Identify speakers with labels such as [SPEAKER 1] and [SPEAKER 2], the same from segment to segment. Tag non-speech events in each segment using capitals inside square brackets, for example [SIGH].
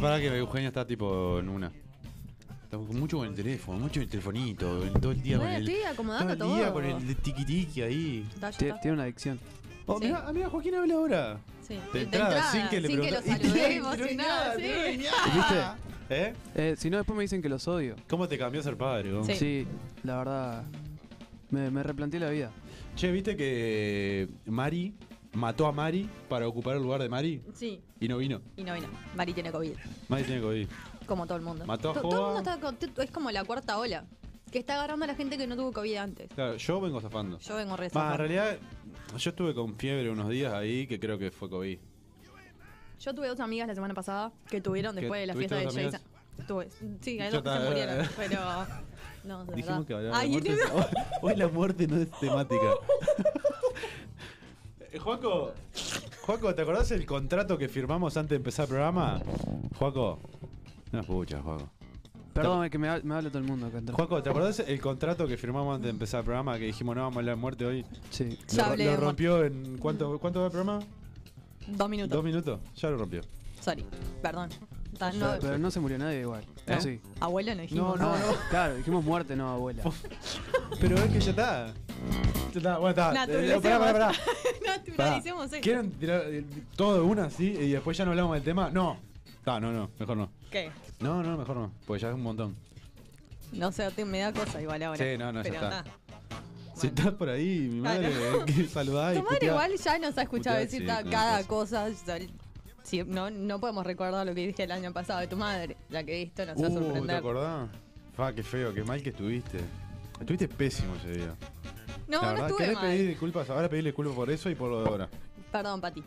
[SPEAKER 1] pará que Eugenia está tipo en una. Está mucho con el teléfono, mucho en el telefonito, el- todo el día
[SPEAKER 2] Bueno,
[SPEAKER 1] con el.
[SPEAKER 2] estoy acomodando
[SPEAKER 1] todo el día
[SPEAKER 2] todo.
[SPEAKER 1] con el tiki tiki ahí.
[SPEAKER 2] Está, ya
[SPEAKER 3] Tie-
[SPEAKER 2] está.
[SPEAKER 3] Tiene una adicción.
[SPEAKER 1] Oh,
[SPEAKER 2] Sí.
[SPEAKER 1] mira, ah, mira, Joaquín habla ahora.
[SPEAKER 2] Sí.
[SPEAKER 1] De
[SPEAKER 2] De
[SPEAKER 1] entrada,
[SPEAKER 2] entrada,
[SPEAKER 1] sin que le
[SPEAKER 2] sin que
[SPEAKER 1] pregunte-
[SPEAKER 2] lo
[SPEAKER 1] Y te-
[SPEAKER 2] saludemos,
[SPEAKER 1] te
[SPEAKER 2] sin
[SPEAKER 1] doy
[SPEAKER 2] nada,
[SPEAKER 1] te
[SPEAKER 2] sí.
[SPEAKER 1] doy nada. ¿Eh?
[SPEAKER 3] Eh, si no, después me dicen que los odio.
[SPEAKER 1] ¿Cómo te cambió ser padre? vos?
[SPEAKER 2] Sí.
[SPEAKER 3] Sí, la verdad. Me, me replanteé la vida.
[SPEAKER 1] Che, ¿viste que Mari mató a Mari para ocupar el lugar de Mari?
[SPEAKER 2] Sí.
[SPEAKER 1] Y no vino.
[SPEAKER 2] Y no, y no. Mari tiene COVID.
[SPEAKER 1] Mari tiene COVID.
[SPEAKER 2] Como todo el mundo.
[SPEAKER 1] Mató a
[SPEAKER 2] To- Todo el mundo
[SPEAKER 1] Joa.
[SPEAKER 2] está. con- Es como la cuarta ola. Que está agarrando a la gente que no tuvo COVID antes.
[SPEAKER 1] Claro, yo vengo zafando.
[SPEAKER 2] Yo vengo
[SPEAKER 1] Más,
[SPEAKER 2] rezando.
[SPEAKER 1] en realidad, yo estuve con fiebre unos días ahí que creo que fue COVID.
[SPEAKER 2] Yo tuve dos amigas la semana pasada que tuvieron
[SPEAKER 1] ¿Qué?
[SPEAKER 2] después de la
[SPEAKER 1] ¿Tuviste
[SPEAKER 2] fiesta de
[SPEAKER 1] dos
[SPEAKER 2] Jason. Tuve. Sí,
[SPEAKER 1] Ya
[SPEAKER 2] hay dos que se
[SPEAKER 1] está.
[SPEAKER 2] murieron,
[SPEAKER 1] [LAUGHS]
[SPEAKER 2] pero. No, de
[SPEAKER 1] Dijimos
[SPEAKER 2] verdad.
[SPEAKER 1] que hablaba de
[SPEAKER 2] Ay,
[SPEAKER 1] muertes.
[SPEAKER 2] no.
[SPEAKER 1] [LAUGHS] Hoy la muerte no es temática. [LAUGHS] Eh, Juaco, Juaco, ¿te acordás el contrato que firmamos antes de empezar el programa? Juaco, no escuchas, Juaco.
[SPEAKER 3] Perdón, que me, ha- me habla todo el mundo acá. atrás.
[SPEAKER 1] Juaco, ¿te acordás el contrato que firmamos antes de empezar el programa que dijimos no vamos a hablar de muerte hoy?
[SPEAKER 3] Sí.
[SPEAKER 2] Ya
[SPEAKER 1] lo,
[SPEAKER 2] hablé
[SPEAKER 1] lo
[SPEAKER 2] de
[SPEAKER 1] rompió en. ¿Cuánto, cuánto va el programa?
[SPEAKER 2] [LAUGHS] Dos minutos.
[SPEAKER 1] ¿Dos minutos? Ya lo rompió.
[SPEAKER 2] Sorry. Perdón. Ta-
[SPEAKER 3] Pero-
[SPEAKER 2] no-
[SPEAKER 3] pero no se murió nadie igual.
[SPEAKER 1] ¿Eh?
[SPEAKER 3] ¿No? Sí.
[SPEAKER 2] abuelo no dijimos. [LAUGHS]
[SPEAKER 3] Ah, Claro, dijimos muerte, no, abuela.
[SPEAKER 1] Oh. Pero es que ya está. Ya está, bueno, está. Eh,
[SPEAKER 2] Naturalicemos.
[SPEAKER 1] eh, pará, pará, pará. Pará.
[SPEAKER 2] Naturalicemos esto.
[SPEAKER 1] ¿Quieren tirar eh, todo de una así y después ya no hablamos del tema? No. Ah, no, no, mejor no.
[SPEAKER 2] ¿Qué?
[SPEAKER 1] No, no, mejor no, porque ya es un montón.
[SPEAKER 2] No sé, te- me da cosa igual ahora.
[SPEAKER 1] Sí, no, no, ya
[SPEAKER 2] pero
[SPEAKER 1] está.
[SPEAKER 2] ta.
[SPEAKER 1] Si estás por ahí, mi madre, eh,
[SPEAKER 2] Claro. [LAUGHS]
[SPEAKER 1] que saludá y
[SPEAKER 2] Tu madre
[SPEAKER 1] puteá.
[SPEAKER 2] igual ya nos ha escuchado
[SPEAKER 1] puteá,
[SPEAKER 2] decir
[SPEAKER 1] sí,
[SPEAKER 2] ta-
[SPEAKER 1] con
[SPEAKER 2] cada
[SPEAKER 1] razón.
[SPEAKER 2] cosa. o sea, el- sí, no, no podemos recordar lo que dije el año pasado de tu madre, ya que esto nos va a
[SPEAKER 1] Uh, ¿te
[SPEAKER 2] sorprender.
[SPEAKER 1] acordás? Fa, qué feo, qué mal que estuviste. Estuviste pésimo ese día.
[SPEAKER 2] No,
[SPEAKER 1] La
[SPEAKER 2] no
[SPEAKER 1] verdad,
[SPEAKER 2] estuve
[SPEAKER 1] ¿querés pedir
[SPEAKER 2] mal.
[SPEAKER 1] disculpas? Ahora pedirle disculpas por eso y por lo de ahora.
[SPEAKER 2] Perdón, Pati.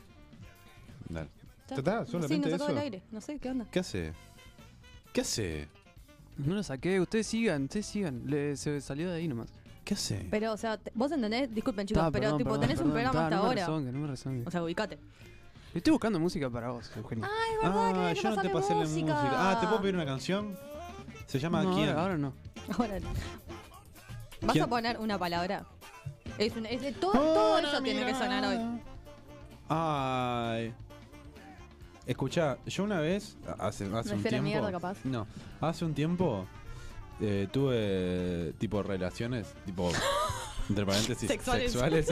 [SPEAKER 1] Dale. ¿Ya está?
[SPEAKER 2] Sí, nos
[SPEAKER 1] ¿Solamente
[SPEAKER 2] sacó del
[SPEAKER 1] eso?
[SPEAKER 2] aire. No sé, ¿qué onda?
[SPEAKER 1] ¿Qué hace? ¿Qué hace?
[SPEAKER 3] No lo saqué, ustedes sigan, ustedes sigan. Le- se salió de ahí nomás.
[SPEAKER 1] ¿Qué hace?
[SPEAKER 2] Pero, o sea, te- vos entendés, disculpen chicos,
[SPEAKER 3] Ah,
[SPEAKER 2] pero
[SPEAKER 3] perdón,
[SPEAKER 2] tipo,
[SPEAKER 3] perdón,
[SPEAKER 2] tenés un
[SPEAKER 3] perdón,
[SPEAKER 2] programa
[SPEAKER 3] ta,
[SPEAKER 2] hasta
[SPEAKER 3] no
[SPEAKER 2] ahora.
[SPEAKER 3] Me rezongue, no me rezongue.
[SPEAKER 2] O sea, ubicate. [LAUGHS]
[SPEAKER 3] Estoy buscando música para vos, Eugenio.
[SPEAKER 2] Ah, es verdad,
[SPEAKER 1] ah,
[SPEAKER 2] que
[SPEAKER 1] yo no te pasé la música. Ah, ¿te puedo pedir una canción? Se llama
[SPEAKER 3] no,
[SPEAKER 1] ¿Quién?
[SPEAKER 3] ahora, ahora no.
[SPEAKER 2] Ahora no. ¿Vas
[SPEAKER 1] ¿Quién?
[SPEAKER 2] a poner una palabra? Es una- es de todo, todo eso tiene que sonar
[SPEAKER 3] Uh,
[SPEAKER 2] hoy.
[SPEAKER 1] Ay. Escuchá, yo una vez, a- hace, hace un
[SPEAKER 2] Refiere a
[SPEAKER 1] tiempo.
[SPEAKER 2] mierda, capaz.
[SPEAKER 1] No, hace un tiempo eh, tuve tipo relaciones,
[SPEAKER 2] [LAUGHS]
[SPEAKER 1] tipo. entre paréntesis,
[SPEAKER 2] Sexuales. [LAUGHS]
[SPEAKER 1] sexuales.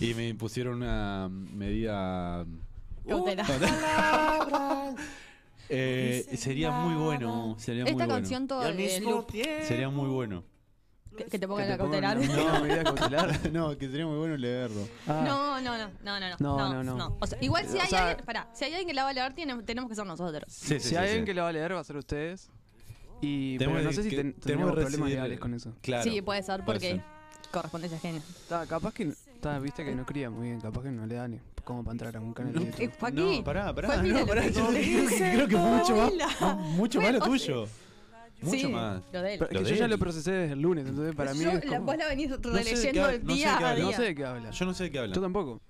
[SPEAKER 1] y me impusieron una medida.
[SPEAKER 2] Cautela.
[SPEAKER 1] [LAUGHS] Eh, sería muy bueno. Sería muy
[SPEAKER 2] Esta
[SPEAKER 1] bueno.
[SPEAKER 2] canción todo el loop
[SPEAKER 1] Sería muy
[SPEAKER 2] [LAUGHS]
[SPEAKER 1] bueno. [LAUGHS]
[SPEAKER 2] que, que te pongan
[SPEAKER 3] Que
[SPEAKER 2] la
[SPEAKER 3] te pongan
[SPEAKER 2] [LAUGHS] cautela.
[SPEAKER 3] una- una medida
[SPEAKER 2] [LAUGHS]
[SPEAKER 3] cautelar.
[SPEAKER 1] no, que sería muy bueno leerlo.
[SPEAKER 3] Ah,
[SPEAKER 2] No, no, no, no, no, no,
[SPEAKER 3] No,
[SPEAKER 2] no,
[SPEAKER 3] no, no.
[SPEAKER 2] O sea, igual si
[SPEAKER 3] O
[SPEAKER 2] hay
[SPEAKER 3] sea-
[SPEAKER 2] alguien, pará, si hay alguien que la va a leer, tiene- tenemos que ser nosotros.
[SPEAKER 1] Sí,
[SPEAKER 3] si hay alguien que lo va a leer, va a ser ustedes. Y pero
[SPEAKER 1] Tenemos
[SPEAKER 3] no sé si
[SPEAKER 1] que-
[SPEAKER 3] ten-
[SPEAKER 1] tenemos
[SPEAKER 3] tenemos
[SPEAKER 1] que
[SPEAKER 3] problemas
[SPEAKER 1] recibir-
[SPEAKER 3] legales con eso.
[SPEAKER 1] Claro.
[SPEAKER 2] sí, puede ser porque
[SPEAKER 1] ser.
[SPEAKER 2] corresponde a esa gente.
[SPEAKER 3] Ta, capaz que. ta, viste que no cría muy bien, capaz que no le da ni como para entrar a un canal de
[SPEAKER 2] Eh,
[SPEAKER 3] YouTube.
[SPEAKER 2] Joaquín,
[SPEAKER 1] No, pará, pará,
[SPEAKER 2] fue el
[SPEAKER 1] no,
[SPEAKER 2] final,
[SPEAKER 1] pará,
[SPEAKER 2] lo
[SPEAKER 1] yo [LAUGHS] creo
[SPEAKER 2] que
[SPEAKER 1] que-
[SPEAKER 2] hice.
[SPEAKER 1] creo que mucho más-
[SPEAKER 2] Hola.
[SPEAKER 1] Mucho
[SPEAKER 2] Fue-
[SPEAKER 1] más lo
[SPEAKER 2] o sea,
[SPEAKER 1] tuyo. Mucho
[SPEAKER 2] sí,
[SPEAKER 1] más.
[SPEAKER 2] Lo de él.
[SPEAKER 3] Pero es
[SPEAKER 1] Lo
[SPEAKER 3] que
[SPEAKER 1] de
[SPEAKER 3] yo ya
[SPEAKER 1] él.
[SPEAKER 3] lo procesé desde el lunes, entonces para mí.
[SPEAKER 2] Yo-
[SPEAKER 3] es
[SPEAKER 2] la-
[SPEAKER 3] como-
[SPEAKER 2] vos la venís
[SPEAKER 1] de qué
[SPEAKER 2] releyendo
[SPEAKER 1] hab-
[SPEAKER 2] el
[SPEAKER 1] no sé de
[SPEAKER 2] día
[SPEAKER 1] qué
[SPEAKER 2] a
[SPEAKER 1] habla.
[SPEAKER 2] día.
[SPEAKER 3] No sé de qué habla.
[SPEAKER 1] Yo no sé de qué
[SPEAKER 3] Yo
[SPEAKER 1] hablan.
[SPEAKER 3] tampoco.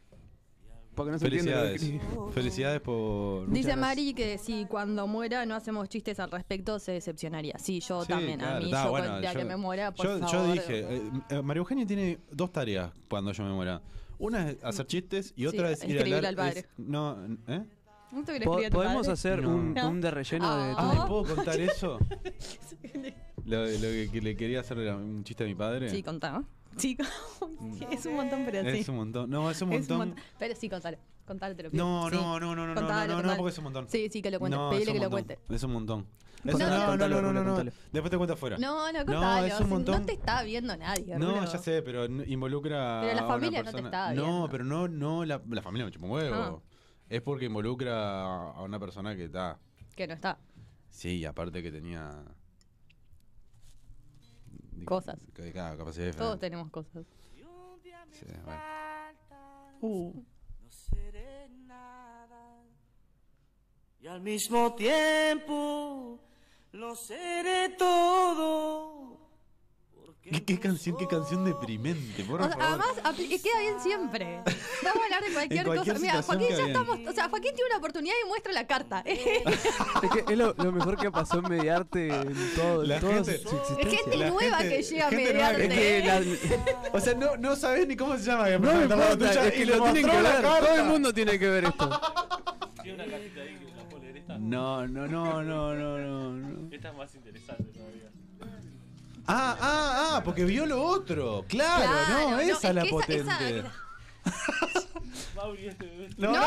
[SPEAKER 3] Porque no se entiende lo que
[SPEAKER 1] Felicidades.
[SPEAKER 3] escribí.
[SPEAKER 1] Felicidades por.
[SPEAKER 2] Dice
[SPEAKER 3] gracias.
[SPEAKER 2] Mari que si cuando muera no hacemos chistes al respecto se decepcionaría. Sí, yo
[SPEAKER 1] Sí,
[SPEAKER 2] también. a
[SPEAKER 1] claro,
[SPEAKER 2] mí,
[SPEAKER 1] está,
[SPEAKER 2] yo
[SPEAKER 1] bueno,
[SPEAKER 2] con- ya
[SPEAKER 1] yo-
[SPEAKER 2] que me muera, por
[SPEAKER 1] yo, yo
[SPEAKER 2] favor.
[SPEAKER 1] dije, eh, eh, María Eugenia tiene dos tareas cuando yo me muera. Una es hacer chistes y otra es ir a
[SPEAKER 2] escribirle
[SPEAKER 1] hablar.
[SPEAKER 2] al padre.
[SPEAKER 1] es- no, ¿eh?
[SPEAKER 2] ¿No te hubiera
[SPEAKER 3] Po-
[SPEAKER 2] escrito tu
[SPEAKER 3] podemos
[SPEAKER 2] padre?
[SPEAKER 3] hacer
[SPEAKER 1] No.
[SPEAKER 3] un,
[SPEAKER 2] No.
[SPEAKER 3] un de relleno de
[SPEAKER 2] Ah.
[SPEAKER 1] ¿Les
[SPEAKER 3] todo.
[SPEAKER 1] puedo
[SPEAKER 2] [LAUGHS]
[SPEAKER 1] contar eso? lo, lo que, que le quería hacer era un chiste a mi padre.
[SPEAKER 2] Sí, contá. Sí, [LAUGHS] es un montón, pero sí.
[SPEAKER 1] es un montón. No, es un
[SPEAKER 2] Es
[SPEAKER 1] montón.
[SPEAKER 2] montón. Pero sí, contalo. Contalo, te lo pido.
[SPEAKER 1] No,
[SPEAKER 2] Sí.
[SPEAKER 1] no, no, no, no, no, no,
[SPEAKER 2] Contalo,
[SPEAKER 1] no, no,
[SPEAKER 2] contalo.
[SPEAKER 1] porque es un montón.
[SPEAKER 2] Sí, sí, que lo cuentes.
[SPEAKER 1] No,
[SPEAKER 2] Pedile
[SPEAKER 1] es un
[SPEAKER 2] que lo
[SPEAKER 1] montón,
[SPEAKER 2] cuente.
[SPEAKER 1] Es un montón.
[SPEAKER 3] No,
[SPEAKER 1] Es un-
[SPEAKER 2] no,
[SPEAKER 1] no, no,
[SPEAKER 3] contalo,
[SPEAKER 1] no, no, no,
[SPEAKER 3] contalo.
[SPEAKER 1] Después te cuento afuera.
[SPEAKER 2] No, no, contalo.
[SPEAKER 1] No, es un
[SPEAKER 2] si
[SPEAKER 1] montón.
[SPEAKER 2] No te está viendo nadie,
[SPEAKER 1] No,
[SPEAKER 2] Rulo.
[SPEAKER 1] ya sé, pero n- involucra.
[SPEAKER 2] Pero la
[SPEAKER 1] a una
[SPEAKER 2] familia no te
[SPEAKER 1] persona.
[SPEAKER 2] estaba
[SPEAKER 1] No,
[SPEAKER 2] viendo.
[SPEAKER 1] pero no, no, la, la familia me chupa un huevo.
[SPEAKER 2] Ah.
[SPEAKER 1] Es porque involucra a una persona que está.
[SPEAKER 2] Que no está.
[SPEAKER 1] Sí, y aparte que tenía.
[SPEAKER 2] Cosas.
[SPEAKER 1] Que- Claro, capacidad de.
[SPEAKER 2] Todos tenemos cosas.
[SPEAKER 1] Sí, bueno. Uh.
[SPEAKER 4] no seré nada. Y al mismo tiempo lo seré todo, porque
[SPEAKER 1] ¿Qué, qué canción, qué canción [LAUGHS] deprimente, por
[SPEAKER 2] O sea,
[SPEAKER 1] favor.
[SPEAKER 2] además, apli- queda bien siempre. Vamos a hablar de cualquier,
[SPEAKER 1] cualquier
[SPEAKER 2] cosa. Mira,
[SPEAKER 1] situación
[SPEAKER 2] Joaquín ya
[SPEAKER 1] queda bien.
[SPEAKER 2] estamos. O sea, Joaquín tiene una oportunidad y muestra la carta. [LAUGHS]
[SPEAKER 3] Es que es lo, lo mejor que pasó en Mediarte en todo, en
[SPEAKER 1] La
[SPEAKER 3] toda
[SPEAKER 1] gente-
[SPEAKER 3] su- su existencia.
[SPEAKER 2] gente nueva que llega a
[SPEAKER 1] gente nueva que-
[SPEAKER 3] Es que la-
[SPEAKER 2] [LAUGHS]
[SPEAKER 1] O sea, no, no sabes ni cómo se llama. que
[SPEAKER 3] no me
[SPEAKER 1] presentamos la
[SPEAKER 3] importa,
[SPEAKER 1] tuya
[SPEAKER 3] es
[SPEAKER 1] y
[SPEAKER 3] que
[SPEAKER 1] le
[SPEAKER 3] lo tienen
[SPEAKER 1] mostró
[SPEAKER 3] que
[SPEAKER 1] la
[SPEAKER 3] ver.
[SPEAKER 1] carta.
[SPEAKER 3] Todo el mundo tiene que ver esto.
[SPEAKER 5] Tiene una cajita ahí que la puedo leer. Esta,
[SPEAKER 1] No, no, no, no, no, no, no.
[SPEAKER 5] esta es más interesante todavía.
[SPEAKER 1] Ah, ah, ah, porque vio lo otro. Claro, no, esa es la potente.
[SPEAKER 5] Mauri, este bebé.
[SPEAKER 1] No,
[SPEAKER 2] ¡No!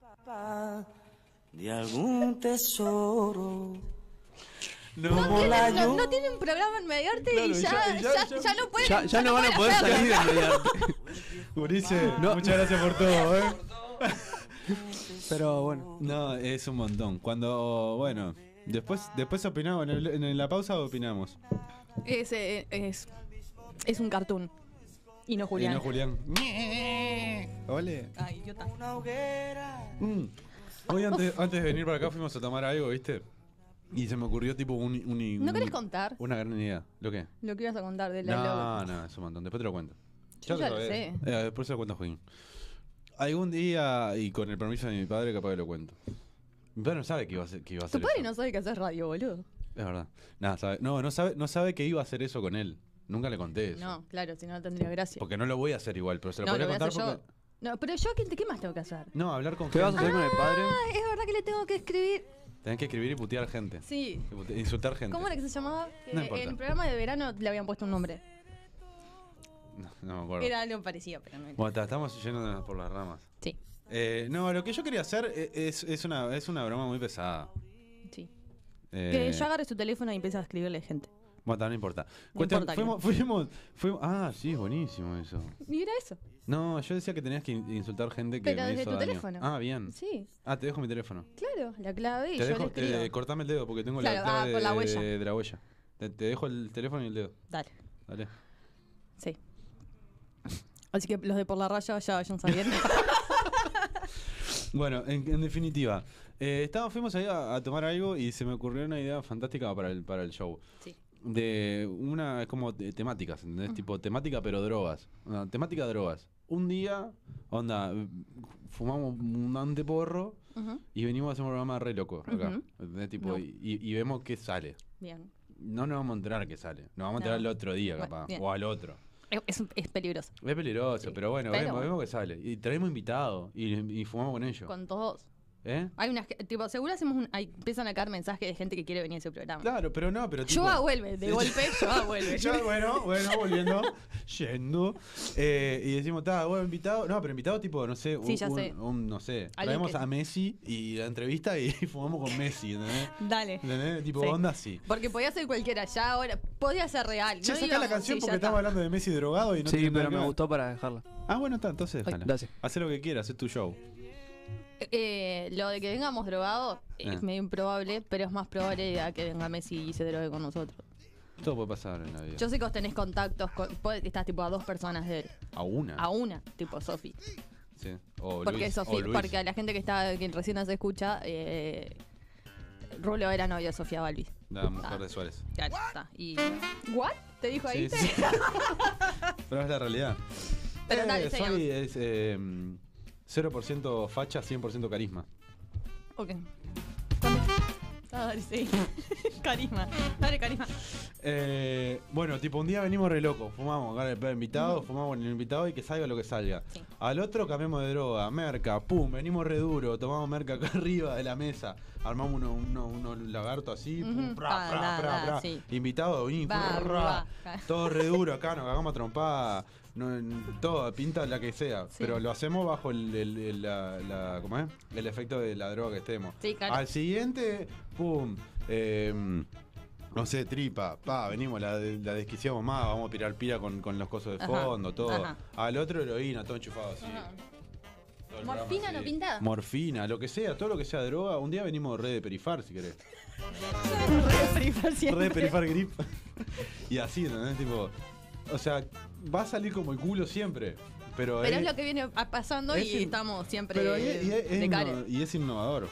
[SPEAKER 4] Papá, de algún tesoro.
[SPEAKER 1] no,
[SPEAKER 2] No,
[SPEAKER 1] no,
[SPEAKER 2] tiene, no,
[SPEAKER 4] yo-
[SPEAKER 2] no tiene un programa en Mediarte
[SPEAKER 1] Claro,
[SPEAKER 2] y, ya,
[SPEAKER 1] y
[SPEAKER 2] ya,
[SPEAKER 1] ya-
[SPEAKER 2] ya,
[SPEAKER 1] ya-
[SPEAKER 2] no pueden.
[SPEAKER 3] Ya, ya no van a poder
[SPEAKER 2] hacerlo.
[SPEAKER 3] salir de
[SPEAKER 6] [LAUGHS]
[SPEAKER 3] Mediarte.
[SPEAKER 1] Ulises,
[SPEAKER 3] No.
[SPEAKER 1] muchas gracias por todo, ¿eh?
[SPEAKER 3] Pero bueno,
[SPEAKER 1] No, es un montón. Cuando, bueno, después después opinamos. En, el- en la pausa opinamos.
[SPEAKER 2] Es, eh, es, es un cartoon. Y no
[SPEAKER 1] Y
[SPEAKER 2] Julián.
[SPEAKER 1] no, [LAUGHS] Julián. Ole.
[SPEAKER 2] Ay, idiota.
[SPEAKER 4] Una hoguera.
[SPEAKER 1] Mm. Hoy antes, antes de venir para acá fuimos a tomar algo, ¿viste? Y se me ocurrió tipo un... un-
[SPEAKER 2] ¿No
[SPEAKER 1] un-
[SPEAKER 2] querés contar
[SPEAKER 1] Una gran idea. ¿Lo qué?
[SPEAKER 2] lo que ibas a contar de la
[SPEAKER 1] No, no, es un montón. Después te lo cuento.
[SPEAKER 2] Yo ya lo
[SPEAKER 1] sabés.
[SPEAKER 2] sé.
[SPEAKER 1] Eh, después se lo cuento a Joaquín. Algún día, y con el permiso de mi padre, capaz que lo cuento. Mi padre no sabe que iba a hacer, que iba a
[SPEAKER 2] Tu
[SPEAKER 1] hacer
[SPEAKER 2] padre
[SPEAKER 1] eso.
[SPEAKER 2] no sabe que haces radio, boludo.
[SPEAKER 1] Es verdad. Nada, sabe, no, no sabe, no sabe que iba a hacer eso con él. Nunca le conté eso.
[SPEAKER 2] No, claro, si no, no tendría gracia.
[SPEAKER 1] Porque no lo voy a hacer igual, pero se lo
[SPEAKER 2] no,
[SPEAKER 1] podría
[SPEAKER 2] lo voy a
[SPEAKER 1] contar
[SPEAKER 2] hacer
[SPEAKER 1] porque...
[SPEAKER 2] yo. No, pero yo, ¿qué, ¿qué más tengo que hacer?
[SPEAKER 1] No, hablar con
[SPEAKER 3] ¿qué vas a
[SPEAKER 1] gente.
[SPEAKER 3] hacer con el padre?
[SPEAKER 2] Ah, es verdad que le tengo que escribir.
[SPEAKER 1] Tenés que escribir y putear gente.
[SPEAKER 2] Sí.
[SPEAKER 1] Y pute- Insultar gente.
[SPEAKER 2] ¿Cómo era que se llamaba? Que
[SPEAKER 1] No importa.
[SPEAKER 2] en el programa de verano le habían puesto un nombre.
[SPEAKER 1] No, no me acuerdo.
[SPEAKER 2] Era algo parecido, pero no.
[SPEAKER 1] Bueno, ta, estamos yéndonos por las ramas.
[SPEAKER 2] Sí,
[SPEAKER 1] Eh, no, lo que yo quería hacer e- es, es una, es una broma muy pesada.
[SPEAKER 2] sí.
[SPEAKER 1] Eh,
[SPEAKER 2] Que yo agarre su teléfono y empiece a escribirle gente.
[SPEAKER 1] Bueno, ta, no importa.
[SPEAKER 2] No
[SPEAKER 1] Cuestión,
[SPEAKER 2] importa que
[SPEAKER 1] fuimos, fuimos, fuimos- Ah, sí, es buenísimo eso.
[SPEAKER 2] Y era eso.
[SPEAKER 1] No, yo decía que tenías que in- insultar gente que
[SPEAKER 2] Pero
[SPEAKER 1] me
[SPEAKER 2] desde
[SPEAKER 1] hizo
[SPEAKER 2] tu
[SPEAKER 1] daño.
[SPEAKER 2] teléfono.
[SPEAKER 1] Ah, bien.
[SPEAKER 2] Sí,
[SPEAKER 1] Ah, te dejo mi teléfono.
[SPEAKER 2] claro, la clave
[SPEAKER 1] te
[SPEAKER 2] y yo le
[SPEAKER 1] dejo,
[SPEAKER 2] escribo.
[SPEAKER 1] eh, cortame el dedo porque tengo la
[SPEAKER 2] Claro, ah,
[SPEAKER 1] clave
[SPEAKER 2] por la
[SPEAKER 1] de-
[SPEAKER 2] huella.
[SPEAKER 1] de, la huella. Te, te dejo el teléfono y el dedo.
[SPEAKER 2] Dale,
[SPEAKER 1] Dale. [LAUGHS]
[SPEAKER 2] sí. Así que los de por la raya ya vayan
[SPEAKER 1] [LAUGHS]
[SPEAKER 2] sabiendo.
[SPEAKER 1] Bueno, en, en definitiva, eh, estábamos- fuimos ahí a, a tomar algo y se me ocurrió una idea fantástica para el, para el show.
[SPEAKER 2] sí.
[SPEAKER 1] de una es como te- temáticas, ¿entendés? Tipo temática pero drogas. Una temática drogas. Un día, onda, fumamos un ante porro
[SPEAKER 2] Ujú,
[SPEAKER 1] y venimos a hacer un programa re loco acá.
[SPEAKER 2] Ujú.
[SPEAKER 1] ¿entendés? Tipo,
[SPEAKER 2] No.
[SPEAKER 1] y, y vemos qué sale.
[SPEAKER 2] Bien.
[SPEAKER 1] No nos vamos a enterar qué sale. Nos vamos a enterar
[SPEAKER 2] No.
[SPEAKER 1] el otro día,
[SPEAKER 2] Bueno,
[SPEAKER 1] capaz.
[SPEAKER 2] bien.
[SPEAKER 1] o al otro.
[SPEAKER 2] Es- Es, es peligroso.
[SPEAKER 1] Es peligroso,
[SPEAKER 2] Sí.
[SPEAKER 1] pero bueno,
[SPEAKER 2] Pero
[SPEAKER 1] vemos,
[SPEAKER 2] bueno.
[SPEAKER 1] vemos qué sale. Y traemos invitados y, y fumamos con ellos.
[SPEAKER 2] Con todos.
[SPEAKER 1] ¿Eh?
[SPEAKER 2] Hay unas que, tipo, seguro hacemos un. Hay, empiezan a caer mensajes de gente que quiere venir a ese programa.
[SPEAKER 1] Claro, pero no, pero tipo-
[SPEAKER 2] Yoa vuelve, de golpe, Yoa vuelve.
[SPEAKER 1] Ya, bueno, bueno, volviendo, yendo. Eh, y decimos, está, bueno, invitado. No, pero invitado tipo, no sé, un,
[SPEAKER 2] Sí, ya
[SPEAKER 1] un-
[SPEAKER 2] sé.
[SPEAKER 1] un, no sé.
[SPEAKER 2] Alguien
[SPEAKER 1] Traemos
[SPEAKER 2] que-
[SPEAKER 1] a Messi y la entrevista y [LAUGHS] fumamos con Messi, ¿entendés?
[SPEAKER 2] Dale.
[SPEAKER 1] ¿Entendés? Tipo,
[SPEAKER 2] Sí.
[SPEAKER 1] onda así.
[SPEAKER 2] Porque podía ser cualquiera, ya ahora. Podía ser real.
[SPEAKER 1] Che,
[SPEAKER 2] no
[SPEAKER 1] saca la
[SPEAKER 2] íbamos,
[SPEAKER 1] canción
[SPEAKER 2] sí,
[SPEAKER 1] porque
[SPEAKER 2] ya
[SPEAKER 1] estamos
[SPEAKER 2] está.
[SPEAKER 1] hablando de Messi drogado y no
[SPEAKER 3] Sí,
[SPEAKER 1] tiene nada
[SPEAKER 3] pero
[SPEAKER 1] que
[SPEAKER 3] me
[SPEAKER 1] ver.
[SPEAKER 3] gustó para dejarla.
[SPEAKER 1] Ah, bueno, está, entonces
[SPEAKER 3] Ay,
[SPEAKER 1] déjala.
[SPEAKER 3] gracias.
[SPEAKER 1] Hacé lo que quieras, es tu show.
[SPEAKER 2] Eh, lo de que vengamos drogados
[SPEAKER 1] Ah.
[SPEAKER 2] es medio improbable, pero es más probable a que venga Messi y se drogue con nosotros.
[SPEAKER 1] Todo puede pasar en la vida.
[SPEAKER 2] Yo sé que vos tenés contactos, con, podés- estás tipo a dos personas de él,
[SPEAKER 1] A una.
[SPEAKER 2] a una, tipo Sofi.
[SPEAKER 1] Sí. O
[SPEAKER 2] Porque
[SPEAKER 1] Luis,
[SPEAKER 2] Sofi,
[SPEAKER 1] o Luis.
[SPEAKER 2] porque a la gente que está, que recién nos escucha, eh, Rulo era novio de Sofía Balvis.
[SPEAKER 1] La mujer
[SPEAKER 2] Ah.
[SPEAKER 1] de Suárez.
[SPEAKER 2] Claro, está. Y. ¿What? ¿Te dijo ahí?
[SPEAKER 1] Sí,
[SPEAKER 2] [LAUGHS]
[SPEAKER 1] sí. pero es la realidad.
[SPEAKER 2] Pero
[SPEAKER 1] Eh,
[SPEAKER 2] dale,
[SPEAKER 1] soy
[SPEAKER 2] sigamos.
[SPEAKER 1] es, eh, 0% facha, 100% carisma.
[SPEAKER 2] Ok. Dale, sí. [LAUGHS] carisma. Dale, carisma.
[SPEAKER 1] Eh, bueno, tipo, un día venimos re locos, fumamos, gana el invitado, fumamos con el invitado y que salga lo que salga.
[SPEAKER 2] Sí.
[SPEAKER 1] Al otro cambiamos de droga, merca, pum, venimos re duro, tomamos merca acá [LAUGHS] arriba de la mesa, armamos unos uno, uno lagartos así, pum,
[SPEAKER 2] Ujú,
[SPEAKER 1] pra,
[SPEAKER 2] pa,
[SPEAKER 1] pra,
[SPEAKER 2] da,
[SPEAKER 1] pra,
[SPEAKER 2] da,
[SPEAKER 1] pra.
[SPEAKER 2] sí.
[SPEAKER 1] invitado, vení,
[SPEAKER 2] Va,
[SPEAKER 1] prra,
[SPEAKER 2] va. [LAUGHS]
[SPEAKER 1] todo re duro acá, nos cagamos a trompada, no, en- todo, pinta la que sea,
[SPEAKER 2] Sí.
[SPEAKER 1] pero lo hacemos bajo el, el- el- la- la- ¿cómo es? el efecto de la droga que estemos.
[SPEAKER 2] Sí, claro.
[SPEAKER 1] Al siguiente, pum, em, no sé, tripa, pa, venimos, la, la desquiciamos más, vamos a pirar pira con, con los cosos de
[SPEAKER 2] Ajá,
[SPEAKER 1] fondo, todo.
[SPEAKER 2] ajá.
[SPEAKER 1] Al otro heroína, todo enchufado así.
[SPEAKER 2] Ajá.
[SPEAKER 1] Todo el
[SPEAKER 2] Morfina
[SPEAKER 1] programa,
[SPEAKER 2] no
[SPEAKER 1] sí.
[SPEAKER 2] pintada.
[SPEAKER 1] Morfina, lo que sea, todo lo que sea droga, un día venimos re de perifar si
[SPEAKER 2] [LAUGHS]
[SPEAKER 1] querés. Re
[SPEAKER 2] eh.
[SPEAKER 1] de perifar grip. [LAUGHS] y así, ¿entendés? Tipo, o sea, va a salir como el culo siempre. Pero,
[SPEAKER 2] Pero es lo que viene a- pasando
[SPEAKER 1] es
[SPEAKER 2] y
[SPEAKER 1] in-
[SPEAKER 2] estamos siempre
[SPEAKER 1] pero es- y es- es
[SPEAKER 2] de
[SPEAKER 1] inno-
[SPEAKER 2] cara.
[SPEAKER 1] y es innovador.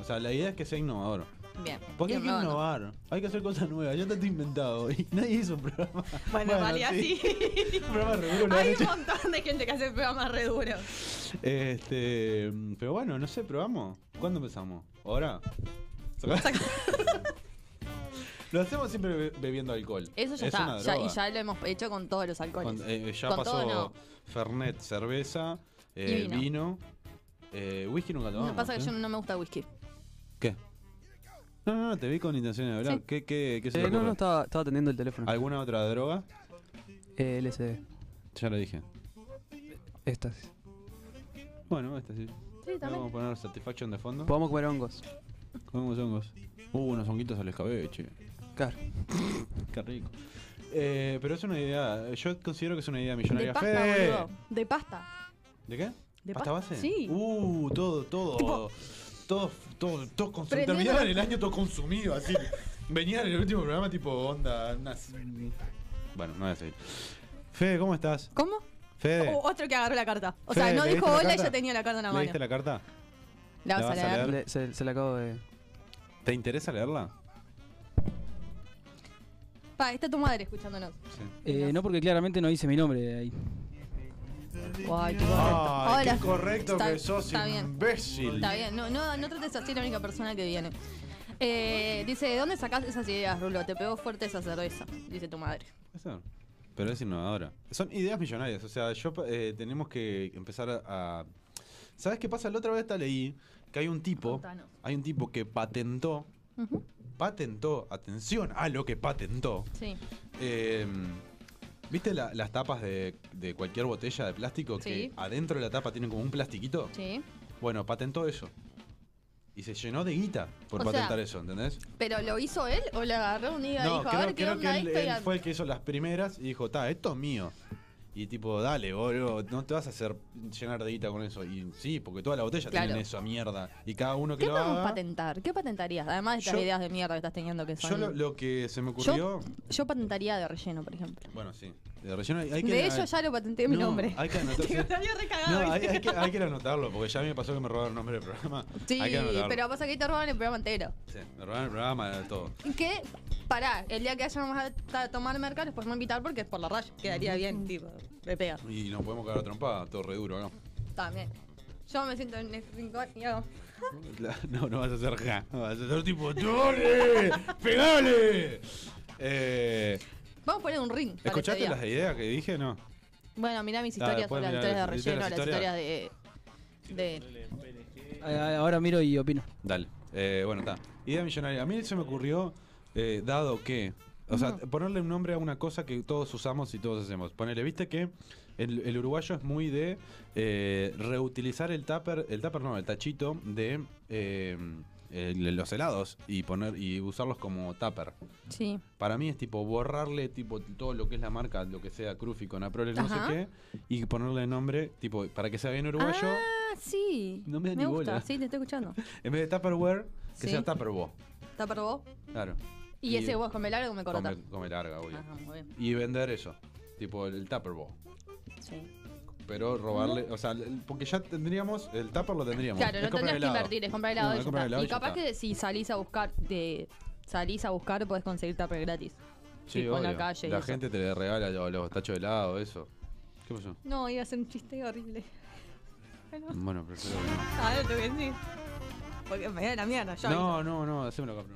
[SPEAKER 1] O sea, la idea es que sea innovador.
[SPEAKER 2] Bien.
[SPEAKER 1] Porque hay que
[SPEAKER 2] innovando.
[SPEAKER 1] innovar, hay que hacer cosas nuevas. Ya tanto inventado y [LAUGHS] nadie hizo un programa.
[SPEAKER 2] [LAUGHS] Bueno, vale, así.
[SPEAKER 1] [LAUGHS] Un programa re duro lo han
[SPEAKER 2] Hay un
[SPEAKER 1] hecho.
[SPEAKER 2] montón de gente que hace programas re duros.
[SPEAKER 1] Este, pero bueno, no sé, probamos. ¿Cuándo empezamos? ¿Ahora? [LAUGHS] lo hacemos siempre be- bebiendo alcohol.
[SPEAKER 2] Eso ya
[SPEAKER 1] Es
[SPEAKER 2] está.
[SPEAKER 1] una
[SPEAKER 2] ya- y
[SPEAKER 1] droga.
[SPEAKER 2] ya lo hemos hecho con todos los alcoholes.
[SPEAKER 1] Con- eh, ya
[SPEAKER 2] Con
[SPEAKER 1] pasó
[SPEAKER 2] todo no.
[SPEAKER 1] Fernet, cerveza, eh,
[SPEAKER 2] Y vino.
[SPEAKER 1] vino. eh, whisky nunca
[SPEAKER 2] Lo
[SPEAKER 1] tomamos.
[SPEAKER 2] que pasa es que
[SPEAKER 1] ¿eh?
[SPEAKER 2] yo no me gusta whisky.
[SPEAKER 1] ¿Qué? No, no, no, te vi con intenciones de hablar.
[SPEAKER 2] Sí.
[SPEAKER 1] ¿Qué, qué, qué se te
[SPEAKER 3] Eh, no,
[SPEAKER 1] ocurre?
[SPEAKER 3] no, estaba, estaba atendiendo el teléfono.
[SPEAKER 1] ¿Alguna otra droga?
[SPEAKER 3] Eh, LSD.
[SPEAKER 1] Ya lo dije.
[SPEAKER 3] Estas.
[SPEAKER 1] Bueno, esta sí.
[SPEAKER 2] Sí,
[SPEAKER 1] Vamos a poner Satisfaction de fondo.
[SPEAKER 3] Podemos comer hongos.
[SPEAKER 1] Comemos hongos. Uh, unos honguitos al escabeche.
[SPEAKER 3] Claro.
[SPEAKER 1] Qué rico. Eh, pero es una idea. Yo considero que es una idea
[SPEAKER 2] De
[SPEAKER 1] millonaria.
[SPEAKER 2] pasta,
[SPEAKER 1] Fede.
[SPEAKER 2] boludo. De pasta.
[SPEAKER 1] ¿De qué?
[SPEAKER 2] De
[SPEAKER 1] ¿Pasta
[SPEAKER 2] pasta.
[SPEAKER 1] base?
[SPEAKER 2] Sí.
[SPEAKER 1] Uh, todo, todo.
[SPEAKER 2] Tipo-
[SPEAKER 1] Todo, todo, todo consum-
[SPEAKER 2] Prendiendo-
[SPEAKER 1] Terminaban el año todo consumido, así. Venían en el último programa, tipo, onda. unas- Bueno, no voy a seguir. Fede, ¿cómo estás?
[SPEAKER 2] ¿Cómo?
[SPEAKER 1] Fede.
[SPEAKER 2] O- otro que agarró la carta. O sea,
[SPEAKER 1] Fede,
[SPEAKER 2] no
[SPEAKER 1] ¿leíste
[SPEAKER 2] dijo
[SPEAKER 1] la
[SPEAKER 2] hola y
[SPEAKER 1] carta?
[SPEAKER 2] ya tenía la carta en Oh, la mano.
[SPEAKER 1] ¿Leíste la carta?
[SPEAKER 2] La vas a leer.
[SPEAKER 3] Le- se, se la acabo de.
[SPEAKER 1] ¿Te interesa leerla?
[SPEAKER 2] Pa, está tu madre escuchándonos.
[SPEAKER 1] Sí.
[SPEAKER 6] Eh, no, porque claramente no dice mi nombre ahí.
[SPEAKER 2] Ay, qué correcto.
[SPEAKER 1] Ay,
[SPEAKER 2] Ahora-
[SPEAKER 1] qué correcto
[SPEAKER 2] está-
[SPEAKER 1] que sos,
[SPEAKER 2] está bien.
[SPEAKER 1] imbécil.
[SPEAKER 2] Está bien, no, no, no trates así a la única persona que viene. Eh, dice, ¿de dónde sacás esas ideas, Rulo? Te pegó fuerte esa cerveza, dice tu madre.
[SPEAKER 1] Puede ser. Pero es innovadora. Son ideas millonarias. O sea, yo eh, tenemos que empezar a, a- ¿Sabes qué pasa? La otra vez te leí que hay un tipo.
[SPEAKER 2] Contanos.
[SPEAKER 1] Hay un tipo que patentó.
[SPEAKER 2] Ujú.
[SPEAKER 1] Patentó. Atención a lo que patentó.
[SPEAKER 2] Sí,
[SPEAKER 1] Eh, ¿Viste la- las tapas de, de cualquier botella de plástico
[SPEAKER 2] Sí.
[SPEAKER 1] que adentro de la tapa tienen como un plastiquito?
[SPEAKER 2] sí.
[SPEAKER 1] Bueno, patentó eso. Y se llenó de guita por
[SPEAKER 2] O sea,
[SPEAKER 1] patentar eso, ¿entendés?
[SPEAKER 2] ¿Pero lo hizo él o le agarró un hígado y
[SPEAKER 1] No,
[SPEAKER 2] dijo,
[SPEAKER 1] creo,
[SPEAKER 2] a ver qué
[SPEAKER 1] creo
[SPEAKER 2] onda
[SPEAKER 1] que él,
[SPEAKER 2] esto? y
[SPEAKER 1] él
[SPEAKER 2] a-
[SPEAKER 1] fue el que hizo las primeras y dijo, ta, esto es mío. Y tipo, dale, boludo, no te vas a hacer llenar de guita con eso. Y sí, porque toda la botella
[SPEAKER 2] Claro.
[SPEAKER 1] tiene eso, mierda. Y cada uno que
[SPEAKER 2] ¿Qué
[SPEAKER 1] lo
[SPEAKER 2] podemos
[SPEAKER 1] haga...
[SPEAKER 2] patentar? ¿Qué patentarías? Además de estas
[SPEAKER 1] Yo-
[SPEAKER 2] ideas de mierda que estás teniendo que son...
[SPEAKER 1] Yo lo, lo que se me ocurrió...
[SPEAKER 2] Yo patentaría de relleno, por ejemplo.
[SPEAKER 1] Bueno, sí. De relleno hay, hay que...
[SPEAKER 2] De hecho ya lo patenté mi
[SPEAKER 1] No,
[SPEAKER 2] nombre. [LAUGHS]
[SPEAKER 1] hay que anotar-
[SPEAKER 2] Te estaría recagado,
[SPEAKER 1] No, hay,
[SPEAKER 2] ¿viste?
[SPEAKER 1] hay que, hay que anotarlo, porque ya me pasó que me robaron el nombre del programa.
[SPEAKER 2] Sí,
[SPEAKER 1] Hay que anotarlo.
[SPEAKER 2] pero pasa que ahí te roban el programa entero.
[SPEAKER 1] Sí, me robaron el programa, todo.
[SPEAKER 2] Que, pará, el día que vayamos a ta- tomar merca les podemos invitar porque es por la raya. Quedaría bien, tipo, de pega.
[SPEAKER 1] Y nos podemos cagar a trompada, todo re duro, ¿no?
[SPEAKER 2] También. Yo me siento en el rincón y hago.
[SPEAKER 1] La- [LAUGHS] No, no vas a hacer ja. Vas a hacer tipo, ¡dale! ¡Pegale! Eh,
[SPEAKER 2] Vamos a poner un ring. para
[SPEAKER 1] ¿Escuchaste
[SPEAKER 2] este día.
[SPEAKER 1] las ideas que dije? No.
[SPEAKER 2] Bueno, mirá mis
[SPEAKER 1] Ah,
[SPEAKER 2] historias
[SPEAKER 1] después
[SPEAKER 2] sobre las
[SPEAKER 1] mirá
[SPEAKER 2] historias de
[SPEAKER 1] las-
[SPEAKER 2] relleno, las
[SPEAKER 1] historias.
[SPEAKER 2] historias de. de.
[SPEAKER 5] Ponele en PNG.
[SPEAKER 6] Ah, ah, Ahora miro y opino.
[SPEAKER 1] Dale. Eh, bueno, está. Idea millonaria. A mí se me ocurrió, eh, dado que. O sea, ponerle un nombre a una cosa que todos usamos y todos hacemos. Ponele, viste que el, el uruguayo es muy de eh, reutilizar el tupper, el tupper no, el tachito de eh, el- los helados y poner y usarlos como tupper.
[SPEAKER 2] Sí.
[SPEAKER 1] Para mí es tipo borrarle tipo todo lo que es la marca, lo que sea Crufi con Aprole, no sé
[SPEAKER 2] Ajá.
[SPEAKER 1] qué, y ponerle nombre, tipo, para que sea bien uruguayo,
[SPEAKER 2] Ah, sí.
[SPEAKER 1] No me da ni
[SPEAKER 2] gusta.
[SPEAKER 1] bola.
[SPEAKER 2] Sí, te estoy
[SPEAKER 1] [LAUGHS]
[SPEAKER 2] escuchando.
[SPEAKER 1] en vez de Tupperware, que
[SPEAKER 2] Sí.
[SPEAKER 1] sea Tupperware.
[SPEAKER 2] ¿Está para vos?
[SPEAKER 1] Claro.
[SPEAKER 2] Y,
[SPEAKER 1] Y-
[SPEAKER 2] ese vos come largo o me corta.
[SPEAKER 1] Come, come larga, obvio.
[SPEAKER 2] Ajá, muy bien.
[SPEAKER 1] Y vender eso, tipo el Tupperware.
[SPEAKER 2] Sí.
[SPEAKER 1] Pero robarle, o sea, el- porque ya tendríamos, el Tupper lo tendríamos.
[SPEAKER 2] Claro,
[SPEAKER 1] Es
[SPEAKER 2] no
[SPEAKER 1] comprar
[SPEAKER 2] tendrías que
[SPEAKER 1] helado.
[SPEAKER 2] invertir, es comprar helado.
[SPEAKER 1] No,
[SPEAKER 2] y
[SPEAKER 1] es
[SPEAKER 2] ya
[SPEAKER 1] comprar
[SPEAKER 2] está.
[SPEAKER 1] helado
[SPEAKER 2] y
[SPEAKER 1] y ya
[SPEAKER 2] capaz
[SPEAKER 1] está.
[SPEAKER 2] que si salís a buscar, de, salís a buscar, podés conseguir tupper gratis.
[SPEAKER 1] Sí,
[SPEAKER 2] tipo en la
[SPEAKER 1] obvio.
[SPEAKER 2] calle y
[SPEAKER 1] La
[SPEAKER 2] eso.
[SPEAKER 1] gente te le regala los, los tachos de helado, eso. ¿Qué
[SPEAKER 2] [LAUGHS]
[SPEAKER 1] pasó?
[SPEAKER 2] No, iba a ser un chiste horrible. Bueno,
[SPEAKER 1] Bueno, prefiero que no.
[SPEAKER 2] a ver, te voy a decir. Porque me da la mierda, yo.
[SPEAKER 1] No, no, no, hacémelo acá,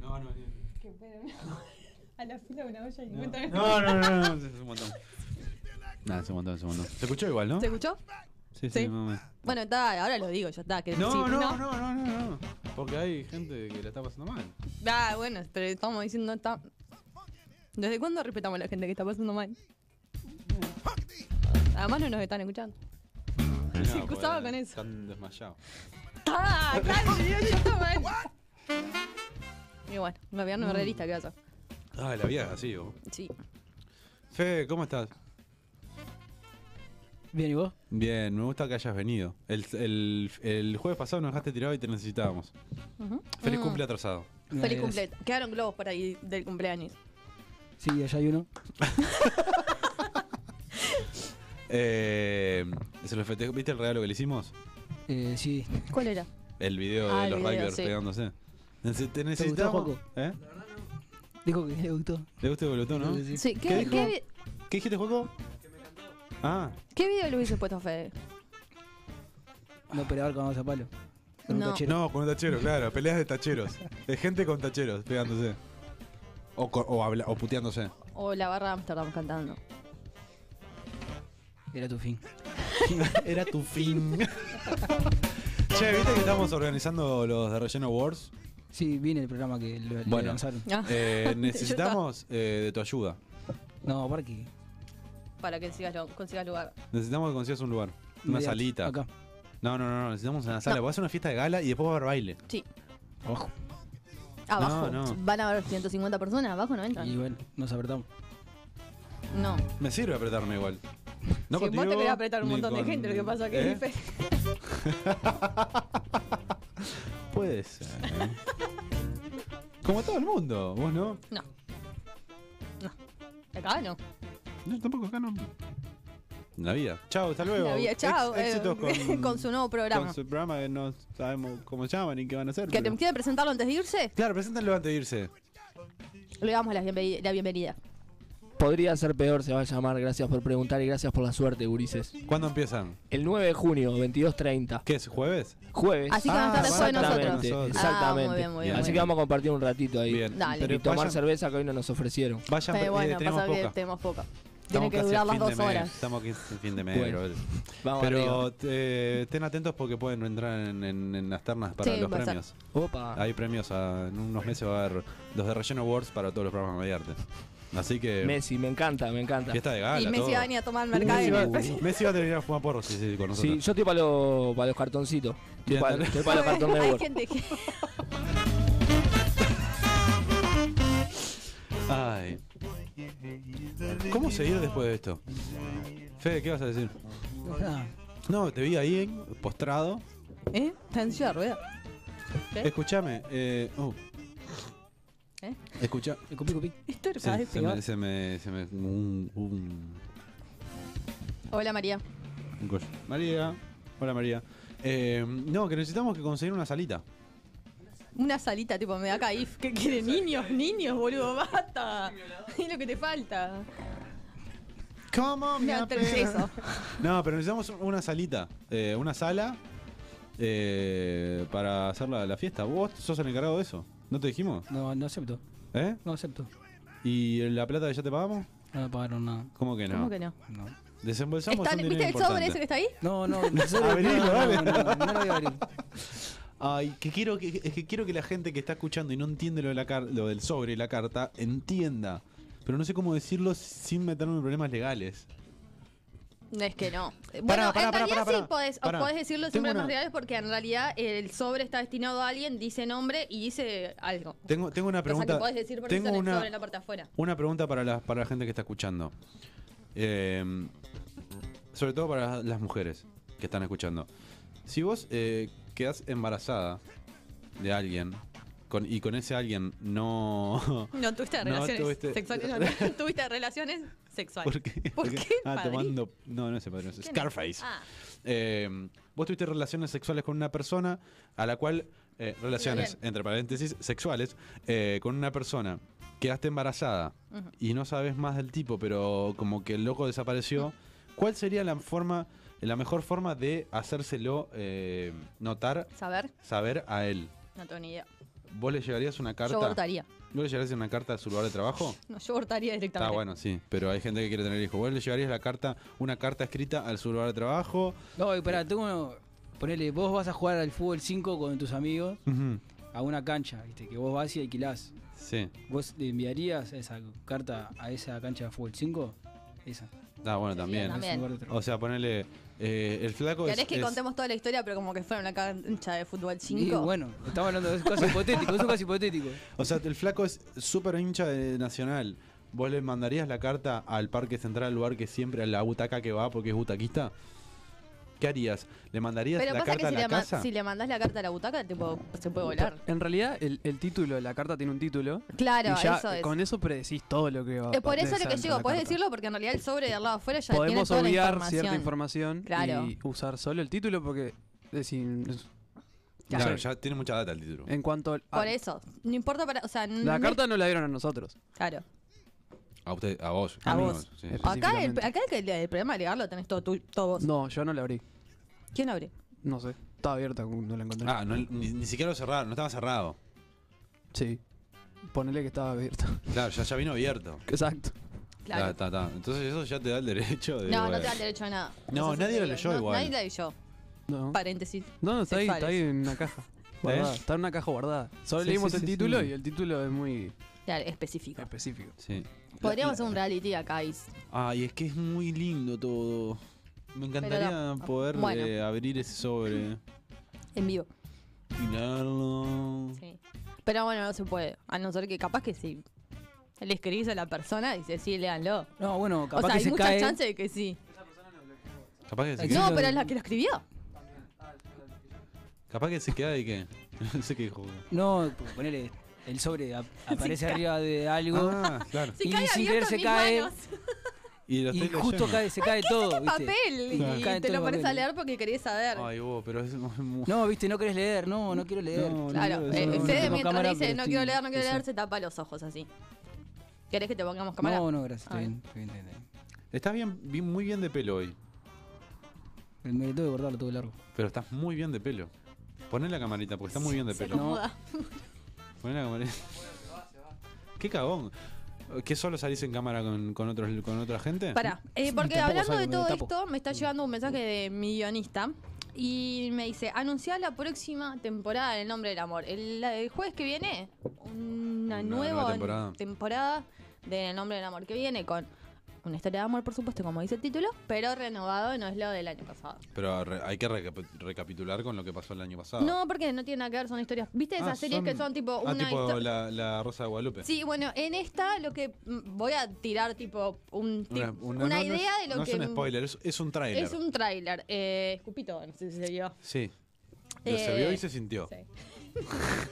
[SPEAKER 1] No, no, no.
[SPEAKER 2] [LAUGHS] A la fila de una olla y
[SPEAKER 1] No, no, no, no, es un montón. Nada, es un montón, es un montón. Se escuchó igual, ¿no?
[SPEAKER 2] ¿Se escuchó?
[SPEAKER 1] Sí,
[SPEAKER 2] sí.
[SPEAKER 1] mami.
[SPEAKER 2] Bueno, está, ahora lo digo, ya está. Que
[SPEAKER 1] No,
[SPEAKER 2] sí,
[SPEAKER 1] no, no, no, no, no. Porque hay gente que la está pasando mal.
[SPEAKER 2] Ah, bueno, pero estamos diciendo. Está... ¿Desde cuándo respetamos a la gente que está pasando mal? Además, no nos están escuchando.
[SPEAKER 1] Se
[SPEAKER 2] cruzaba con eso.
[SPEAKER 1] Están desmayados.
[SPEAKER 2] ¡Ah! ¡Claro, yo está mal! Y bueno, me voy a una realista, ¿qué pasa?
[SPEAKER 1] Ah, la vieja, sí, vos.
[SPEAKER 2] Sí.
[SPEAKER 1] Fe, ¿cómo estás?
[SPEAKER 6] Bien, ¿y vos?
[SPEAKER 1] Bien, me gusta que hayas venido. El, el, el jueves pasado nos dejaste tirado y te necesitábamos.
[SPEAKER 2] Ujú.
[SPEAKER 1] Feliz
[SPEAKER 2] Mm.
[SPEAKER 1] cumple atrasado.
[SPEAKER 2] Feliz
[SPEAKER 6] Gracias.
[SPEAKER 2] cumple. Quedaron globos por ahí del cumpleaños.
[SPEAKER 6] Sí, allá hay uno.
[SPEAKER 1] Eh, ¿se lo festejo- ¿Viste el regalo que le hicimos?
[SPEAKER 6] Eh, sí,
[SPEAKER 2] ¿Cuál era?
[SPEAKER 1] El video
[SPEAKER 2] Ah,
[SPEAKER 1] de
[SPEAKER 2] el
[SPEAKER 1] los
[SPEAKER 2] video,
[SPEAKER 1] Rikers
[SPEAKER 2] sí.
[SPEAKER 1] pegándose. Nece- Te necesitamos.
[SPEAKER 6] Joaco?
[SPEAKER 1] ¿Eh?
[SPEAKER 6] Dijo que le gustó.
[SPEAKER 1] ¿Le gusta el bolotón, no?
[SPEAKER 6] Sí.
[SPEAKER 2] Sí, ¿qué,
[SPEAKER 1] ¿Qué
[SPEAKER 2] ¿qué,
[SPEAKER 1] dijo?
[SPEAKER 2] vi-
[SPEAKER 1] ¿Qué dijiste, Juego? Ah,
[SPEAKER 2] qué video le hubiese puesto a Fede?
[SPEAKER 6] No peleaba con a palo. Con un
[SPEAKER 2] No.
[SPEAKER 6] tachero.
[SPEAKER 1] no, con un tachero, claro. Peleas de tacheros. De gente con tacheros pegándose. O, co- o, habla- o puteándose.
[SPEAKER 2] O la barra de Amsterdam cantando.
[SPEAKER 6] Era tu fin.
[SPEAKER 1] Era tu fin. [LAUGHS] che, ¿viste que estamos organizando los de Relleno
[SPEAKER 2] [LAUGHS]
[SPEAKER 1] Awards?
[SPEAKER 6] Sí, vine el programa que lo,
[SPEAKER 1] Bueno.
[SPEAKER 6] bueno. lanzaron.
[SPEAKER 2] Ah,
[SPEAKER 1] Eh, necesitamos eh, de tu ayuda.
[SPEAKER 6] No, Parque.
[SPEAKER 2] para que sigas lo- consigas lugar.
[SPEAKER 1] Necesitamos que consigas un lugar. Una salita.
[SPEAKER 6] Acá,
[SPEAKER 1] No, no, no, no, necesitamos una sala.
[SPEAKER 2] No.
[SPEAKER 1] Va a ser una fiesta de gala y después va a haber baile.
[SPEAKER 2] Sí,
[SPEAKER 6] abajo.
[SPEAKER 2] abajo.
[SPEAKER 1] No, no.
[SPEAKER 2] Van a haber 150 personas, abajo no entran.
[SPEAKER 6] Y bueno, nos apretamos.
[SPEAKER 2] No.
[SPEAKER 1] Me sirve apretarme igual. No
[SPEAKER 2] si
[SPEAKER 1] contigo,
[SPEAKER 2] vos te querés apretar un
[SPEAKER 1] ni
[SPEAKER 2] montón de
[SPEAKER 1] con-
[SPEAKER 2] gente, lo que pasa que
[SPEAKER 1] ¿Eh?
[SPEAKER 2] es diferente.
[SPEAKER 1] Puede ser. ¿eh? Como todo el mundo, vos no.
[SPEAKER 2] No. No. Acá no.
[SPEAKER 1] No, tampoco acá no. La vida. Chao, hasta luego.
[SPEAKER 2] La vida, chao.
[SPEAKER 1] Ex-
[SPEAKER 2] eh, [LAUGHS]
[SPEAKER 1] éxitos con,
[SPEAKER 2] con su nuevo programa.
[SPEAKER 1] con su programa que no sabemos cómo se llaman ni qué van a hacer.
[SPEAKER 2] Que te
[SPEAKER 1] pero-
[SPEAKER 2] quiere presentarlo antes de irse,
[SPEAKER 1] Claro, preséntalo antes de irse.
[SPEAKER 2] le damos la bienvenida. La bienvenida.
[SPEAKER 7] Podría ser peor, se va a llamar. Gracias por preguntar y gracias por la suerte, gurises.
[SPEAKER 1] ¿Cuándo empiezan?
[SPEAKER 7] El 9 de junio, 22.30,
[SPEAKER 1] ¿Qué es? ¿Jueves?
[SPEAKER 7] jueves.
[SPEAKER 2] Así que van
[SPEAKER 1] Ah,
[SPEAKER 2] a estar después de
[SPEAKER 1] van a estar
[SPEAKER 2] nosotros.
[SPEAKER 1] con nosotros.
[SPEAKER 7] Exactamente.
[SPEAKER 2] Ah, muy bien, muy bien.
[SPEAKER 7] Así
[SPEAKER 1] Así
[SPEAKER 2] muy
[SPEAKER 7] que
[SPEAKER 2] bien.
[SPEAKER 7] vamos a compartir un ratito ahí.
[SPEAKER 1] Bien.
[SPEAKER 2] Dale.
[SPEAKER 7] Y
[SPEAKER 1] Pero
[SPEAKER 7] tomar
[SPEAKER 1] vayan,
[SPEAKER 7] cerveza que hoy no nos ofrecieron.
[SPEAKER 1] vayan
[SPEAKER 2] Eh,
[SPEAKER 1] eh,
[SPEAKER 2] bueno,
[SPEAKER 1] tenemos
[SPEAKER 2] pasa que
[SPEAKER 1] poca.
[SPEAKER 2] tenemos poca. Tiene
[SPEAKER 1] Estamos
[SPEAKER 2] que
[SPEAKER 1] casi
[SPEAKER 2] durar
[SPEAKER 1] a
[SPEAKER 2] las
[SPEAKER 1] fin de
[SPEAKER 2] dos
[SPEAKER 1] mes,
[SPEAKER 2] horas.
[SPEAKER 1] Estamos aquí en fin de mes,
[SPEAKER 7] Bueno.
[SPEAKER 1] bro.
[SPEAKER 7] Vamos arriba.
[SPEAKER 1] Pero eh, estén atentos porque pueden entrar en, en- en las ternas para
[SPEAKER 2] Sí,
[SPEAKER 1] los
[SPEAKER 2] va a ser. Ah.
[SPEAKER 1] premios.
[SPEAKER 7] Opa.
[SPEAKER 1] Hay premios, a- en unos meses va a haber los de Relleno Awards para todos los programas de mediarte. Así que
[SPEAKER 7] Messi, me encanta, me encanta.
[SPEAKER 1] fiesta de gala.
[SPEAKER 2] y Messi
[SPEAKER 1] todo.
[SPEAKER 2] va a venir a tomar
[SPEAKER 1] Messi,
[SPEAKER 2] mercado.
[SPEAKER 1] va, Messi va a terminar a fumar porros sí, sí, con
[SPEAKER 7] Sí,
[SPEAKER 1] nosotros.
[SPEAKER 7] yo estoy para los pa los cartoncitos. Estoy
[SPEAKER 1] Bien,
[SPEAKER 7] para
[SPEAKER 1] dale.
[SPEAKER 7] los cartón de
[SPEAKER 2] [LAUGHS] Hay
[SPEAKER 7] Word.
[SPEAKER 2] gente que.
[SPEAKER 1] Ay. ¿Cómo seguir después de esto? Fede, ¿qué vas a decir?
[SPEAKER 6] Ah,
[SPEAKER 1] No, te vi ahí postrado.
[SPEAKER 2] ¿Eh? Está en silla de rueda. ¿Eh?
[SPEAKER 1] Escúchame. Eh, oh.
[SPEAKER 2] ¿Eh?
[SPEAKER 1] Escucha.
[SPEAKER 6] copí, copí.
[SPEAKER 2] Esto era
[SPEAKER 1] Se,
[SPEAKER 2] para
[SPEAKER 1] se me, se me, se me- un- un-
[SPEAKER 2] Hola María.
[SPEAKER 1] un coño. María, hola María. Eh, no, que necesitamos que conseguir una salita.
[SPEAKER 2] Una salita, tipo, me da caif. ¿Qué quiere? Niños, niños, boludo, basta. Es lo que te falta.
[SPEAKER 1] ¿Cómo
[SPEAKER 2] Me atreveso.
[SPEAKER 1] [LAUGHS] No, pero necesitamos una salita, eh, una sala eh, para hacer la, la fiesta. Vos sos el encargado de eso, ¿no te dijimos?
[SPEAKER 6] No, no acepto.
[SPEAKER 1] ¿Eh?
[SPEAKER 6] No acepto.
[SPEAKER 1] ¿Y la plata que ya te pagamos?
[SPEAKER 6] No me pagaron nada.
[SPEAKER 1] ¿Cómo que no?
[SPEAKER 2] ¿Cómo que no?
[SPEAKER 6] No.
[SPEAKER 1] Desembolsamos
[SPEAKER 2] Está-
[SPEAKER 1] un dinero
[SPEAKER 2] ¿Viste el sobre
[SPEAKER 1] importante.
[SPEAKER 2] ese que está ahí?
[SPEAKER 6] No, no, no, sé,
[SPEAKER 1] Averigua,
[SPEAKER 6] no,
[SPEAKER 1] dale.
[SPEAKER 6] no, no, no, no lo voy a abrir.
[SPEAKER 1] Ay, que quiero que, es que quiero que la gente que está escuchando y no entiende lo, de la car- lo del sobre y la carta entienda. Pero no sé cómo decirlo sin meterme en problemas legales.
[SPEAKER 2] No, Es que no. Bueno,
[SPEAKER 1] pará,
[SPEAKER 2] en
[SPEAKER 1] pará,
[SPEAKER 2] realidad
[SPEAKER 1] pará, pará.
[SPEAKER 2] sí podés, o
[SPEAKER 1] Pará.
[SPEAKER 2] podés decirlo siempre
[SPEAKER 1] Tengo
[SPEAKER 2] más
[SPEAKER 1] una-
[SPEAKER 2] reales porque en realidad el sobre está destinado a alguien, dice nombre y dice algo.
[SPEAKER 1] Tengo, tengo una
[SPEAKER 2] Cosa que
[SPEAKER 1] pregunta.
[SPEAKER 2] podés decir por
[SPEAKER 1] tengo
[SPEAKER 2] eso en el
[SPEAKER 1] una,
[SPEAKER 2] sobre en la parte de afuera.
[SPEAKER 1] una pregunta para la, para la gente que está escuchando. Eh, sobre todo para las mujeres que están escuchando. Si vos eh, quedás embarazada de alguien con, y con ese alguien no. [LAUGHS]
[SPEAKER 2] No tuviste
[SPEAKER 1] No
[SPEAKER 2] relaciones
[SPEAKER 1] tuviste- [LAUGHS]
[SPEAKER 2] sexuales. no tuviste relaciones sexuales.
[SPEAKER 1] ¿Por qué?
[SPEAKER 2] ¿Por qué,
[SPEAKER 1] Ah,
[SPEAKER 2] padre?
[SPEAKER 1] tomando. No, no es el padrino, es
[SPEAKER 2] ¿Quién es?
[SPEAKER 1] Scarface.
[SPEAKER 2] Ah,
[SPEAKER 1] Eh, vos tuviste relaciones sexuales con una persona a la cual, eh, relaciones,
[SPEAKER 2] Bien.
[SPEAKER 1] entre paréntesis, sexuales, eh, con una persona, quedaste embarazada
[SPEAKER 2] Ujú.
[SPEAKER 1] y no sabes más del tipo, pero como que el loco desapareció, ¿cuál sería la forma, la mejor forma de hacérselo eh, notar,
[SPEAKER 2] saber,
[SPEAKER 1] saber a él?
[SPEAKER 2] no tengo ni idea.
[SPEAKER 1] ¿Vos le llegarías una carta?
[SPEAKER 2] Yo abortaría.
[SPEAKER 1] ¿Vos le llegarías una carta a su lugar de trabajo?
[SPEAKER 2] No, yo abortaría directamente.
[SPEAKER 1] Está bueno, sí, pero hay gente que quiere tener hijos. ¿Vos le llevarías la carta, una carta escrita al su lugar de trabajo?
[SPEAKER 6] No, y pará, tengo uno. Ponele, vos vas a jugar al fútbol 5 con tus amigos
[SPEAKER 1] Ujú,
[SPEAKER 6] a una cancha, viste, que vos vas y alquilás.
[SPEAKER 1] Sí.
[SPEAKER 6] ¿Vos le enviarías esa carta a esa cancha de fútbol 5? Esa.
[SPEAKER 1] Está bueno también.
[SPEAKER 2] también.
[SPEAKER 6] en lugar de otra.
[SPEAKER 1] O sea, ponele. eh, el flaco es.
[SPEAKER 2] ¿Querés que
[SPEAKER 1] es-
[SPEAKER 2] contemos toda la historia, pero como que fuera una cancha de fútbol
[SPEAKER 6] Y
[SPEAKER 2] 5?
[SPEAKER 6] bueno, estamos hablando de cosas hipotéticas, es un caso hipotético.
[SPEAKER 1] O sea, el flaco es súper hincha de Nacional. ¿Vos le mandarías la carta al Parque Central, al lugar que siempre, a la butaca que va porque es butaquista? ¿Qué harías? ¿Le mandarías
[SPEAKER 2] pero
[SPEAKER 1] la
[SPEAKER 2] pasa
[SPEAKER 1] carta
[SPEAKER 2] que
[SPEAKER 1] a
[SPEAKER 2] si
[SPEAKER 1] la
[SPEAKER 2] le, ma-
[SPEAKER 1] casa?
[SPEAKER 2] si le mandás la carta a la butaca, tipo, se puede volar.
[SPEAKER 3] En realidad, el, el título de la carta tiene un título.
[SPEAKER 2] Claro,
[SPEAKER 3] y ya
[SPEAKER 2] eso es.
[SPEAKER 3] con eso predecís todo lo que va a
[SPEAKER 2] Eh, por eso es lo
[SPEAKER 3] dentro
[SPEAKER 2] que
[SPEAKER 3] de
[SPEAKER 2] digo,
[SPEAKER 3] la
[SPEAKER 2] podés
[SPEAKER 3] carta.
[SPEAKER 2] decirlo porque en realidad el sobre de al lado afuera ya tiene
[SPEAKER 3] Podemos
[SPEAKER 2] toda la
[SPEAKER 3] obviar
[SPEAKER 2] información.
[SPEAKER 3] cierta información
[SPEAKER 2] Claro.
[SPEAKER 3] y usar solo el título porque decís.
[SPEAKER 1] Claro,
[SPEAKER 3] Sí.
[SPEAKER 1] ya tiene mucha data el título.
[SPEAKER 3] En cuanto al-
[SPEAKER 1] Ah.
[SPEAKER 2] Por eso. No importa para. O sea, n-
[SPEAKER 3] La
[SPEAKER 2] no-
[SPEAKER 3] carta no la dieron a nosotros.
[SPEAKER 2] Claro.
[SPEAKER 1] A usted, a vos.
[SPEAKER 2] A
[SPEAKER 1] mí,
[SPEAKER 2] vos.
[SPEAKER 1] sí, sí, sí.
[SPEAKER 2] Acá
[SPEAKER 3] Epa.
[SPEAKER 2] el,
[SPEAKER 3] Específicamente.
[SPEAKER 2] acá el, que- el problema de agregarlo tenés todo, tú, todo vos.
[SPEAKER 3] No, yo no la abrí.
[SPEAKER 2] ¿Quién lo abre?
[SPEAKER 3] No sé. Estaba abierta, no la encontré.
[SPEAKER 1] Ah, no, ni, ni siquiera lo cerraron, no estaba cerrado.
[SPEAKER 3] Sí. Ponele que estaba abierta. [LAUGHS]
[SPEAKER 1] Claro, ya, ya vino abierto.
[SPEAKER 3] Exacto.
[SPEAKER 1] Ta, ta, ta. Entonces eso ya te da el derecho de...
[SPEAKER 2] No, no
[SPEAKER 1] bueno.
[SPEAKER 2] te da el derecho a nada.
[SPEAKER 1] No,
[SPEAKER 2] Eso es
[SPEAKER 1] nadie
[SPEAKER 2] lo
[SPEAKER 1] lo
[SPEAKER 2] que
[SPEAKER 1] leyó
[SPEAKER 2] digo. No,
[SPEAKER 1] igual.
[SPEAKER 2] Nadie lo leyó.
[SPEAKER 3] No.
[SPEAKER 2] Paréntesis.
[SPEAKER 3] No, no, está ahí, está ahí
[SPEAKER 2] Sexuales.
[SPEAKER 3] en
[SPEAKER 1] [LAUGHS]
[SPEAKER 3] una caja. Guardada.
[SPEAKER 1] ¿Eh?
[SPEAKER 3] Está en una caja guardada. Solo
[SPEAKER 7] Sí,
[SPEAKER 3] leímos
[SPEAKER 7] sí,
[SPEAKER 3] el
[SPEAKER 7] sí,
[SPEAKER 3] título
[SPEAKER 7] sí.
[SPEAKER 3] y el título es muy
[SPEAKER 2] Claro,
[SPEAKER 1] Eh,
[SPEAKER 2] específico.
[SPEAKER 3] específico.
[SPEAKER 1] Sí.
[SPEAKER 2] Podríamos hacer un reality acá, Is.
[SPEAKER 1] Ay, es que es muy lindo todo. Me encantaría
[SPEAKER 2] Pero no.
[SPEAKER 1] poder
[SPEAKER 2] Bueno.
[SPEAKER 1] eh, abrir ese sobre,
[SPEAKER 2] En vivo.
[SPEAKER 1] mirarlo.
[SPEAKER 2] Sí. Pero bueno, no se puede. A no ser que capaz que sí. Le escribís a la persona y dices, sí, léanlo.
[SPEAKER 6] No, bueno,
[SPEAKER 2] O
[SPEAKER 6] capaz
[SPEAKER 2] sea,
[SPEAKER 6] que
[SPEAKER 2] hay
[SPEAKER 6] se
[SPEAKER 2] muchas
[SPEAKER 6] cae.
[SPEAKER 2] chances de que sí.
[SPEAKER 1] Capaz que, se
[SPEAKER 6] Sí,
[SPEAKER 1] queda,
[SPEAKER 2] No,
[SPEAKER 6] lo-
[SPEAKER 2] pero es la que lo escribió.
[SPEAKER 1] capaz que [LAUGHS] se queda y qué. No sé qué dijo.
[SPEAKER 6] No, porque ponele el sobre
[SPEAKER 2] [LAUGHS]
[SPEAKER 6] ap- aparece arriba de algo
[SPEAKER 1] Ah, claro.
[SPEAKER 2] Si
[SPEAKER 6] Y
[SPEAKER 2] cae
[SPEAKER 6] sin
[SPEAKER 2] abierto
[SPEAKER 6] querer se
[SPEAKER 2] en mis
[SPEAKER 6] cae.
[SPEAKER 2] manos.
[SPEAKER 1] Y lo
[SPEAKER 6] y
[SPEAKER 1] estoy
[SPEAKER 6] justo
[SPEAKER 1] leyendo.
[SPEAKER 6] cae, se cae todo. ¿viste?
[SPEAKER 2] Papel.
[SPEAKER 6] Claro.
[SPEAKER 2] Y
[SPEAKER 6] Cae en
[SPEAKER 2] te
[SPEAKER 6] todo
[SPEAKER 2] lo
[SPEAKER 6] el
[SPEAKER 2] pones a
[SPEAKER 6] papel.
[SPEAKER 2] leer porque querés saber.
[SPEAKER 1] Ay, vos, pero es muy...
[SPEAKER 6] No, viste, no querés leer, no, no quiero leer.
[SPEAKER 1] No,
[SPEAKER 2] Claro,
[SPEAKER 1] boludo,
[SPEAKER 2] eh,
[SPEAKER 1] eso no-
[SPEAKER 2] Fede
[SPEAKER 6] tengo
[SPEAKER 2] mientras
[SPEAKER 6] cámara,
[SPEAKER 2] dice
[SPEAKER 6] pero
[SPEAKER 2] no
[SPEAKER 6] estoy-
[SPEAKER 2] quiero leer, no quiero
[SPEAKER 6] eso.
[SPEAKER 2] leer, se tapa los ojos así. ¿Querés que te pongamos cámara?
[SPEAKER 6] No, no, gracias.
[SPEAKER 2] Ah.
[SPEAKER 6] Está bien, está bien, está bien.
[SPEAKER 1] Estás bien, bien- muy bien de pelo hoy.
[SPEAKER 6] Me- Me tengo que cortarlo todo largo.
[SPEAKER 1] Pero estás muy bien de pelo. Poné la camarita porque estás muy bien de
[SPEAKER 2] se
[SPEAKER 1] pelo.
[SPEAKER 2] acomoda.
[SPEAKER 1] Poné la camarita. Qué cagón. ¿Qué solo salís en cámara con, con, otros, con otra gente?
[SPEAKER 2] Pará, eh, porque
[SPEAKER 6] Tampoco
[SPEAKER 2] hablando
[SPEAKER 6] salgo,
[SPEAKER 2] de
[SPEAKER 6] me
[SPEAKER 2] todo
[SPEAKER 6] tapo.
[SPEAKER 2] esto, me está llegando un mensaje de mi guionista y me dice, anunciá la próxima temporada del Nombre del Amor. El, la- el jueves que viene, una,
[SPEAKER 1] Una
[SPEAKER 2] nueva,
[SPEAKER 1] nueva temporada.
[SPEAKER 2] temporada del Nombre del Amor, que viene con una historia de amor, por supuesto, como dice el título, pero renovado, no es lo del año pasado.
[SPEAKER 1] Pero re- hay que recapi- recapitular con lo que pasó el año pasado.
[SPEAKER 2] No, porque no tiene nada que ver, son historias... ¿Viste esas
[SPEAKER 1] Ah,
[SPEAKER 2] series que son tipo una
[SPEAKER 1] Ah, tipo
[SPEAKER 2] histo-
[SPEAKER 1] la, la Rosa de Guadalupe.
[SPEAKER 2] Sí, bueno, en esta lo que mm, voy a tirar tipo un ti- una,
[SPEAKER 1] no- no
[SPEAKER 2] idea
[SPEAKER 1] es-
[SPEAKER 2] de lo
[SPEAKER 1] no
[SPEAKER 2] que
[SPEAKER 1] es un spoiler, es, es un tráiler.
[SPEAKER 2] es un tráiler. Eh, escupito, no sé si se vio.
[SPEAKER 1] Sí. Lo
[SPEAKER 2] Eh,
[SPEAKER 1] se vio y se sintió.
[SPEAKER 2] Sí. [LAUGHS]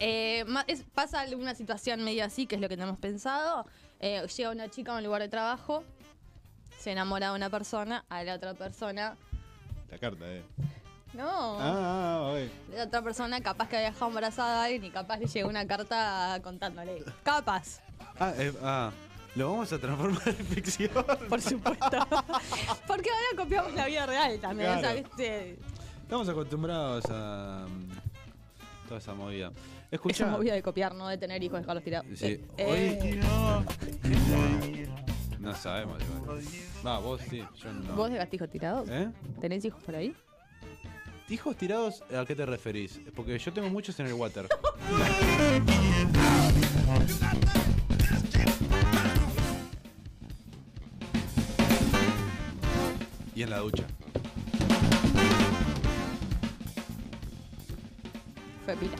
[SPEAKER 2] Eh, ma- es- pasa alguna situación medio así, que es lo que tenemos pensado. Eh, llega una chica a un lugar de trabajo, se enamora de una persona, a la otra persona.
[SPEAKER 1] La carta, eh.
[SPEAKER 2] No,
[SPEAKER 1] Ah, ah, oye.
[SPEAKER 2] la otra persona capaz que había dejado embarazada a alguien y capaz le llegó una carta contándole. Capaz,
[SPEAKER 1] Ah, eh, ah. Lo vamos a transformar en ficción.
[SPEAKER 2] [LAUGHS] por supuesto.
[SPEAKER 1] [LAUGHS]
[SPEAKER 2] Porque ahora copiamos la vida real también. o sea,
[SPEAKER 1] Claro.
[SPEAKER 2] ¿viste?
[SPEAKER 1] Estamos acostumbrados a. mm, toda esa movida. Escucha.
[SPEAKER 2] Esa movida de copiar, no de tener hijos, dejarlos tirados.
[SPEAKER 1] Sí.
[SPEAKER 2] Eh, eh,
[SPEAKER 1] Oye. No sabemos, igual. Va, vos sí, yo no.
[SPEAKER 2] ¿Vos de gastijo tirado?
[SPEAKER 1] ¿Eh?
[SPEAKER 2] ¿Tenés hijos por ahí?
[SPEAKER 1] Hijos tirados, ¿a qué te referís? Porque yo tengo muchos en el water. y en la ducha.
[SPEAKER 2] Fue pila.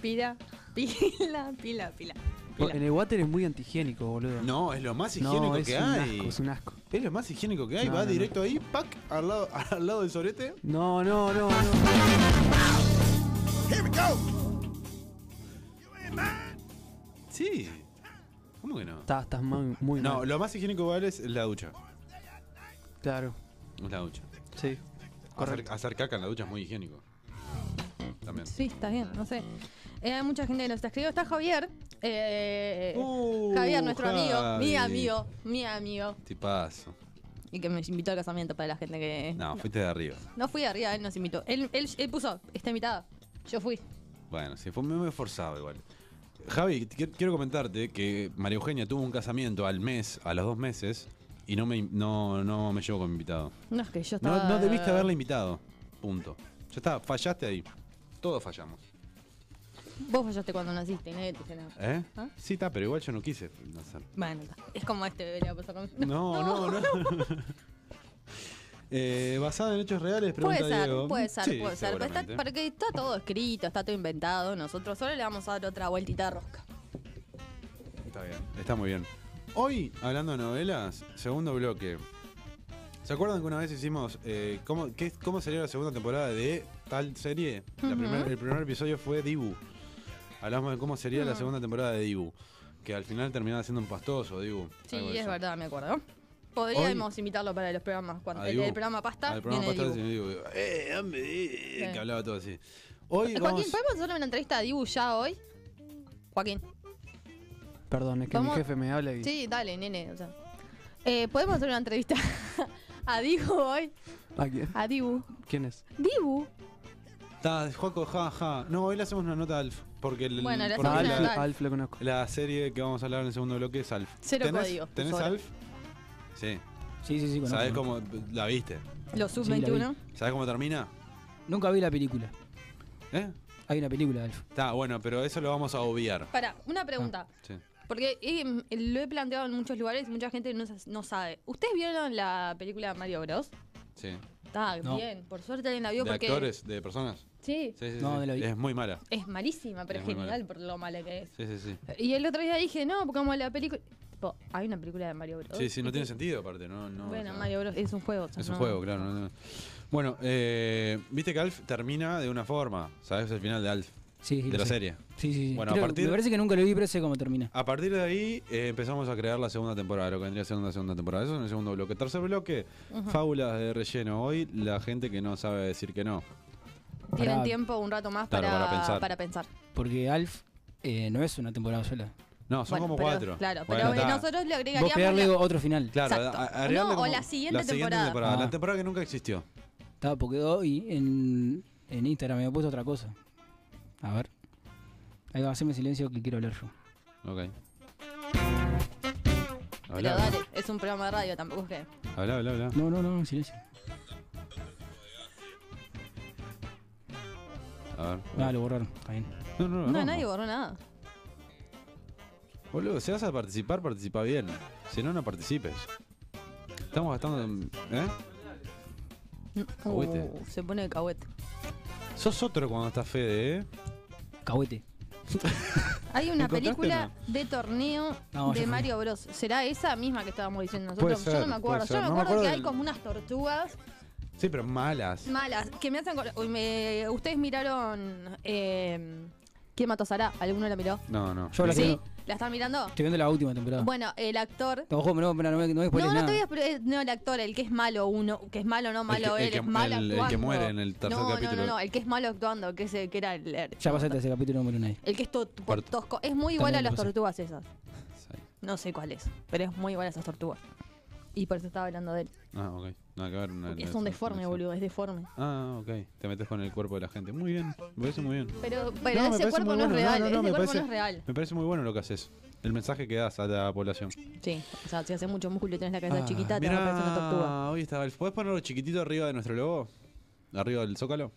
[SPEAKER 2] Pila, [LAUGHS] pila, pila, pila. pila.
[SPEAKER 3] En el water es muy antihigiénico, boludo.
[SPEAKER 1] No, es lo más
[SPEAKER 3] No,
[SPEAKER 1] higiénico
[SPEAKER 3] es
[SPEAKER 1] que
[SPEAKER 3] un
[SPEAKER 1] hay.
[SPEAKER 3] asco, es un asco.
[SPEAKER 1] Es lo más higiénico que hay.
[SPEAKER 3] No,
[SPEAKER 1] Va
[SPEAKER 3] no, no.
[SPEAKER 1] directo ahí, pac, al lado, [LAUGHS] al lado del sorete.
[SPEAKER 3] No, no, no, no.
[SPEAKER 1] Sí. ¿Cómo que no?
[SPEAKER 3] Estás, estás muy, muy
[SPEAKER 1] No,
[SPEAKER 3] mal.
[SPEAKER 1] lo más higiénico igual es la ducha.
[SPEAKER 3] Claro,
[SPEAKER 1] Es la ducha.
[SPEAKER 3] sí.
[SPEAKER 1] Hacer, hacer caca en la ducha es muy higiénico. También.
[SPEAKER 2] Sí, está bien, no sé. Eh, hay mucha gente que nos está escribiendo. Está Javier. eh,
[SPEAKER 1] Uh,
[SPEAKER 2] Javier, nuestro amigo. Mi amigo, mi amigo.
[SPEAKER 1] Tipazo.
[SPEAKER 2] Y que me invitó al casamiento para la gente que.
[SPEAKER 1] No, fuiste de arriba.
[SPEAKER 2] No fui arriba, él nos invitó. Él, él, él puso, está invitada. Yo fui.
[SPEAKER 1] Bueno, sí, fue muy esforzado igual. Javi, te qui- quiero comentarte que María Eugenia tuvo un casamiento al mes, a los dos meses, y no me, in- no, no me llevó como invitado.
[SPEAKER 2] No es que yo estaba.
[SPEAKER 1] No, no debiste haberla invitado. Punto. Ya está, fallaste ahí. Todos fallamos.
[SPEAKER 2] Vos fallaste cuando naciste, y nadie te dice nada.
[SPEAKER 1] ¿Eh?
[SPEAKER 2] ¿Ah?
[SPEAKER 1] Sí, está, pero igual yo no quise hacer.
[SPEAKER 2] Bueno, está. es como este bebé le va a pasar conmigo.
[SPEAKER 1] No, no, no.
[SPEAKER 2] [LAUGHS]
[SPEAKER 1] Eh, basado en hechos reales, pregunta
[SPEAKER 2] Puede ser,
[SPEAKER 1] Diego.
[SPEAKER 2] puede ser,
[SPEAKER 1] Sí,
[SPEAKER 2] puede ser. Pero está,
[SPEAKER 1] seguramente.
[SPEAKER 2] porque está todo escrito, está todo inventado. Nosotros solo le vamos a dar otra vueltita de rosca.
[SPEAKER 1] Ah, Está bien, está muy bien. Hoy, hablando de novelas, segundo bloque. ¿Se acuerdan que una vez hicimos eh, cómo, qué- cómo sería la segunda temporada de tal serie? La
[SPEAKER 2] Ujú.
[SPEAKER 1] primer- el primer episodio fue Dibu. Hablamos de cómo sería la
[SPEAKER 2] Mm.
[SPEAKER 1] segunda temporada de Dibu. Que al final terminaba siendo un pastoso, Dibu.
[SPEAKER 2] Sí,
[SPEAKER 1] algo de
[SPEAKER 2] es
[SPEAKER 1] eso.
[SPEAKER 2] verdad, me acuerdo. Podríamos
[SPEAKER 1] Hoy-
[SPEAKER 2] invitarlo para los programas. Cuando
[SPEAKER 1] A
[SPEAKER 2] el,
[SPEAKER 1] Dibu.
[SPEAKER 2] el programa Pasta
[SPEAKER 1] Al programa
[SPEAKER 2] viene
[SPEAKER 1] Pastor
[SPEAKER 2] Dibu.
[SPEAKER 1] decía Dibu, "Eh, dame, eh",
[SPEAKER 2] Sí.
[SPEAKER 1] que hablaba todo así. Hoy
[SPEAKER 2] Eh,
[SPEAKER 1] vamos.
[SPEAKER 2] Joaquín, ¿podemos hacerle una entrevista a Dibu ya hoy? Joaquín.
[SPEAKER 3] Perdón, es que
[SPEAKER 2] Vamos-
[SPEAKER 3] mi jefe me habla y.
[SPEAKER 2] Sí, dale, nene. o sea. Eh, ¿Podemos hacer una entrevista [LAUGHS] a Dibu hoy?
[SPEAKER 3] ¿A quién?
[SPEAKER 2] A Dibu.
[SPEAKER 3] Ah, ¿Quién es?
[SPEAKER 2] Dibu.
[SPEAKER 1] Está, Joaco, ja, ja. No, hoy le hacemos una nota a Alf. Porque, el-
[SPEAKER 2] Bueno, le
[SPEAKER 1] porque
[SPEAKER 2] hacemos
[SPEAKER 3] Alf,
[SPEAKER 2] una
[SPEAKER 1] la,
[SPEAKER 2] nota.
[SPEAKER 3] Alf lo Ah, conozco.
[SPEAKER 1] la serie que vamos a hablar en el segundo bloque es Alf.
[SPEAKER 2] Cero
[SPEAKER 1] ¿Tenés,
[SPEAKER 2] código,
[SPEAKER 1] ¿Tenés
[SPEAKER 2] sobra.
[SPEAKER 1] Alf? Sí.
[SPEAKER 6] Sí, sí, sí, conozco.
[SPEAKER 1] ¿Sabés cómo la viste?
[SPEAKER 2] Los
[SPEAKER 6] Sí, la vi.
[SPEAKER 2] sub-21.
[SPEAKER 1] ¿Sabés cómo termina?
[SPEAKER 6] Nunca vi la película.
[SPEAKER 1] ¿Eh?
[SPEAKER 6] Hay una película de Alf.
[SPEAKER 1] Está, bueno, pero eso lo vamos a obviar.
[SPEAKER 2] Para, una pregunta.
[SPEAKER 1] Sí.
[SPEAKER 2] Porque eh, lo he planteado en muchos lugares y mucha gente no, sa- no sabe. ¿Ustedes vieron la película Mario Bros?
[SPEAKER 1] sí.
[SPEAKER 2] Está
[SPEAKER 6] No.
[SPEAKER 2] bien, por suerte alguien la vio
[SPEAKER 1] ¿De
[SPEAKER 2] porque.
[SPEAKER 1] actores? ¿De personas?
[SPEAKER 2] Sí,
[SPEAKER 1] Sí, sí,
[SPEAKER 6] No,
[SPEAKER 1] sí.
[SPEAKER 6] de la vi.
[SPEAKER 1] Es muy mala.
[SPEAKER 2] es malísima, pero
[SPEAKER 1] Es
[SPEAKER 2] es
[SPEAKER 1] muy mala.
[SPEAKER 2] genial por lo mala que es.
[SPEAKER 1] Sí, sí, sí.
[SPEAKER 2] Y el otro día dije, no, como la película. Tipo, hay una película de Mario Bros.
[SPEAKER 1] Sí, sí, no
[SPEAKER 2] Y
[SPEAKER 1] tiene
[SPEAKER 2] que-
[SPEAKER 1] sentido aparte. No, no,
[SPEAKER 2] Bueno,
[SPEAKER 1] o sea,
[SPEAKER 2] Mario Bros. es un juego. o sea,
[SPEAKER 1] Es un
[SPEAKER 2] no-
[SPEAKER 1] juego, claro. no, no. Bueno, eh, viste que Alf termina de una forma, ¿sabes? El final de Alf,
[SPEAKER 6] Sí, sí,
[SPEAKER 1] de
[SPEAKER 6] lo
[SPEAKER 1] la
[SPEAKER 6] sé.
[SPEAKER 1] serie.
[SPEAKER 6] Sí, sí, sí.
[SPEAKER 1] Bueno, a
[SPEAKER 6] Creo-
[SPEAKER 1] partir-
[SPEAKER 6] Me parece que nunca lo vi, pero sé cómo termina.
[SPEAKER 1] A partir de ahí eh, empezamos a crear la segunda temporada, lo que vendría siendo la segunda temporada. Eso en el segundo bloque. Tercer bloque, fábulas de relleno. Hoy la gente que no sabe decir que no.
[SPEAKER 2] Tienen
[SPEAKER 6] Pará.
[SPEAKER 2] tiempo un rato más
[SPEAKER 1] Claro,
[SPEAKER 2] para,
[SPEAKER 1] para pensar.
[SPEAKER 2] para pensar.
[SPEAKER 6] Porque Alf eh, no es una temporada sola.
[SPEAKER 1] No, son
[SPEAKER 2] Bueno,
[SPEAKER 1] como
[SPEAKER 2] pero-
[SPEAKER 1] cuatro.
[SPEAKER 2] Claro,
[SPEAKER 1] Bueno,
[SPEAKER 2] pero eh,
[SPEAKER 1] está.
[SPEAKER 2] nosotros le
[SPEAKER 6] Vos
[SPEAKER 2] agregaríamos.
[SPEAKER 6] pegarle
[SPEAKER 2] la-
[SPEAKER 6] otro final.
[SPEAKER 1] Claro,
[SPEAKER 2] Exacto.
[SPEAKER 1] a- a- agregarle
[SPEAKER 2] No, o
[SPEAKER 1] como-
[SPEAKER 2] la siguiente temporada.
[SPEAKER 1] La
[SPEAKER 6] Ah.
[SPEAKER 1] temporada que nunca existió.
[SPEAKER 6] Estaba porque hoy en, en Instagram me he puesto otra cosa. A ver. Ahí va, haceme silencio que quiero hablar yo.
[SPEAKER 1] Ok.
[SPEAKER 2] Pero
[SPEAKER 1] Habla,
[SPEAKER 2] dale, es un programa de radio, tampoco es que.
[SPEAKER 1] habla, habla. habla.
[SPEAKER 6] No, no, no, silencio.
[SPEAKER 1] A ver.
[SPEAKER 6] Ah, lo borraron. Está bien.
[SPEAKER 1] No, no,
[SPEAKER 2] No,
[SPEAKER 1] no.
[SPEAKER 2] nadie borró nada.
[SPEAKER 1] Boludo, si vas a participar, participa bien. Si no, no participes. Estamos gastando. en- ¿Eh? Cahuete.
[SPEAKER 2] Uh, se pone de cahuete.
[SPEAKER 1] Sos otro cuando estás Fede, ¿eh?
[SPEAKER 6] Cahuete.
[SPEAKER 2] Hay una
[SPEAKER 1] ¿Encontraste
[SPEAKER 2] película
[SPEAKER 1] o
[SPEAKER 2] de torneo
[SPEAKER 6] No, ya
[SPEAKER 2] de
[SPEAKER 6] fui.
[SPEAKER 2] Mario Bros. ¿Será esa misma que estábamos diciendo
[SPEAKER 1] Puede
[SPEAKER 2] nosotros?
[SPEAKER 1] ser,
[SPEAKER 2] Yo no me acuerdo.
[SPEAKER 1] puede ser.
[SPEAKER 2] Yo me
[SPEAKER 1] No me
[SPEAKER 2] acuerdo,
[SPEAKER 1] acuerdo
[SPEAKER 2] que
[SPEAKER 1] del-
[SPEAKER 2] hay como unas tortugas
[SPEAKER 1] Sí, pero malas.
[SPEAKER 2] malas que me hacen. acordar- Uy, me- Ustedes miraron. eh, ¿Quién mató a Sara? ¿Alguno la miró?
[SPEAKER 1] No, no.
[SPEAKER 6] Yo la
[SPEAKER 2] ¿Sí?
[SPEAKER 6] quiero-
[SPEAKER 2] ¿La están mirando?
[SPEAKER 6] Estoy viendo la última temporada.
[SPEAKER 2] Bueno, el actor.
[SPEAKER 6] Ojo, no, no, no, me- no me spoilees
[SPEAKER 2] No, no
[SPEAKER 6] nada.
[SPEAKER 2] te voy a expre- eh, No, el actor, el que es malo uno, que es malo, no malo
[SPEAKER 1] que- el
[SPEAKER 2] él,
[SPEAKER 1] que-
[SPEAKER 2] es malo
[SPEAKER 1] el- el que
[SPEAKER 2] actuando.
[SPEAKER 1] muere en el tercer
[SPEAKER 2] no,
[SPEAKER 1] capítulo.
[SPEAKER 2] No, no, no, el que es malo actuando, que, ese, que era el. el-
[SPEAKER 6] Ya pasaste ese capítulo, no murió nadie.
[SPEAKER 2] El que es to- to-
[SPEAKER 1] Cuarto.
[SPEAKER 2] tosco. Es muy igual
[SPEAKER 6] También
[SPEAKER 2] a
[SPEAKER 6] lo
[SPEAKER 2] las
[SPEAKER 6] pasé.
[SPEAKER 2] tortugas esas.
[SPEAKER 1] Sí.
[SPEAKER 2] No sé cuál es, pero es muy igual a esas tortugas. Y por eso estaba hablando de él.
[SPEAKER 1] Ah, ok. Nada que ver. una-
[SPEAKER 2] Porque
[SPEAKER 1] una-
[SPEAKER 2] es un
[SPEAKER 1] una-
[SPEAKER 2] deforme,
[SPEAKER 1] una-
[SPEAKER 2] boludo, es deforme.
[SPEAKER 1] Ah, ok. Te metes con el cuerpo de la gente. Muy bien. Me parece muy bien.
[SPEAKER 2] Pero, pero
[SPEAKER 1] No, me
[SPEAKER 2] ese
[SPEAKER 1] parece
[SPEAKER 2] cuerpo
[SPEAKER 1] muy
[SPEAKER 2] no es
[SPEAKER 1] bueno.
[SPEAKER 2] real,
[SPEAKER 1] No, no, no,
[SPEAKER 2] ese
[SPEAKER 1] me
[SPEAKER 2] cuerpo
[SPEAKER 1] parece-
[SPEAKER 2] no es real.
[SPEAKER 1] Me parece muy bueno lo que haces. El mensaje que das a la población.
[SPEAKER 2] Sí, o sea, si haces mucho músculo y tenés la cabeza
[SPEAKER 6] Ah,
[SPEAKER 2] chiquita, te vas a parecer una tortuga.
[SPEAKER 1] Mira, hoy estaba el. ¿Puedes ponerlo chiquitito arriba de nuestro logo? Arriba del zócalo.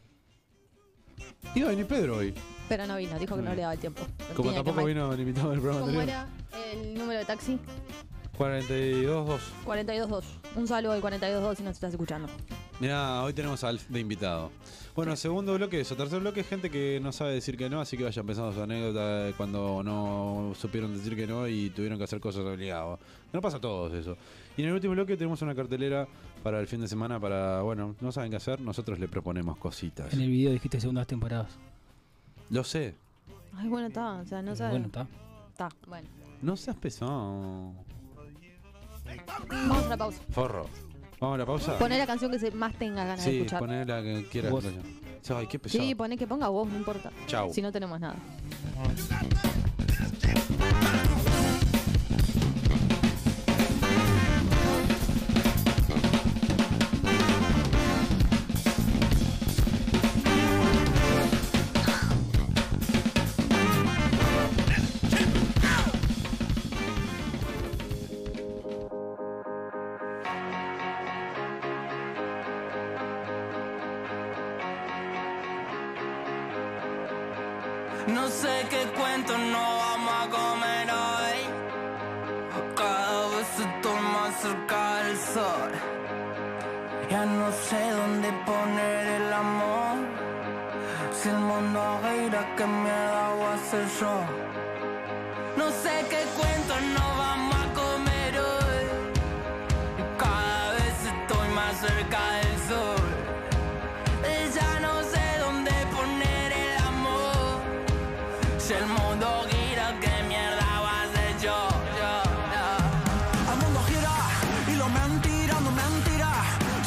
[SPEAKER 1] Iba a venir Pedro hoy.
[SPEAKER 2] Pero no vino, dijo que no le daba el tiempo.
[SPEAKER 1] Como
[SPEAKER 2] Tenía que
[SPEAKER 1] tampoco
[SPEAKER 2] mal-
[SPEAKER 1] vino el invitado del programa
[SPEAKER 2] ¿Cómo
[SPEAKER 1] anterior.
[SPEAKER 2] era el número de taxi?
[SPEAKER 1] 42-2.
[SPEAKER 2] 42.2. Un saludo al 42.2 si nos estás escuchando.
[SPEAKER 1] Mirá, hoy tenemos a Alf de invitado. Bueno, segundo bloque eso. Tercer bloque es gente que no sabe decir que no, así que vayan pensando su anécdota de cuando no supieron decir que no y tuvieron que hacer cosas obligadas. No pasa a todos eso. Y en el último bloque tenemos una cartelera para el fin de semana para, bueno, no saben qué hacer, nosotros le proponemos cositas.
[SPEAKER 6] En el video dijiste segundas temporadas.
[SPEAKER 1] Lo sé,
[SPEAKER 2] Ay, bueno, está, o sea, no sabe.
[SPEAKER 6] Bueno, está.
[SPEAKER 2] está, bueno.
[SPEAKER 1] no seas pesado.
[SPEAKER 2] Vamos a la pausa.
[SPEAKER 1] Forro. Vamos a la pausa.
[SPEAKER 2] Poné la canción que se más tenga ganas de
[SPEAKER 1] sí,
[SPEAKER 2] escuchar.
[SPEAKER 1] poné la que quieras.
[SPEAKER 6] Vos.
[SPEAKER 1] Ay, qué pesado.
[SPEAKER 2] Sí, poné que ponga vos, no importa.
[SPEAKER 1] Chau.
[SPEAKER 2] Si no tenemos nada.
[SPEAKER 4] No sé qué cuento, no vamos a comer hoy. Cada vez estoy más cerca del sol. Ya no sé dónde poner el amor. Si el mundo gira, que mierda voy a hacer yo? No sé qué cuento, no vamos a comer hoy. Cada vez estoy más cerca del sol. Ya no sé dónde poner el amor. Si el mundo gira, ¿qué mierda vas de yo? yo, yo?
[SPEAKER 8] El mundo gira y lo mentira no mentira.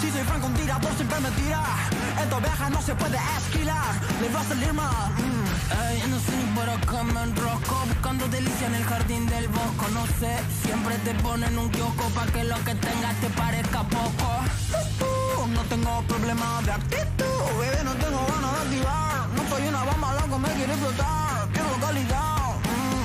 [SPEAKER 8] Si soy franco en tira, vos siempre me tiras.
[SPEAKER 4] Esta oveja no se puede esquilar, le va a salir mal. Mm. Ey, no sé ni por acá me enrosco, buscando delicia en el jardín del bosco. No sé, siempre te ponen un kiosco para que lo que tengas te parezca poco. Uh, uh, No tengo problema de actitud, bebé, no tengo ganas de activar. No soy una bomba, loco, me quiere explotar. Quiero calidad. mm.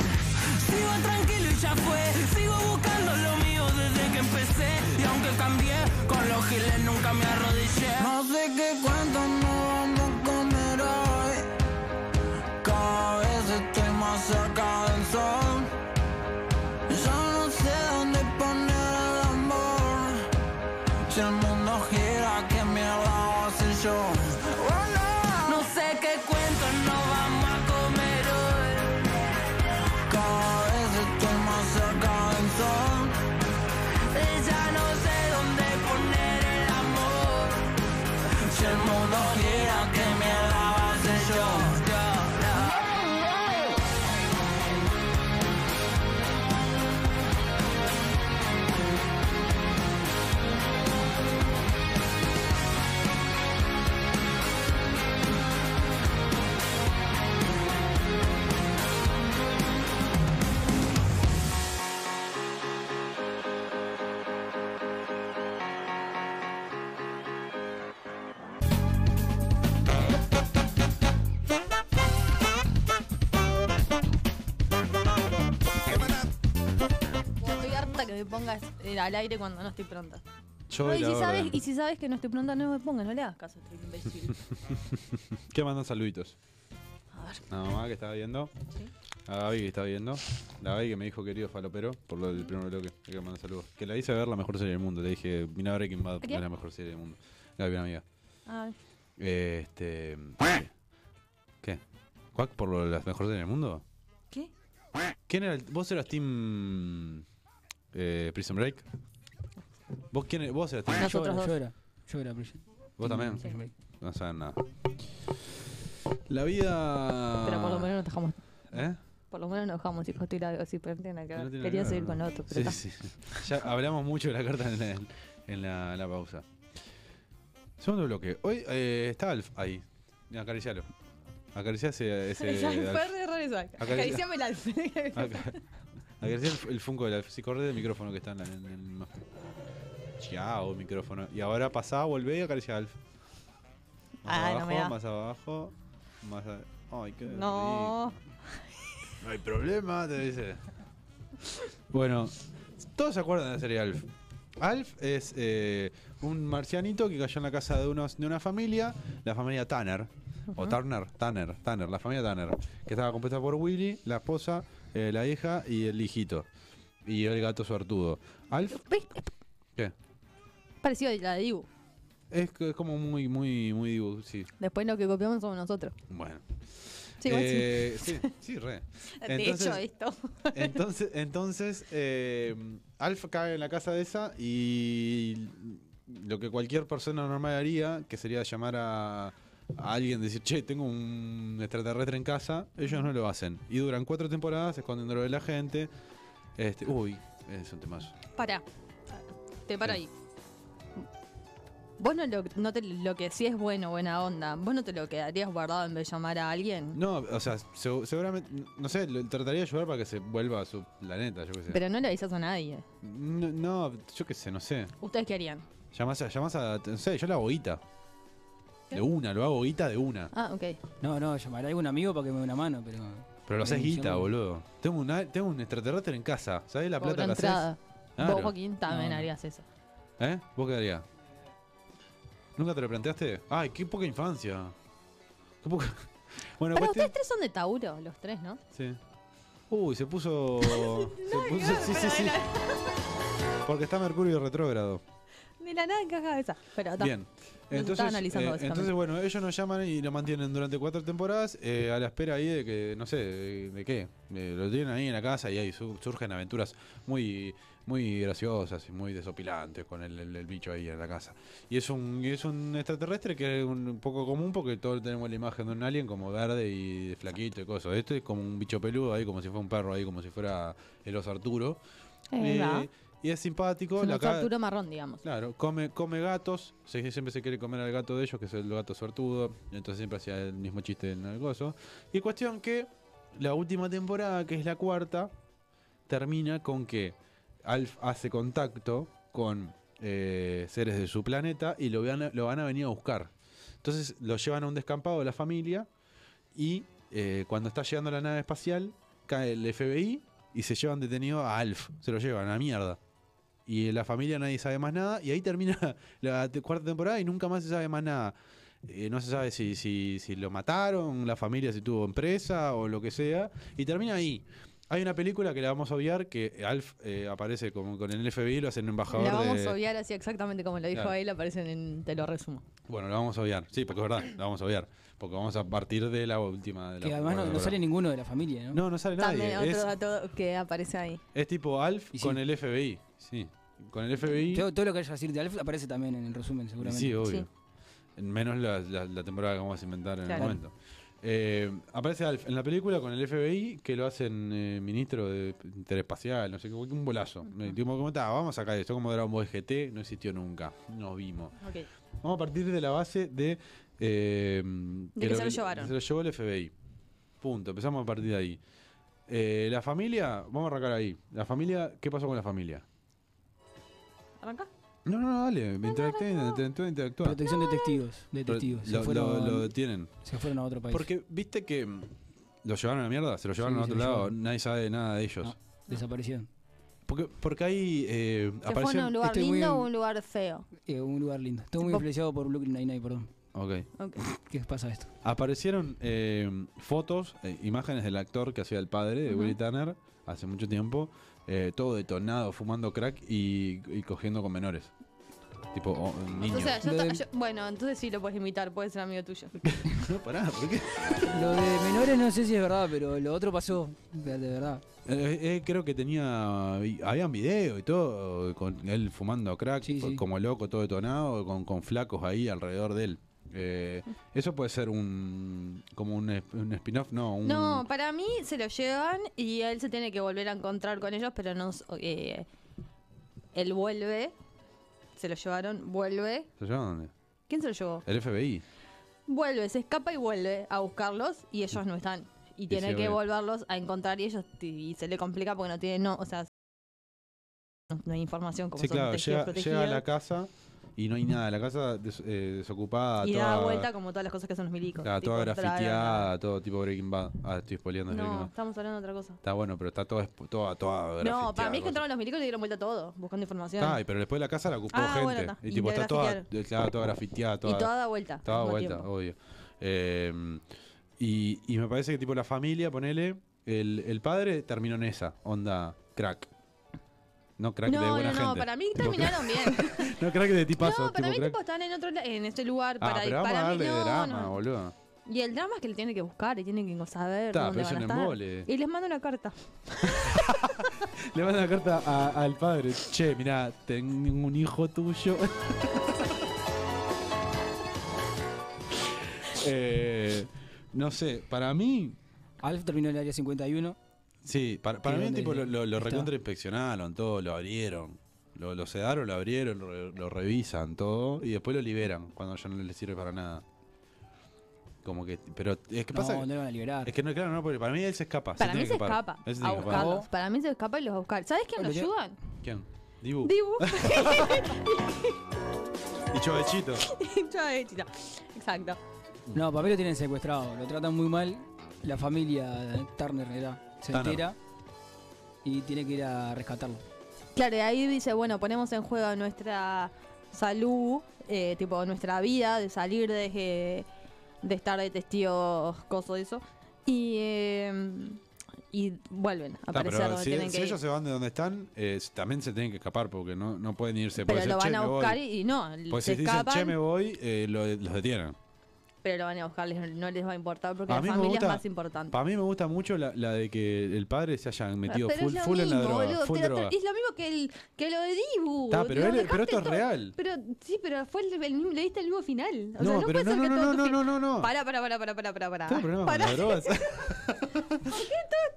[SPEAKER 4] Sigo tranquilo y ya fue, sigo buscando lo mío desde que empecé. Y aunque cambié, con los giles nunca me arrodillé. No sé qué cuento, no vamos a comer hoy. Cada vez estoy más cerca del sol. Ya no sé dónde poner el amor. Si el mundo gira, ¿qué mierda voy a hacer yo? Oh, no. no sé qué cuento, no vamos a comer hoy. Cada vez estoy más cerca del sol. Ya no sé dónde poner el amor. Si el mundo gira, ¿qué mierda voy a hacer yo?
[SPEAKER 2] Estoy harta que me pongas eh, al aire cuando no estoy pronta.
[SPEAKER 1] Yo
[SPEAKER 2] No,
[SPEAKER 1] y
[SPEAKER 2] y,
[SPEAKER 1] la
[SPEAKER 2] si
[SPEAKER 1] hora.
[SPEAKER 2] sabes, y si sabes que no estoy pronta, no me pongas, no le hagas caso a este [LAUGHS] imbécil.
[SPEAKER 1] ¿Qué mandan saluditos?
[SPEAKER 2] A ver.
[SPEAKER 1] A mamá que estaba viendo.
[SPEAKER 2] Sí.
[SPEAKER 1] A Gaby que está viendo. La Gaby que me dijo querido falopero por lo del primer bloque. hay Que mandar saludos. Que la hice ver la mejor serie del mundo. Le dije, mira Breaking Bad,
[SPEAKER 2] ¿A
[SPEAKER 1] es
[SPEAKER 2] quién?
[SPEAKER 1] la mejor serie del mundo. Gaby, una amiga.
[SPEAKER 2] A ver.
[SPEAKER 1] Eh, Este. ¿Qué? ¿Cuac por lo de la mejor serie del mundo?
[SPEAKER 2] ¿Qué?
[SPEAKER 1] ¿Quién era el- ¿Vos eras Team. eh, Prison Break? ¿Vos, quién, er- vos eras Team.
[SPEAKER 6] Yo
[SPEAKER 2] Nosotros
[SPEAKER 6] era,
[SPEAKER 2] dos.
[SPEAKER 6] yo era. Yo era Prison.
[SPEAKER 1] ¿Vos también?
[SPEAKER 2] Sí.
[SPEAKER 1] No saben nada. La vida.
[SPEAKER 2] Pero por lo menos no dejamos,
[SPEAKER 1] ¿Eh?
[SPEAKER 2] por lo menos no dejamos, hijo, estoy la si perdena que
[SPEAKER 1] No tiene
[SPEAKER 2] quería
[SPEAKER 1] nada,
[SPEAKER 2] seguir
[SPEAKER 1] ¿no?
[SPEAKER 2] con lo otro, pero
[SPEAKER 1] Sí,
[SPEAKER 2] está.
[SPEAKER 1] sí. Ya hablamos mucho de la carta en la, en la- en la pausa. Segundo bloque. Hoy eh, está Alf ahí. Mira, Acaricialo. Acariciá ese. ese
[SPEAKER 2] [LAUGHS] Ya,
[SPEAKER 1] Alf.
[SPEAKER 2] fue re raro eso. Acariciame el alfa.
[SPEAKER 1] Ac- Acariciá el, el Funko del Alf. Si corre del micrófono que está en, la- en- en el máscara. Chao, micrófono. Y ahora pasá, volvé y acariciá al Alf. Más
[SPEAKER 2] Ay, no
[SPEAKER 1] abajo,
[SPEAKER 2] me da.
[SPEAKER 1] más abajo. Más a- Ay, qué
[SPEAKER 2] No.
[SPEAKER 1] rico. No hay problema, te dice. Bueno, todos se acuerdan de la serie Alf. Alf es eh, un marcianito que cayó en la casa de, unos, de una familia, la familia Tanner. O Turner, Tanner, Tanner, la familia Tanner. Que estaba compuesta por Willy, la esposa, eh, la hija y el hijito. Y el gato suertudo. Alf,
[SPEAKER 2] ¿Ves?
[SPEAKER 1] ¿qué?
[SPEAKER 2] Parecido a la de Dibu.
[SPEAKER 1] Es, que es como muy, muy, muy dibu- sí.
[SPEAKER 2] Después lo que copiamos somos nosotros.
[SPEAKER 1] Bueno.
[SPEAKER 2] Sí, igual
[SPEAKER 1] Eh, sí, sí, re.
[SPEAKER 2] sí.
[SPEAKER 1] entonces-
[SPEAKER 2] de hecho, esto.
[SPEAKER 1] Entonces, entonces eh, Alf cae en la casa de esa y lo que cualquier persona normal haría, que sería llamar a, a alguien, decir, che, tengo un extraterrestre en casa, ellos no lo hacen. Y duran cuatro temporadas escondiéndolo de la gente. Este, uy, es un temazo.
[SPEAKER 2] Pará. Te paro
[SPEAKER 1] Sí.
[SPEAKER 2] ahí. Vos no, lo, no te lo que sí es bueno, buena onda. Vos no te lo quedarías guardado en vez de llamar a alguien.
[SPEAKER 1] No, o sea, se- seguramente, no sé, lo- trataría de ayudar para que se vuelva a su planeta, yo qué sé.
[SPEAKER 2] Pero no le avisas a nadie.
[SPEAKER 1] no, no, yo qué sé, no sé.
[SPEAKER 2] ¿Ustedes qué harían?
[SPEAKER 1] Llamás a, llamás a, no sé, yo la hago guita.
[SPEAKER 2] ¿Qué?
[SPEAKER 1] De una, lo hago guita de una.
[SPEAKER 2] Ah, ok.
[SPEAKER 6] No, no, llamaré a algún amigo para que me dé una mano, pero.
[SPEAKER 1] Pero lo haces
[SPEAKER 6] Bendición.
[SPEAKER 1] guita, boludo. Tengo, una, tengo un extraterrestre en casa. ¿Sabés la plata
[SPEAKER 2] Cobro
[SPEAKER 1] que haces?
[SPEAKER 2] entrada.
[SPEAKER 1] Claro.
[SPEAKER 2] Vos, Joaquín, también
[SPEAKER 6] No, no.
[SPEAKER 2] harías eso.
[SPEAKER 1] ¿Eh? ¿Vos qué harías? ¿Nunca te lo planteaste? Ay, qué poca infancia. Qué poca... [LAUGHS] Bueno,
[SPEAKER 2] Pero
[SPEAKER 1] cuestión-
[SPEAKER 2] ustedes tres son de Tauro, los tres, ¿no?
[SPEAKER 1] Sí. Uy, se
[SPEAKER 2] [LAUGHS]
[SPEAKER 1] puso. se puso. Sí, sí, sí. Porque está Mercurio retrógrado.
[SPEAKER 2] Ni la nada encaja esa. Pero ta.
[SPEAKER 1] Bien.
[SPEAKER 2] estaba
[SPEAKER 1] Entonces,
[SPEAKER 2] analizando
[SPEAKER 1] eh,
[SPEAKER 2] básicamente.
[SPEAKER 1] entonces, bueno, ellos nos llaman y lo mantienen durante cuatro temporadas eh, a la espera ahí de que, no sé, de, de qué. Eh, lo tienen ahí en la casa y ahí su- surgen aventuras muy muy graciosas y muy desopilantes con el, el- el bicho ahí en la casa. Y es un y es un extraterrestre que es un, poco común porque todos tenemos la imagen de un alien como verde y flaquito y cosas. Este es como un bicho peludo ahí, como si fuera un perro ahí, como si fuera el oso Arturo.
[SPEAKER 2] Es verdad.
[SPEAKER 1] Eh, y es simpático.
[SPEAKER 2] Se
[SPEAKER 1] La
[SPEAKER 2] lo hizo
[SPEAKER 1] caga-
[SPEAKER 2] Arturo Marrón, digamos.
[SPEAKER 1] Claro, come, come gatos, se- siempre se quiere comer al gato de ellos, que es el gato sortudo, entonces siempre hacía el mismo chiste en el gozo. Y cuestión que la última temporada, que es la cuarta, termina con que Alf hace contacto con eh, seres de su planeta y lo van, a, lo van a venir a buscar. Entonces lo llevan a un descampado de la familia y eh, cuando está llegando la nave espacial, cae el FBI y se llevan detenido a Alf, se lo llevan a la mierda. Y eh, la familia nadie sabe más nada. Y ahí termina [LAUGHS] la te- cuarta temporada y nunca más se sabe más nada. Eh, no se sabe si, si, si lo mataron, la familia si tuvo empresa o lo que sea. Y termina ahí. Hay una película que la vamos a obviar, que Alf eh, aparece como con el FBI, lo hacen embajador
[SPEAKER 2] La vamos
[SPEAKER 1] de...
[SPEAKER 2] a obviar así exactamente como lo dijo
[SPEAKER 1] Claro.
[SPEAKER 2] él, aparecen en Te lo resumo.
[SPEAKER 1] Bueno, la vamos a obviar. Sí, porque es verdad, la vamos a obviar. Porque vamos a partir de la última de la
[SPEAKER 6] Que además no, no sale ninguno de la familia, ¿no?
[SPEAKER 1] No, no sale nadie.
[SPEAKER 2] También otro
[SPEAKER 1] es,
[SPEAKER 2] dato que aparece ahí.
[SPEAKER 1] es tipo Alf
[SPEAKER 6] Y sí.
[SPEAKER 1] con el FBI. Sí. Con el FBI.
[SPEAKER 6] Todo, todo lo que haya que decir de Alf aparece también en el resumen, seguramente.
[SPEAKER 1] Sí, obvio.
[SPEAKER 2] Sí.
[SPEAKER 1] Menos la, la- la temporada que vamos a inventar en
[SPEAKER 2] Claro.
[SPEAKER 1] el momento. Eh, aparece Alf en la película con el FBI que lo hacen eh, ministro de interespacial, no sé qué, un bolazo. El tipo, ¿cómo está? Vamos a sacar esto como Dragon Ball GT, no existió nunca, nos vimos.
[SPEAKER 2] Ok.
[SPEAKER 1] Vamos a partir de la base de. eh,
[SPEAKER 2] que se lo llevaron.
[SPEAKER 1] Se lo llevó el FBI. Punto. Empezamos a partir de ahí. Eh, la familia, vamos a arrancar ahí. La familia, ¿qué pasó con la familia?
[SPEAKER 2] ¿Arranca?
[SPEAKER 1] No, no, no, dale, interactúa, interactúa, interactúa.
[SPEAKER 6] Protección de testigos. De
[SPEAKER 1] Pero
[SPEAKER 6] testigos.
[SPEAKER 1] Lo,
[SPEAKER 6] se,
[SPEAKER 1] lo-
[SPEAKER 6] fueron,
[SPEAKER 1] lo detienen.
[SPEAKER 6] se fueron a otro país.
[SPEAKER 1] Porque viste que mm, lo llevaron a la mierda, se lo llevaron
[SPEAKER 6] Sí,
[SPEAKER 1] a
[SPEAKER 6] se
[SPEAKER 1] otro
[SPEAKER 6] lo
[SPEAKER 1] lado,
[SPEAKER 6] llevaron.
[SPEAKER 1] nadie sabe nada de ellos.
[SPEAKER 6] No. Desaparecieron.
[SPEAKER 1] Porque, porque ahí eh,
[SPEAKER 2] ¿Se fue a
[SPEAKER 1] aparecieron-
[SPEAKER 2] un lugar
[SPEAKER 6] Estoy muy
[SPEAKER 2] lindo
[SPEAKER 6] en-
[SPEAKER 2] o un lugar feo?
[SPEAKER 6] Eh, un lugar lindo. Estoy muy
[SPEAKER 2] Tipo-
[SPEAKER 6] influenciado por Brooklyn Nine-Nine, perdón.
[SPEAKER 1] Ok.
[SPEAKER 2] Ok.
[SPEAKER 6] ¿Qué pasa esto?
[SPEAKER 1] Aparecieron eh, fotos, eh, imágenes del actor que hacía el padre de
[SPEAKER 2] Ujú.
[SPEAKER 1] Willy Tanner hace mucho tiempo, eh, todo detonado, fumando crack y, y cogiendo con menores. Tipo, oh, niños.
[SPEAKER 2] O sea, yo
[SPEAKER 6] Lo
[SPEAKER 2] ta-
[SPEAKER 6] del-
[SPEAKER 2] yo- bueno, entonces sí lo puedes imitar, puede ser amigo tuyo.
[SPEAKER 1] [LAUGHS] No, pará, ¿por qué?
[SPEAKER 6] Lo de menores no sé si es verdad, pero lo otro pasó. De, de verdad.
[SPEAKER 1] Eh, eh, creo que tenía. y- Habían video y todo, con él fumando crack,
[SPEAKER 6] Sí,
[SPEAKER 1] co-
[SPEAKER 6] sí.
[SPEAKER 1] como loco, todo detonado, con, con flacos ahí alrededor de él. Eh, eso puede ser un. como un, es- un spin-off, no, un.
[SPEAKER 2] No, para mí se lo llevan y él se tiene que volver a encontrar con ellos, pero no. s- eh, él vuelve. Se lo llevaron, vuelve.
[SPEAKER 1] ¿Se llama dónde?
[SPEAKER 2] ¿Quién se lo llevó?
[SPEAKER 1] El FBI.
[SPEAKER 2] Vuelve, se escapa y vuelve a buscarlos y ellos no están. Y tiene
[SPEAKER 1] sí,
[SPEAKER 2] que
[SPEAKER 1] obvio.
[SPEAKER 2] volverlos a encontrar y ellos t- y se le complica porque no tiene, no, o sea, no, no hay información como
[SPEAKER 1] Sí,
[SPEAKER 2] son
[SPEAKER 1] claro,
[SPEAKER 2] testigos
[SPEAKER 1] llega,
[SPEAKER 2] protegidos,
[SPEAKER 1] llega a la casa y no hay nada. La casa des- eh, desocupada,
[SPEAKER 2] y
[SPEAKER 1] toda.
[SPEAKER 2] da vuelta como todas las cosas que son los milicos.
[SPEAKER 1] claro,
[SPEAKER 2] tipo,
[SPEAKER 1] toda
[SPEAKER 2] tra- tra- tra-
[SPEAKER 1] grafiteada, todo tipo Breaking Bad. Ah, estoy spoileando. es Breaking
[SPEAKER 2] No,
[SPEAKER 1] Bad.
[SPEAKER 2] estamos hablando de otra cosa.
[SPEAKER 1] Está bueno, pero está toda, expo- toda, toda
[SPEAKER 2] No, para mí es que
[SPEAKER 1] grafiteada,
[SPEAKER 2] entraron los milicos y le dieron vuelta a todo, buscando información.
[SPEAKER 1] Está, y pero después la casa la ocupó
[SPEAKER 2] Ah,
[SPEAKER 1] gente.
[SPEAKER 2] bueno, está.
[SPEAKER 1] Y
[SPEAKER 2] Y
[SPEAKER 1] tipo,
[SPEAKER 2] te
[SPEAKER 1] está toda, eh,
[SPEAKER 2] grafitearon.
[SPEAKER 1] claro, toda grafiteada, toda,
[SPEAKER 2] y toda da vuelta. al
[SPEAKER 1] toda
[SPEAKER 2] mismo
[SPEAKER 1] vuelta,
[SPEAKER 2] tiempo.
[SPEAKER 1] obvio. Eh, y, y me parece que tipo la familia, ponele, el, el padre terminó en esa, onda crack. No crack de
[SPEAKER 2] No,
[SPEAKER 1] buena
[SPEAKER 2] no, no,
[SPEAKER 1] gente.
[SPEAKER 2] para mí terminaron bien.
[SPEAKER 1] [LAUGHS] No crack de tipazo,
[SPEAKER 2] no, para mí
[SPEAKER 1] tipo crack.
[SPEAKER 2] tipo, están en otro la- en este lugar
[SPEAKER 1] Ah,
[SPEAKER 2] para
[SPEAKER 1] pero vamos
[SPEAKER 2] para
[SPEAKER 1] a
[SPEAKER 2] mí
[SPEAKER 1] darle de
[SPEAKER 2] no,
[SPEAKER 1] drama,
[SPEAKER 2] no.
[SPEAKER 1] boludo.
[SPEAKER 2] Y el drama es que le tiene que buscar y tiene que saber
[SPEAKER 1] Está,
[SPEAKER 2] dónde
[SPEAKER 1] pero es
[SPEAKER 2] van a
[SPEAKER 1] un
[SPEAKER 2] estar.
[SPEAKER 1] embole.
[SPEAKER 2] Y les manda una carta.
[SPEAKER 1] Le manda la carta a- al padre. Che, mirá, tengo un hijo tuyo. [LAUGHS] Eh, no sé, para mí
[SPEAKER 6] Alf terminó en el área 51.
[SPEAKER 1] Sí, para, para
[SPEAKER 6] ¿Y
[SPEAKER 1] mí
[SPEAKER 6] dónde
[SPEAKER 1] tipo lo,
[SPEAKER 6] es?
[SPEAKER 1] lo, lo
[SPEAKER 6] Está.
[SPEAKER 1] recontra inspeccionaron, todo, lo abrieron. Lo, lo sedaron, lo abrieron, lo, re- lo revisan, todo, y después lo liberan cuando ya no les sirve para nada. Como que. Pero es que pasa.
[SPEAKER 6] No, no lo van a liberar.
[SPEAKER 1] Es que no, claro, no, porque para mí él se escapa.
[SPEAKER 2] Para
[SPEAKER 1] tiene
[SPEAKER 2] mí se
[SPEAKER 1] que escapar.
[SPEAKER 2] escapa
[SPEAKER 1] Él se
[SPEAKER 2] a
[SPEAKER 1] tiene que escapar.
[SPEAKER 2] buscarlos. Para mí se escapa y los va a buscar. ¿Sabes quién nos
[SPEAKER 6] Bueno, ya-
[SPEAKER 2] ayudan?
[SPEAKER 1] ¿Quién? Dibu.
[SPEAKER 2] Dibu. [LAUGHS]
[SPEAKER 1] Y Chovechito.
[SPEAKER 2] Ya es eh, chita. Exacto.
[SPEAKER 6] No, papel lo tienen secuestrado, lo tratan muy mal. La familia Turner era, se
[SPEAKER 1] Tanner.
[SPEAKER 6] entera y tiene que ir a rescatarlo.
[SPEAKER 2] Claro, y ahí dice, bueno, ponemos en juego nuestra salud, eh, tipo nuestra vida, de salir de, eh, de estar de testigos, cosas de eso. Y, eh, y vuelven a
[SPEAKER 1] Está,
[SPEAKER 2] aparecer
[SPEAKER 1] Ah, pero
[SPEAKER 2] donde
[SPEAKER 1] si,
[SPEAKER 2] tienen
[SPEAKER 1] si
[SPEAKER 2] que ir.
[SPEAKER 1] ellos se van de donde están, eh, también se tienen que escapar porque no, no pueden irse.
[SPEAKER 2] Pero
[SPEAKER 1] Puede ser,
[SPEAKER 2] lo van
[SPEAKER 1] "Che,
[SPEAKER 2] a
[SPEAKER 1] me voy".
[SPEAKER 2] buscar y, y no,
[SPEAKER 1] Pues
[SPEAKER 2] se
[SPEAKER 1] si dicen, che,
[SPEAKER 2] escapan,
[SPEAKER 1] me voy, eh, lo- los detienen.
[SPEAKER 2] pero lo van a buscar, les- no les va a importar porque
[SPEAKER 1] A
[SPEAKER 2] la
[SPEAKER 1] mí me
[SPEAKER 2] familia
[SPEAKER 1] gusta-
[SPEAKER 2] es más importante.
[SPEAKER 1] Para mí me gusta mucho la, la de que el padre se haya metido
[SPEAKER 2] Pero
[SPEAKER 1] full,
[SPEAKER 2] es lo
[SPEAKER 1] full en la
[SPEAKER 2] mismo,
[SPEAKER 1] droga.
[SPEAKER 2] boludo,
[SPEAKER 1] full
[SPEAKER 2] pero-
[SPEAKER 1] droga.
[SPEAKER 2] pero es lo mismo que, el, que lo de Dibu.
[SPEAKER 1] Ta, pero,
[SPEAKER 2] digo,
[SPEAKER 1] él- pero
[SPEAKER 2] dejaste
[SPEAKER 1] esto es
[SPEAKER 2] todo-
[SPEAKER 1] real.
[SPEAKER 2] Pero sí, pero fue el, el mismo- le diste el mismo final. O sea,
[SPEAKER 1] no,
[SPEAKER 2] no
[SPEAKER 1] pero
[SPEAKER 2] puede
[SPEAKER 1] no,
[SPEAKER 2] ser
[SPEAKER 1] no,
[SPEAKER 2] que
[SPEAKER 1] no,
[SPEAKER 2] todo
[SPEAKER 1] no,
[SPEAKER 2] tu
[SPEAKER 1] no, no, no.
[SPEAKER 2] Para, para, para, para, para, para.
[SPEAKER 1] Tengo problemas con
[SPEAKER 2] Para. [LAUGHS]
[SPEAKER 1] las drogas.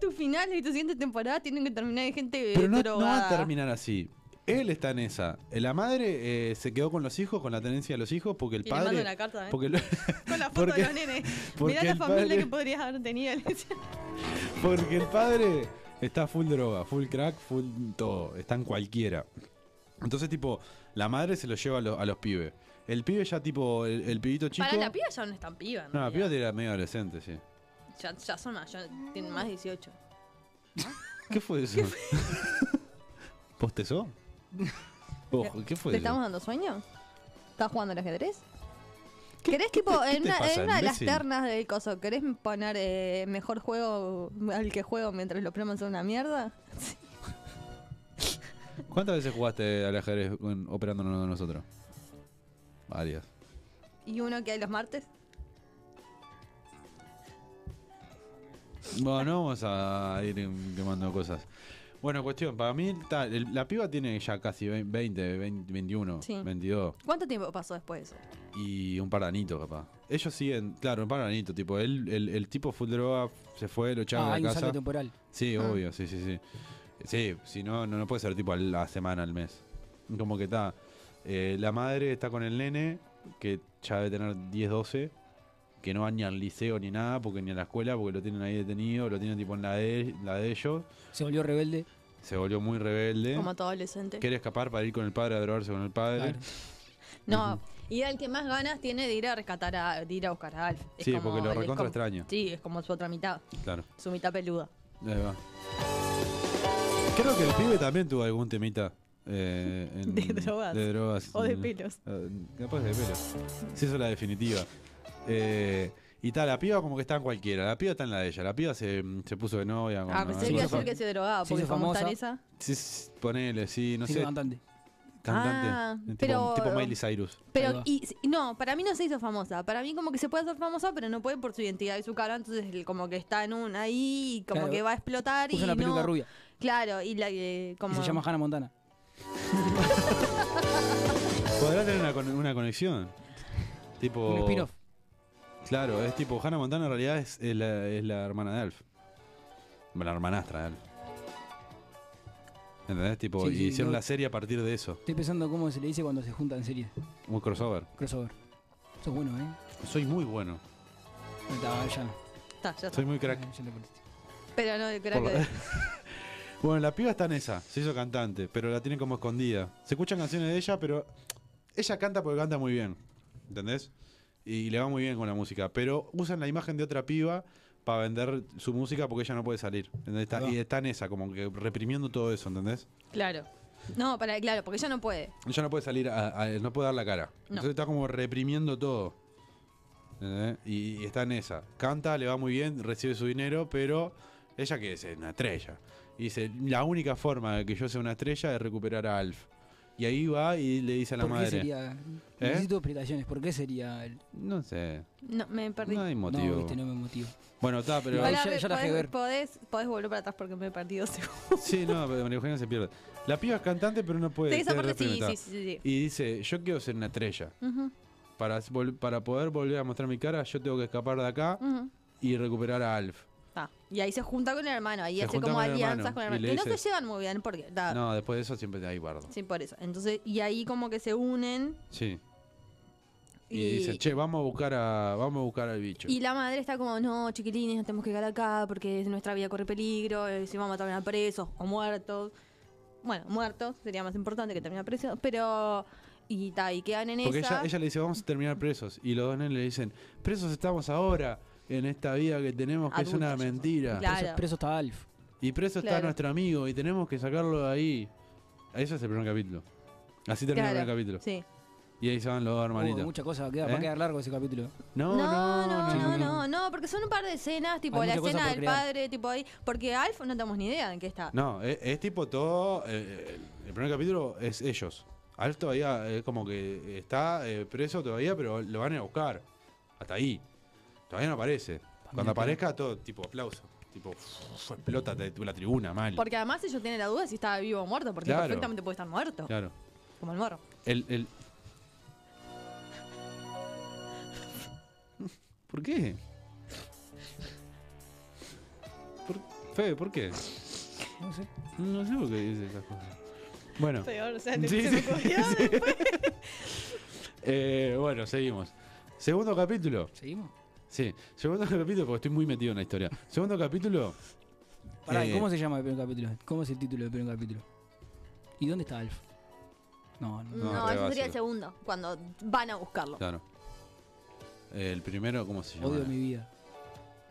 [SPEAKER 2] Tus finales y tu siguiente temporada tienen que terminar de
[SPEAKER 1] [LAUGHS]
[SPEAKER 2] gente eh,
[SPEAKER 1] pero no, no va a
[SPEAKER 2] drogada.
[SPEAKER 1] terminar así. Él está en esa. La madre eh, se quedó con los hijos, con la tenencia de los hijos, porque el
[SPEAKER 2] Y le mando
[SPEAKER 1] padre.
[SPEAKER 2] una carta, ¿eh?
[SPEAKER 1] Porque,
[SPEAKER 2] [LAUGHS]
[SPEAKER 1] lo-
[SPEAKER 2] Con la foto
[SPEAKER 1] porque-
[SPEAKER 2] de
[SPEAKER 1] [LAUGHS]
[SPEAKER 2] los nenes.
[SPEAKER 1] porque
[SPEAKER 2] Mirá la
[SPEAKER 1] el
[SPEAKER 2] familia
[SPEAKER 1] padre-
[SPEAKER 2] que podrías haber tenido. le decía.
[SPEAKER 1] Porque el padre está full droga, full crack, full todo. Está en cualquiera. Entonces, tipo, la madre se lo lleva a, lo- a los pibes. El pibe ya, tipo, el, el pibito chico.
[SPEAKER 2] Para la piba ya no es tan piba. en
[SPEAKER 1] No, la piba
[SPEAKER 2] realidad.
[SPEAKER 1] era medio adolescente, sí.
[SPEAKER 2] ya, ya son más, ya tienen más de 18.
[SPEAKER 1] ¿Qué fue eso? [LAUGHS] ¿Postezó? Ojo, ¿qué fue
[SPEAKER 2] ¿Te
[SPEAKER 1] eso?
[SPEAKER 2] estamos dando sueño? ¿Estás jugando al ajedrez? ¿Querés, tipo, en,
[SPEAKER 1] te
[SPEAKER 2] una,
[SPEAKER 1] pasa,
[SPEAKER 2] en una de las
[SPEAKER 1] imbécil?
[SPEAKER 2] ternas del coso, ¿querés poner eh, mejor juego al que juego mientras los primos son una mierda?
[SPEAKER 1] ¿Cuántas veces jugaste al ajedrez con- operándonos de nosotros? Varias.
[SPEAKER 2] ¿Y uno que hay los martes?
[SPEAKER 1] Bueno, no vamos a ir em, quemando cosas. Bueno, cuestión, para mí ta- el- la piba tiene ya casi vein- 20, 20, 21,
[SPEAKER 2] Sí.
[SPEAKER 1] 22
[SPEAKER 2] ¿Cuánto tiempo pasó después de eso?
[SPEAKER 1] y un par de anitos, capaz. Ellos siguen, claro, un par de anitos, tipo, él, el, el tipo full droga se fue, lo echaron
[SPEAKER 6] Ah,
[SPEAKER 1] de
[SPEAKER 6] hay
[SPEAKER 1] la
[SPEAKER 6] un salto
[SPEAKER 1] casa.
[SPEAKER 6] temporal.
[SPEAKER 1] Sí,
[SPEAKER 2] Ah.
[SPEAKER 1] obvio, sí, sí, sí. Sí, si no, no, no puede ser tipo a la semana, al mes. Como que está. eh, la madre está con el nene, que ya debe tener 10, 12, que no va ni al liceo ni nada, porque ni a la escuela, porque lo tienen ahí detenido, lo tienen tipo en la de, la de ellos.
[SPEAKER 6] Se volvió rebelde.
[SPEAKER 1] Se volvió muy rebelde.
[SPEAKER 2] Como todo adolescente.
[SPEAKER 1] Quiere escapar para ir con el padre a drogarse con el padre.
[SPEAKER 6] Claro.
[SPEAKER 2] No, y el que más ganas tiene de ir a rescatar a, de ir a buscar a Alf. Es
[SPEAKER 1] Sí,
[SPEAKER 2] como-
[SPEAKER 1] porque lo
[SPEAKER 2] es
[SPEAKER 1] recontra
[SPEAKER 2] como-
[SPEAKER 1] extraña.
[SPEAKER 2] Sí, es como su otra mitad,
[SPEAKER 1] Claro,
[SPEAKER 2] su mitad peluda.
[SPEAKER 1] ahí va. Creo que el pibe también tuvo algún temita. eh, en-
[SPEAKER 2] [LAUGHS] De drogas.
[SPEAKER 1] De drogas.
[SPEAKER 2] O de
[SPEAKER 1] Mm.
[SPEAKER 2] pelos.
[SPEAKER 1] Eh, Capaz de pelo. Sí, eso es la definitiva. Eh, y tal, la piba como que está en cualquiera. La piba está en la de ella. La piba se, se puso de novia. Con
[SPEAKER 2] Ah, pensé que iba a
[SPEAKER 6] hizo
[SPEAKER 2] decir
[SPEAKER 6] fam-
[SPEAKER 2] que se drogaba,
[SPEAKER 6] se
[SPEAKER 2] porque
[SPEAKER 6] hizo
[SPEAKER 2] como está en
[SPEAKER 6] famosa.
[SPEAKER 2] esa.
[SPEAKER 1] Sí, sí, ponele, sí, no
[SPEAKER 6] Sí,
[SPEAKER 1] sé.
[SPEAKER 6] cantante.
[SPEAKER 1] Cantante.
[SPEAKER 2] Ah,
[SPEAKER 1] Eh, tipo,
[SPEAKER 2] pero-
[SPEAKER 1] tipo Miley Cyrus.
[SPEAKER 6] Ahí
[SPEAKER 2] Pero,
[SPEAKER 6] va.
[SPEAKER 2] y, y- no, para mí no se hizo famosa. Para mí como que se puede hacer famosa, pero no puede por su identidad y su cara. Entonces el- como que está en un ahí, y como
[SPEAKER 6] Claro.
[SPEAKER 2] que va a explotar y
[SPEAKER 6] Puso una peluca
[SPEAKER 2] no.
[SPEAKER 6] rubia.
[SPEAKER 2] Claro, y la eh,
[SPEAKER 6] Y
[SPEAKER 2] como...
[SPEAKER 6] se llama Hannah Montana.
[SPEAKER 1] ¿Podrá tener una, con- una conexión? Tipo.
[SPEAKER 6] Un spin-off.
[SPEAKER 1] Claro, es tipo. Hannah Montana en realidad es, es la, es la hermana de Alf. La hermanastra de Alf. ¿Entendés? Tipo,
[SPEAKER 6] Sí,
[SPEAKER 1] y
[SPEAKER 6] sí,
[SPEAKER 1] hicieron
[SPEAKER 6] no.
[SPEAKER 1] la serie a partir de eso.
[SPEAKER 6] Estoy pensando cómo se le dice cuando se juntan series.
[SPEAKER 1] Un crossover.
[SPEAKER 6] Crossover. Eso es bueno, ¿eh?
[SPEAKER 1] Soy muy bueno.
[SPEAKER 6] Ahí está, ya.
[SPEAKER 2] Está, ya está.
[SPEAKER 1] Soy muy crack.
[SPEAKER 6] Ya te perdiste.
[SPEAKER 2] Pero no, creo
[SPEAKER 1] Por la-
[SPEAKER 2] que...
[SPEAKER 1] Bueno, la piba está en esa, se hizo cantante, pero la tiene como escondida. Se escuchan canciones de ella, pero ella canta porque canta muy bien, ¿entendés? Y le va muy bien con la música, pero usan la imagen de otra piba para vender su música porque ella no puede salir. ¿entendés? Está-
[SPEAKER 6] Ahí va.
[SPEAKER 1] y está en esa, como que reprimiendo todo eso, ¿entendés?
[SPEAKER 2] Claro. No, para, claro, porque ella no puede.
[SPEAKER 1] Ella no puede salir, a- a- no puede dar la cara.
[SPEAKER 2] No.
[SPEAKER 1] Entonces está como reprimiendo todo. ¿entendés? Y, y está en esa. Canta, le va muy bien, recibe su dinero, pero ella que es una estrella. Y dice, la única forma de que yo sea una estrella es recuperar a Alf. Y ahí va y le dice a la
[SPEAKER 6] ¿Por
[SPEAKER 1] madre. ¿Eh?
[SPEAKER 6] qué sería.? Necesito explicaciones. ¿Por qué sería.? El...
[SPEAKER 1] No sé,
[SPEAKER 2] No, me perdí.
[SPEAKER 1] no hay motivo.
[SPEAKER 6] No, viste, no me motivo.
[SPEAKER 1] Bueno, está, pero...
[SPEAKER 6] Hola.
[SPEAKER 2] Pará,
[SPEAKER 6] ya-
[SPEAKER 2] ve-
[SPEAKER 6] ya la dejé
[SPEAKER 2] podés-
[SPEAKER 6] ver.
[SPEAKER 2] podés, podés volver para atrás porque me he perdido.
[SPEAKER 1] sí, no, pero María Eugenia se pierde. La piba es cantante, pero no puede...
[SPEAKER 2] Sí, esa
[SPEAKER 1] ser
[SPEAKER 2] parte sí,
[SPEAKER 1] representada.
[SPEAKER 2] sí, sí, sí.
[SPEAKER 1] Y dice, yo quiero ser una estrella.
[SPEAKER 2] Ujú,
[SPEAKER 1] Para, vol- para poder volver a mostrar mi cara, yo tengo que escapar de acá
[SPEAKER 2] ujú.
[SPEAKER 1] y recuperar a Alf.
[SPEAKER 2] Ta. Y ahí se junta con el hermano, ahí
[SPEAKER 1] Se
[SPEAKER 2] hace
[SPEAKER 1] junta
[SPEAKER 2] como
[SPEAKER 1] con el
[SPEAKER 2] alianzas
[SPEAKER 1] hermano,
[SPEAKER 2] con el
[SPEAKER 1] y
[SPEAKER 2] hermano.
[SPEAKER 1] le
[SPEAKER 2] Que no se
[SPEAKER 1] dice-
[SPEAKER 2] llevan muy bien porque... ta,
[SPEAKER 1] No, después de eso siempre te hay bardo.
[SPEAKER 2] Sí, por eso. Entonces, y ahí como que se unen
[SPEAKER 1] Sí. Y,
[SPEAKER 2] y,
[SPEAKER 1] dicen, che, vamos a buscar a, vamos a buscar al bicho.
[SPEAKER 2] y la madre está como, no, chiquilines, nos tenemos que quedar acá porque nuestra vida corre peligro, eh, si vamos a terminar presos o muertos. Bueno, muertos sería más importante que terminar presos, pero... Y, ta, y quedan en
[SPEAKER 1] Porque
[SPEAKER 2] esa.
[SPEAKER 1] ella, ella le dice, vamos a terminar presos. Y los dos nenes le dicen, presos estamos ahora en esta vida que tenemos que es
[SPEAKER 2] Adultos
[SPEAKER 1] una
[SPEAKER 2] ya son.
[SPEAKER 1] mentira.
[SPEAKER 2] Claro.
[SPEAKER 6] Preso, preso está Alf.
[SPEAKER 1] Y preso está
[SPEAKER 2] Claro.
[SPEAKER 1] nuestro amigo y tenemos que sacarlo de ahí. Ese es el primer capítulo. Así termina
[SPEAKER 2] Claro,
[SPEAKER 1] el primer capítulo.
[SPEAKER 2] Sí.
[SPEAKER 1] Y ahí se van los dos hermanitos.
[SPEAKER 6] Muchas mucha cosa. Queda,
[SPEAKER 1] ¿Eh?
[SPEAKER 6] Va a quedar largo ese capítulo.
[SPEAKER 1] No,
[SPEAKER 2] No, no, no,
[SPEAKER 1] sí,
[SPEAKER 2] no, no, porque son un par de escenas, tipo
[SPEAKER 6] Hay
[SPEAKER 2] la
[SPEAKER 6] mucha cosa
[SPEAKER 2] escena
[SPEAKER 6] por
[SPEAKER 2] del
[SPEAKER 6] crear.
[SPEAKER 2] padre, tipo ahí, porque Alf no tenemos ni idea en qué está.
[SPEAKER 1] No, es, es tipo todo. eh, el primer capítulo es ellos. Alf todavía es como que está eh, preso todavía, pero lo van a ir a buscar. Hasta ahí. Todavía no aparece. Cuando aparezca, todo tipo aplauso. Tipo, uf, explota te- la tribuna, mal.
[SPEAKER 2] Porque además ellos tienen la duda de si estaba vivo o muerto, porque
[SPEAKER 1] Claro.
[SPEAKER 2] perfectamente puede estar muerto,
[SPEAKER 1] Claro.
[SPEAKER 2] como el morro.
[SPEAKER 1] El, el- ¿Por qué? ¿Por, Fede, ¿por qué?
[SPEAKER 6] No sé.
[SPEAKER 1] No sé por qué dices esas cosas. Bueno,
[SPEAKER 8] Peor, o sea, te-
[SPEAKER 1] Sí,
[SPEAKER 8] se
[SPEAKER 1] [LAUGHS] sí,
[SPEAKER 8] me ocurrió después.
[SPEAKER 1] eh, bueno, seguimos. Segundo capítulo.
[SPEAKER 6] ¿Seguimos?
[SPEAKER 1] Sí, segundo [LAUGHS] capítulo, porque estoy muy metido en la historia. Segundo capítulo.
[SPEAKER 6] Pará, ¿y
[SPEAKER 1] eh,
[SPEAKER 6] ¿cómo se llama el primer capítulo? ¿Cómo es el título del primer capítulo? ¿Y dónde está Alf? No, no.
[SPEAKER 2] No,
[SPEAKER 1] No, re
[SPEAKER 2] ese
[SPEAKER 1] básico.
[SPEAKER 2] sería el segundo, cuando van a buscarlo.
[SPEAKER 1] Claro. El primero, ¿cómo se llama?
[SPEAKER 6] Odio mi vida.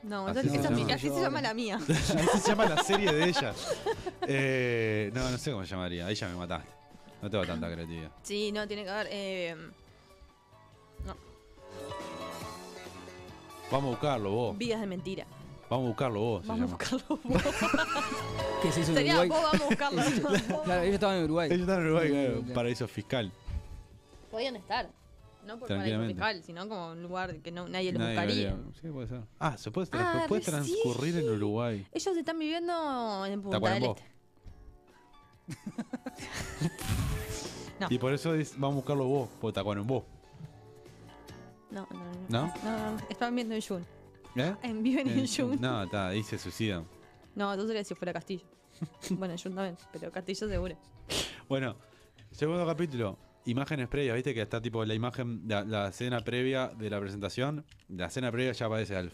[SPEAKER 2] No,
[SPEAKER 1] Así
[SPEAKER 2] esa-
[SPEAKER 1] se
[SPEAKER 2] esa-
[SPEAKER 1] llama.
[SPEAKER 2] así se llama la mía.
[SPEAKER 1] Así [LAUGHS] se llama la serie de ella. Eh, no, no sé cómo se llamaría. Ahí ya me mataste. No tengo tanta creatividad.
[SPEAKER 2] Sí, no, tiene que haber. eh,
[SPEAKER 1] Vamos a buscarlo vos.
[SPEAKER 2] vidas de mentira.
[SPEAKER 1] Vamos a buscarlo vos. se
[SPEAKER 2] Vamos a
[SPEAKER 1] llama.
[SPEAKER 2] buscarlo vos.
[SPEAKER 6] ¿Qué se hizo en
[SPEAKER 2] Sería
[SPEAKER 6] Uruguay?
[SPEAKER 2] vos,
[SPEAKER 6] [LAUGHS]
[SPEAKER 2] vamos a
[SPEAKER 1] [LAUGHS]
[SPEAKER 2] buscarlo.
[SPEAKER 6] Claro, ellos estaban en Uruguay.
[SPEAKER 1] Ellos están en Uruguay,
[SPEAKER 6] Sí,
[SPEAKER 1] claro,
[SPEAKER 6] claro.
[SPEAKER 1] paraíso fiscal.
[SPEAKER 2] Podían estar. No por paraíso
[SPEAKER 1] Tranquilamente.
[SPEAKER 2] fiscal, sino como un lugar que no, nadie los
[SPEAKER 1] Nadie
[SPEAKER 2] buscaría.
[SPEAKER 1] vería. Sí, puede ser. Ah, se puede,
[SPEAKER 2] Ah,
[SPEAKER 1] trans- puede
[SPEAKER 2] re sí.
[SPEAKER 1] transcurrir en Uruguay.
[SPEAKER 2] Ellos están viviendo en Punta del
[SPEAKER 1] Tacuarembó.
[SPEAKER 2] Este. Este. [LAUGHS] No.
[SPEAKER 1] Y por eso es- vamos a buscarlo vos, por Tacuarembó.
[SPEAKER 2] No, no, no.
[SPEAKER 1] ¿No?
[SPEAKER 2] No, no, están viviendo en Jun.
[SPEAKER 1] ¿Eh?
[SPEAKER 2] [LAUGHS] En, viven en Jun. No,
[SPEAKER 1] No, está, ahí se suicidan.
[SPEAKER 2] entonces sería si fuera Castillo.
[SPEAKER 1] [LAUGHS]
[SPEAKER 2] bueno, en Jun también, pero Castillo seguro.
[SPEAKER 1] Bueno, segundo capítulo. Imágenes previas, viste que está tipo la imagen, la, la escena previa de la presentación. La escena previa ya aparece Alf.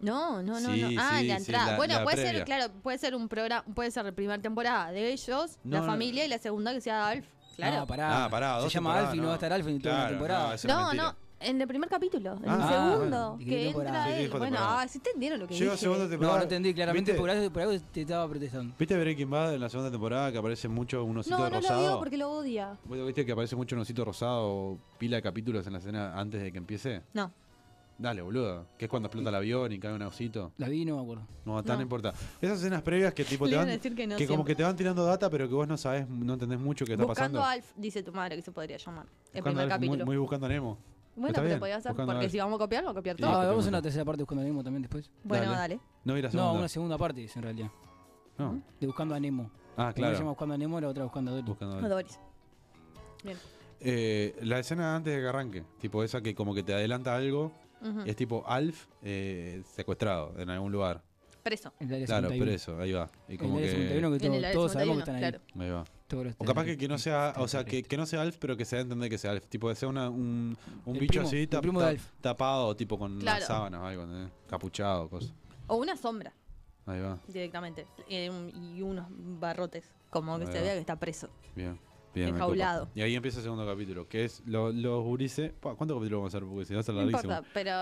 [SPEAKER 2] No, no, no,
[SPEAKER 1] Sí,
[SPEAKER 2] no. Ah,
[SPEAKER 1] sí,
[SPEAKER 2] la
[SPEAKER 1] sí,
[SPEAKER 2] entrada.
[SPEAKER 1] la-
[SPEAKER 2] bueno,
[SPEAKER 1] la
[SPEAKER 2] puede
[SPEAKER 1] previa.
[SPEAKER 2] ser, claro, puede ser un programa, puede ser la primera temporada de ellos,
[SPEAKER 1] No,
[SPEAKER 2] la
[SPEAKER 1] no.
[SPEAKER 2] familia y la segunda que sea Alf. Claro.
[SPEAKER 6] No, pará.
[SPEAKER 1] Ah, pará,
[SPEAKER 6] Se
[SPEAKER 1] dos
[SPEAKER 6] llama
[SPEAKER 1] temporadas,
[SPEAKER 6] Alf y no
[SPEAKER 1] no.
[SPEAKER 6] va a estar Alf en toda la
[SPEAKER 1] Claro,
[SPEAKER 6] temporada.
[SPEAKER 1] no, es- una
[SPEAKER 2] No,
[SPEAKER 1] mentira.
[SPEAKER 2] no, en el primer capítulo, en el
[SPEAKER 1] Ah,
[SPEAKER 2] segundo,
[SPEAKER 6] bueno, y que
[SPEAKER 2] que
[SPEAKER 6] temporada.
[SPEAKER 2] entra
[SPEAKER 1] Sí, sí,
[SPEAKER 2] él.
[SPEAKER 1] dijo
[SPEAKER 2] Bueno,
[SPEAKER 1] temporada.
[SPEAKER 2] ah, sí entendieron lo que
[SPEAKER 1] Llegó
[SPEAKER 2] dije.
[SPEAKER 1] segunda
[SPEAKER 6] No,
[SPEAKER 1] temporada.
[SPEAKER 6] no entendí claramente,
[SPEAKER 1] ¿Viste?
[SPEAKER 6] por algo, por algo te estaba protestando.
[SPEAKER 1] ¿Viste Breaking Bad en la segunda temporada que aparece mucho un osito
[SPEAKER 2] No, no lo
[SPEAKER 1] rosado?
[SPEAKER 2] digo porque lo odia.
[SPEAKER 1] ¿Vos ¿Viste que aparece mucho un osito rosado pila de capítulos en la escena antes de que empiece?
[SPEAKER 2] No.
[SPEAKER 1] Dale, boludo. Que es cuando explota el avión y cae un osito.
[SPEAKER 6] La vi y no me acuerdo.
[SPEAKER 1] No, tan
[SPEAKER 2] Mm. No.
[SPEAKER 1] importa. Esas escenas previas que tipo
[SPEAKER 2] Le
[SPEAKER 1] te
[SPEAKER 2] iban
[SPEAKER 1] van.
[SPEAKER 2] a decir que no
[SPEAKER 1] que como
[SPEAKER 2] siempre.
[SPEAKER 1] que te van tirando data, pero que vos no sabés, no entendés mucho qué está
[SPEAKER 2] Buscando
[SPEAKER 1] pasando.
[SPEAKER 2] a Alf, dice tu madre que se podría llamar. El
[SPEAKER 1] Buscando
[SPEAKER 2] primer
[SPEAKER 1] a Alf, muy-
[SPEAKER 2] capítulo.
[SPEAKER 1] Muy, buscando a Nemo.
[SPEAKER 2] bueno,
[SPEAKER 1] está
[SPEAKER 2] pero
[SPEAKER 1] bien,
[SPEAKER 2] podía hacer
[SPEAKER 1] buscando a
[SPEAKER 2] porque
[SPEAKER 1] Alf.
[SPEAKER 2] si vamos a copiar, vamos a copiar
[SPEAKER 1] Sí,
[SPEAKER 6] Ah,
[SPEAKER 2] todo.
[SPEAKER 1] copiamos
[SPEAKER 6] vamos a una
[SPEAKER 1] todo.
[SPEAKER 6] tercera parte buscando a Nemo también después.
[SPEAKER 2] Bueno,
[SPEAKER 1] dale.
[SPEAKER 2] dale.
[SPEAKER 1] No vi la
[SPEAKER 6] No,
[SPEAKER 1] segunda.
[SPEAKER 6] una segunda parte es en realidad.
[SPEAKER 1] No.
[SPEAKER 6] De buscando a Nemo.
[SPEAKER 1] Ah,
[SPEAKER 6] Una se llama
[SPEAKER 1] claro.
[SPEAKER 6] buscando a Nemo, la otra buscando a Dory.
[SPEAKER 1] Buscando a Alf.
[SPEAKER 2] A Doris.
[SPEAKER 1] Eh, la escena antes de que arranque, tipo esa que como que te adelanta algo,
[SPEAKER 2] Ujú.
[SPEAKER 1] es tipo Alf eh, secuestrado en algún lugar.
[SPEAKER 2] Preso.
[SPEAKER 6] El área
[SPEAKER 1] Claro,
[SPEAKER 6] 51.
[SPEAKER 1] pero eso, ahí va. Y como
[SPEAKER 6] el área 51
[SPEAKER 1] que...
[SPEAKER 6] que,
[SPEAKER 2] En
[SPEAKER 6] todos-
[SPEAKER 2] el área
[SPEAKER 6] todos sabemos que
[SPEAKER 2] 51,
[SPEAKER 6] están ahí.
[SPEAKER 2] claro.
[SPEAKER 1] Ahí va.
[SPEAKER 6] Todos los
[SPEAKER 1] O
[SPEAKER 6] están
[SPEAKER 1] capaz
[SPEAKER 6] ahí.
[SPEAKER 1] que, que no sea,
[SPEAKER 6] Están
[SPEAKER 1] o sea, que,
[SPEAKER 6] correctos.
[SPEAKER 1] que no sea Alf, pero que se dé a entender que sea Alf. Tipo, que sea una- un, un
[SPEAKER 6] El
[SPEAKER 1] bicho
[SPEAKER 6] primo,
[SPEAKER 1] así
[SPEAKER 6] el
[SPEAKER 1] tap-
[SPEAKER 6] primo de
[SPEAKER 1] tap-
[SPEAKER 6] Alf.
[SPEAKER 1] tapado, tipo con
[SPEAKER 2] Claro.
[SPEAKER 1] las sábanas o algo, ¿entendés? capuchado, cosa.
[SPEAKER 2] O una sombra
[SPEAKER 1] Ahí va,
[SPEAKER 2] directamente. eh, un- y unos barrotes. Como que
[SPEAKER 1] Ahí
[SPEAKER 2] se
[SPEAKER 1] va.
[SPEAKER 2] vea que está preso.
[SPEAKER 1] bien. Bien, me copa.
[SPEAKER 2] Enjaulado.
[SPEAKER 1] Y ahí empieza el segundo capítulo, que es lo- los gurises. Pa, ¿Cuántos capítulos vamos a hacer? Porque si no, está
[SPEAKER 2] No
[SPEAKER 1] larguísimo. [LAUGHS]
[SPEAKER 2] importa, pero.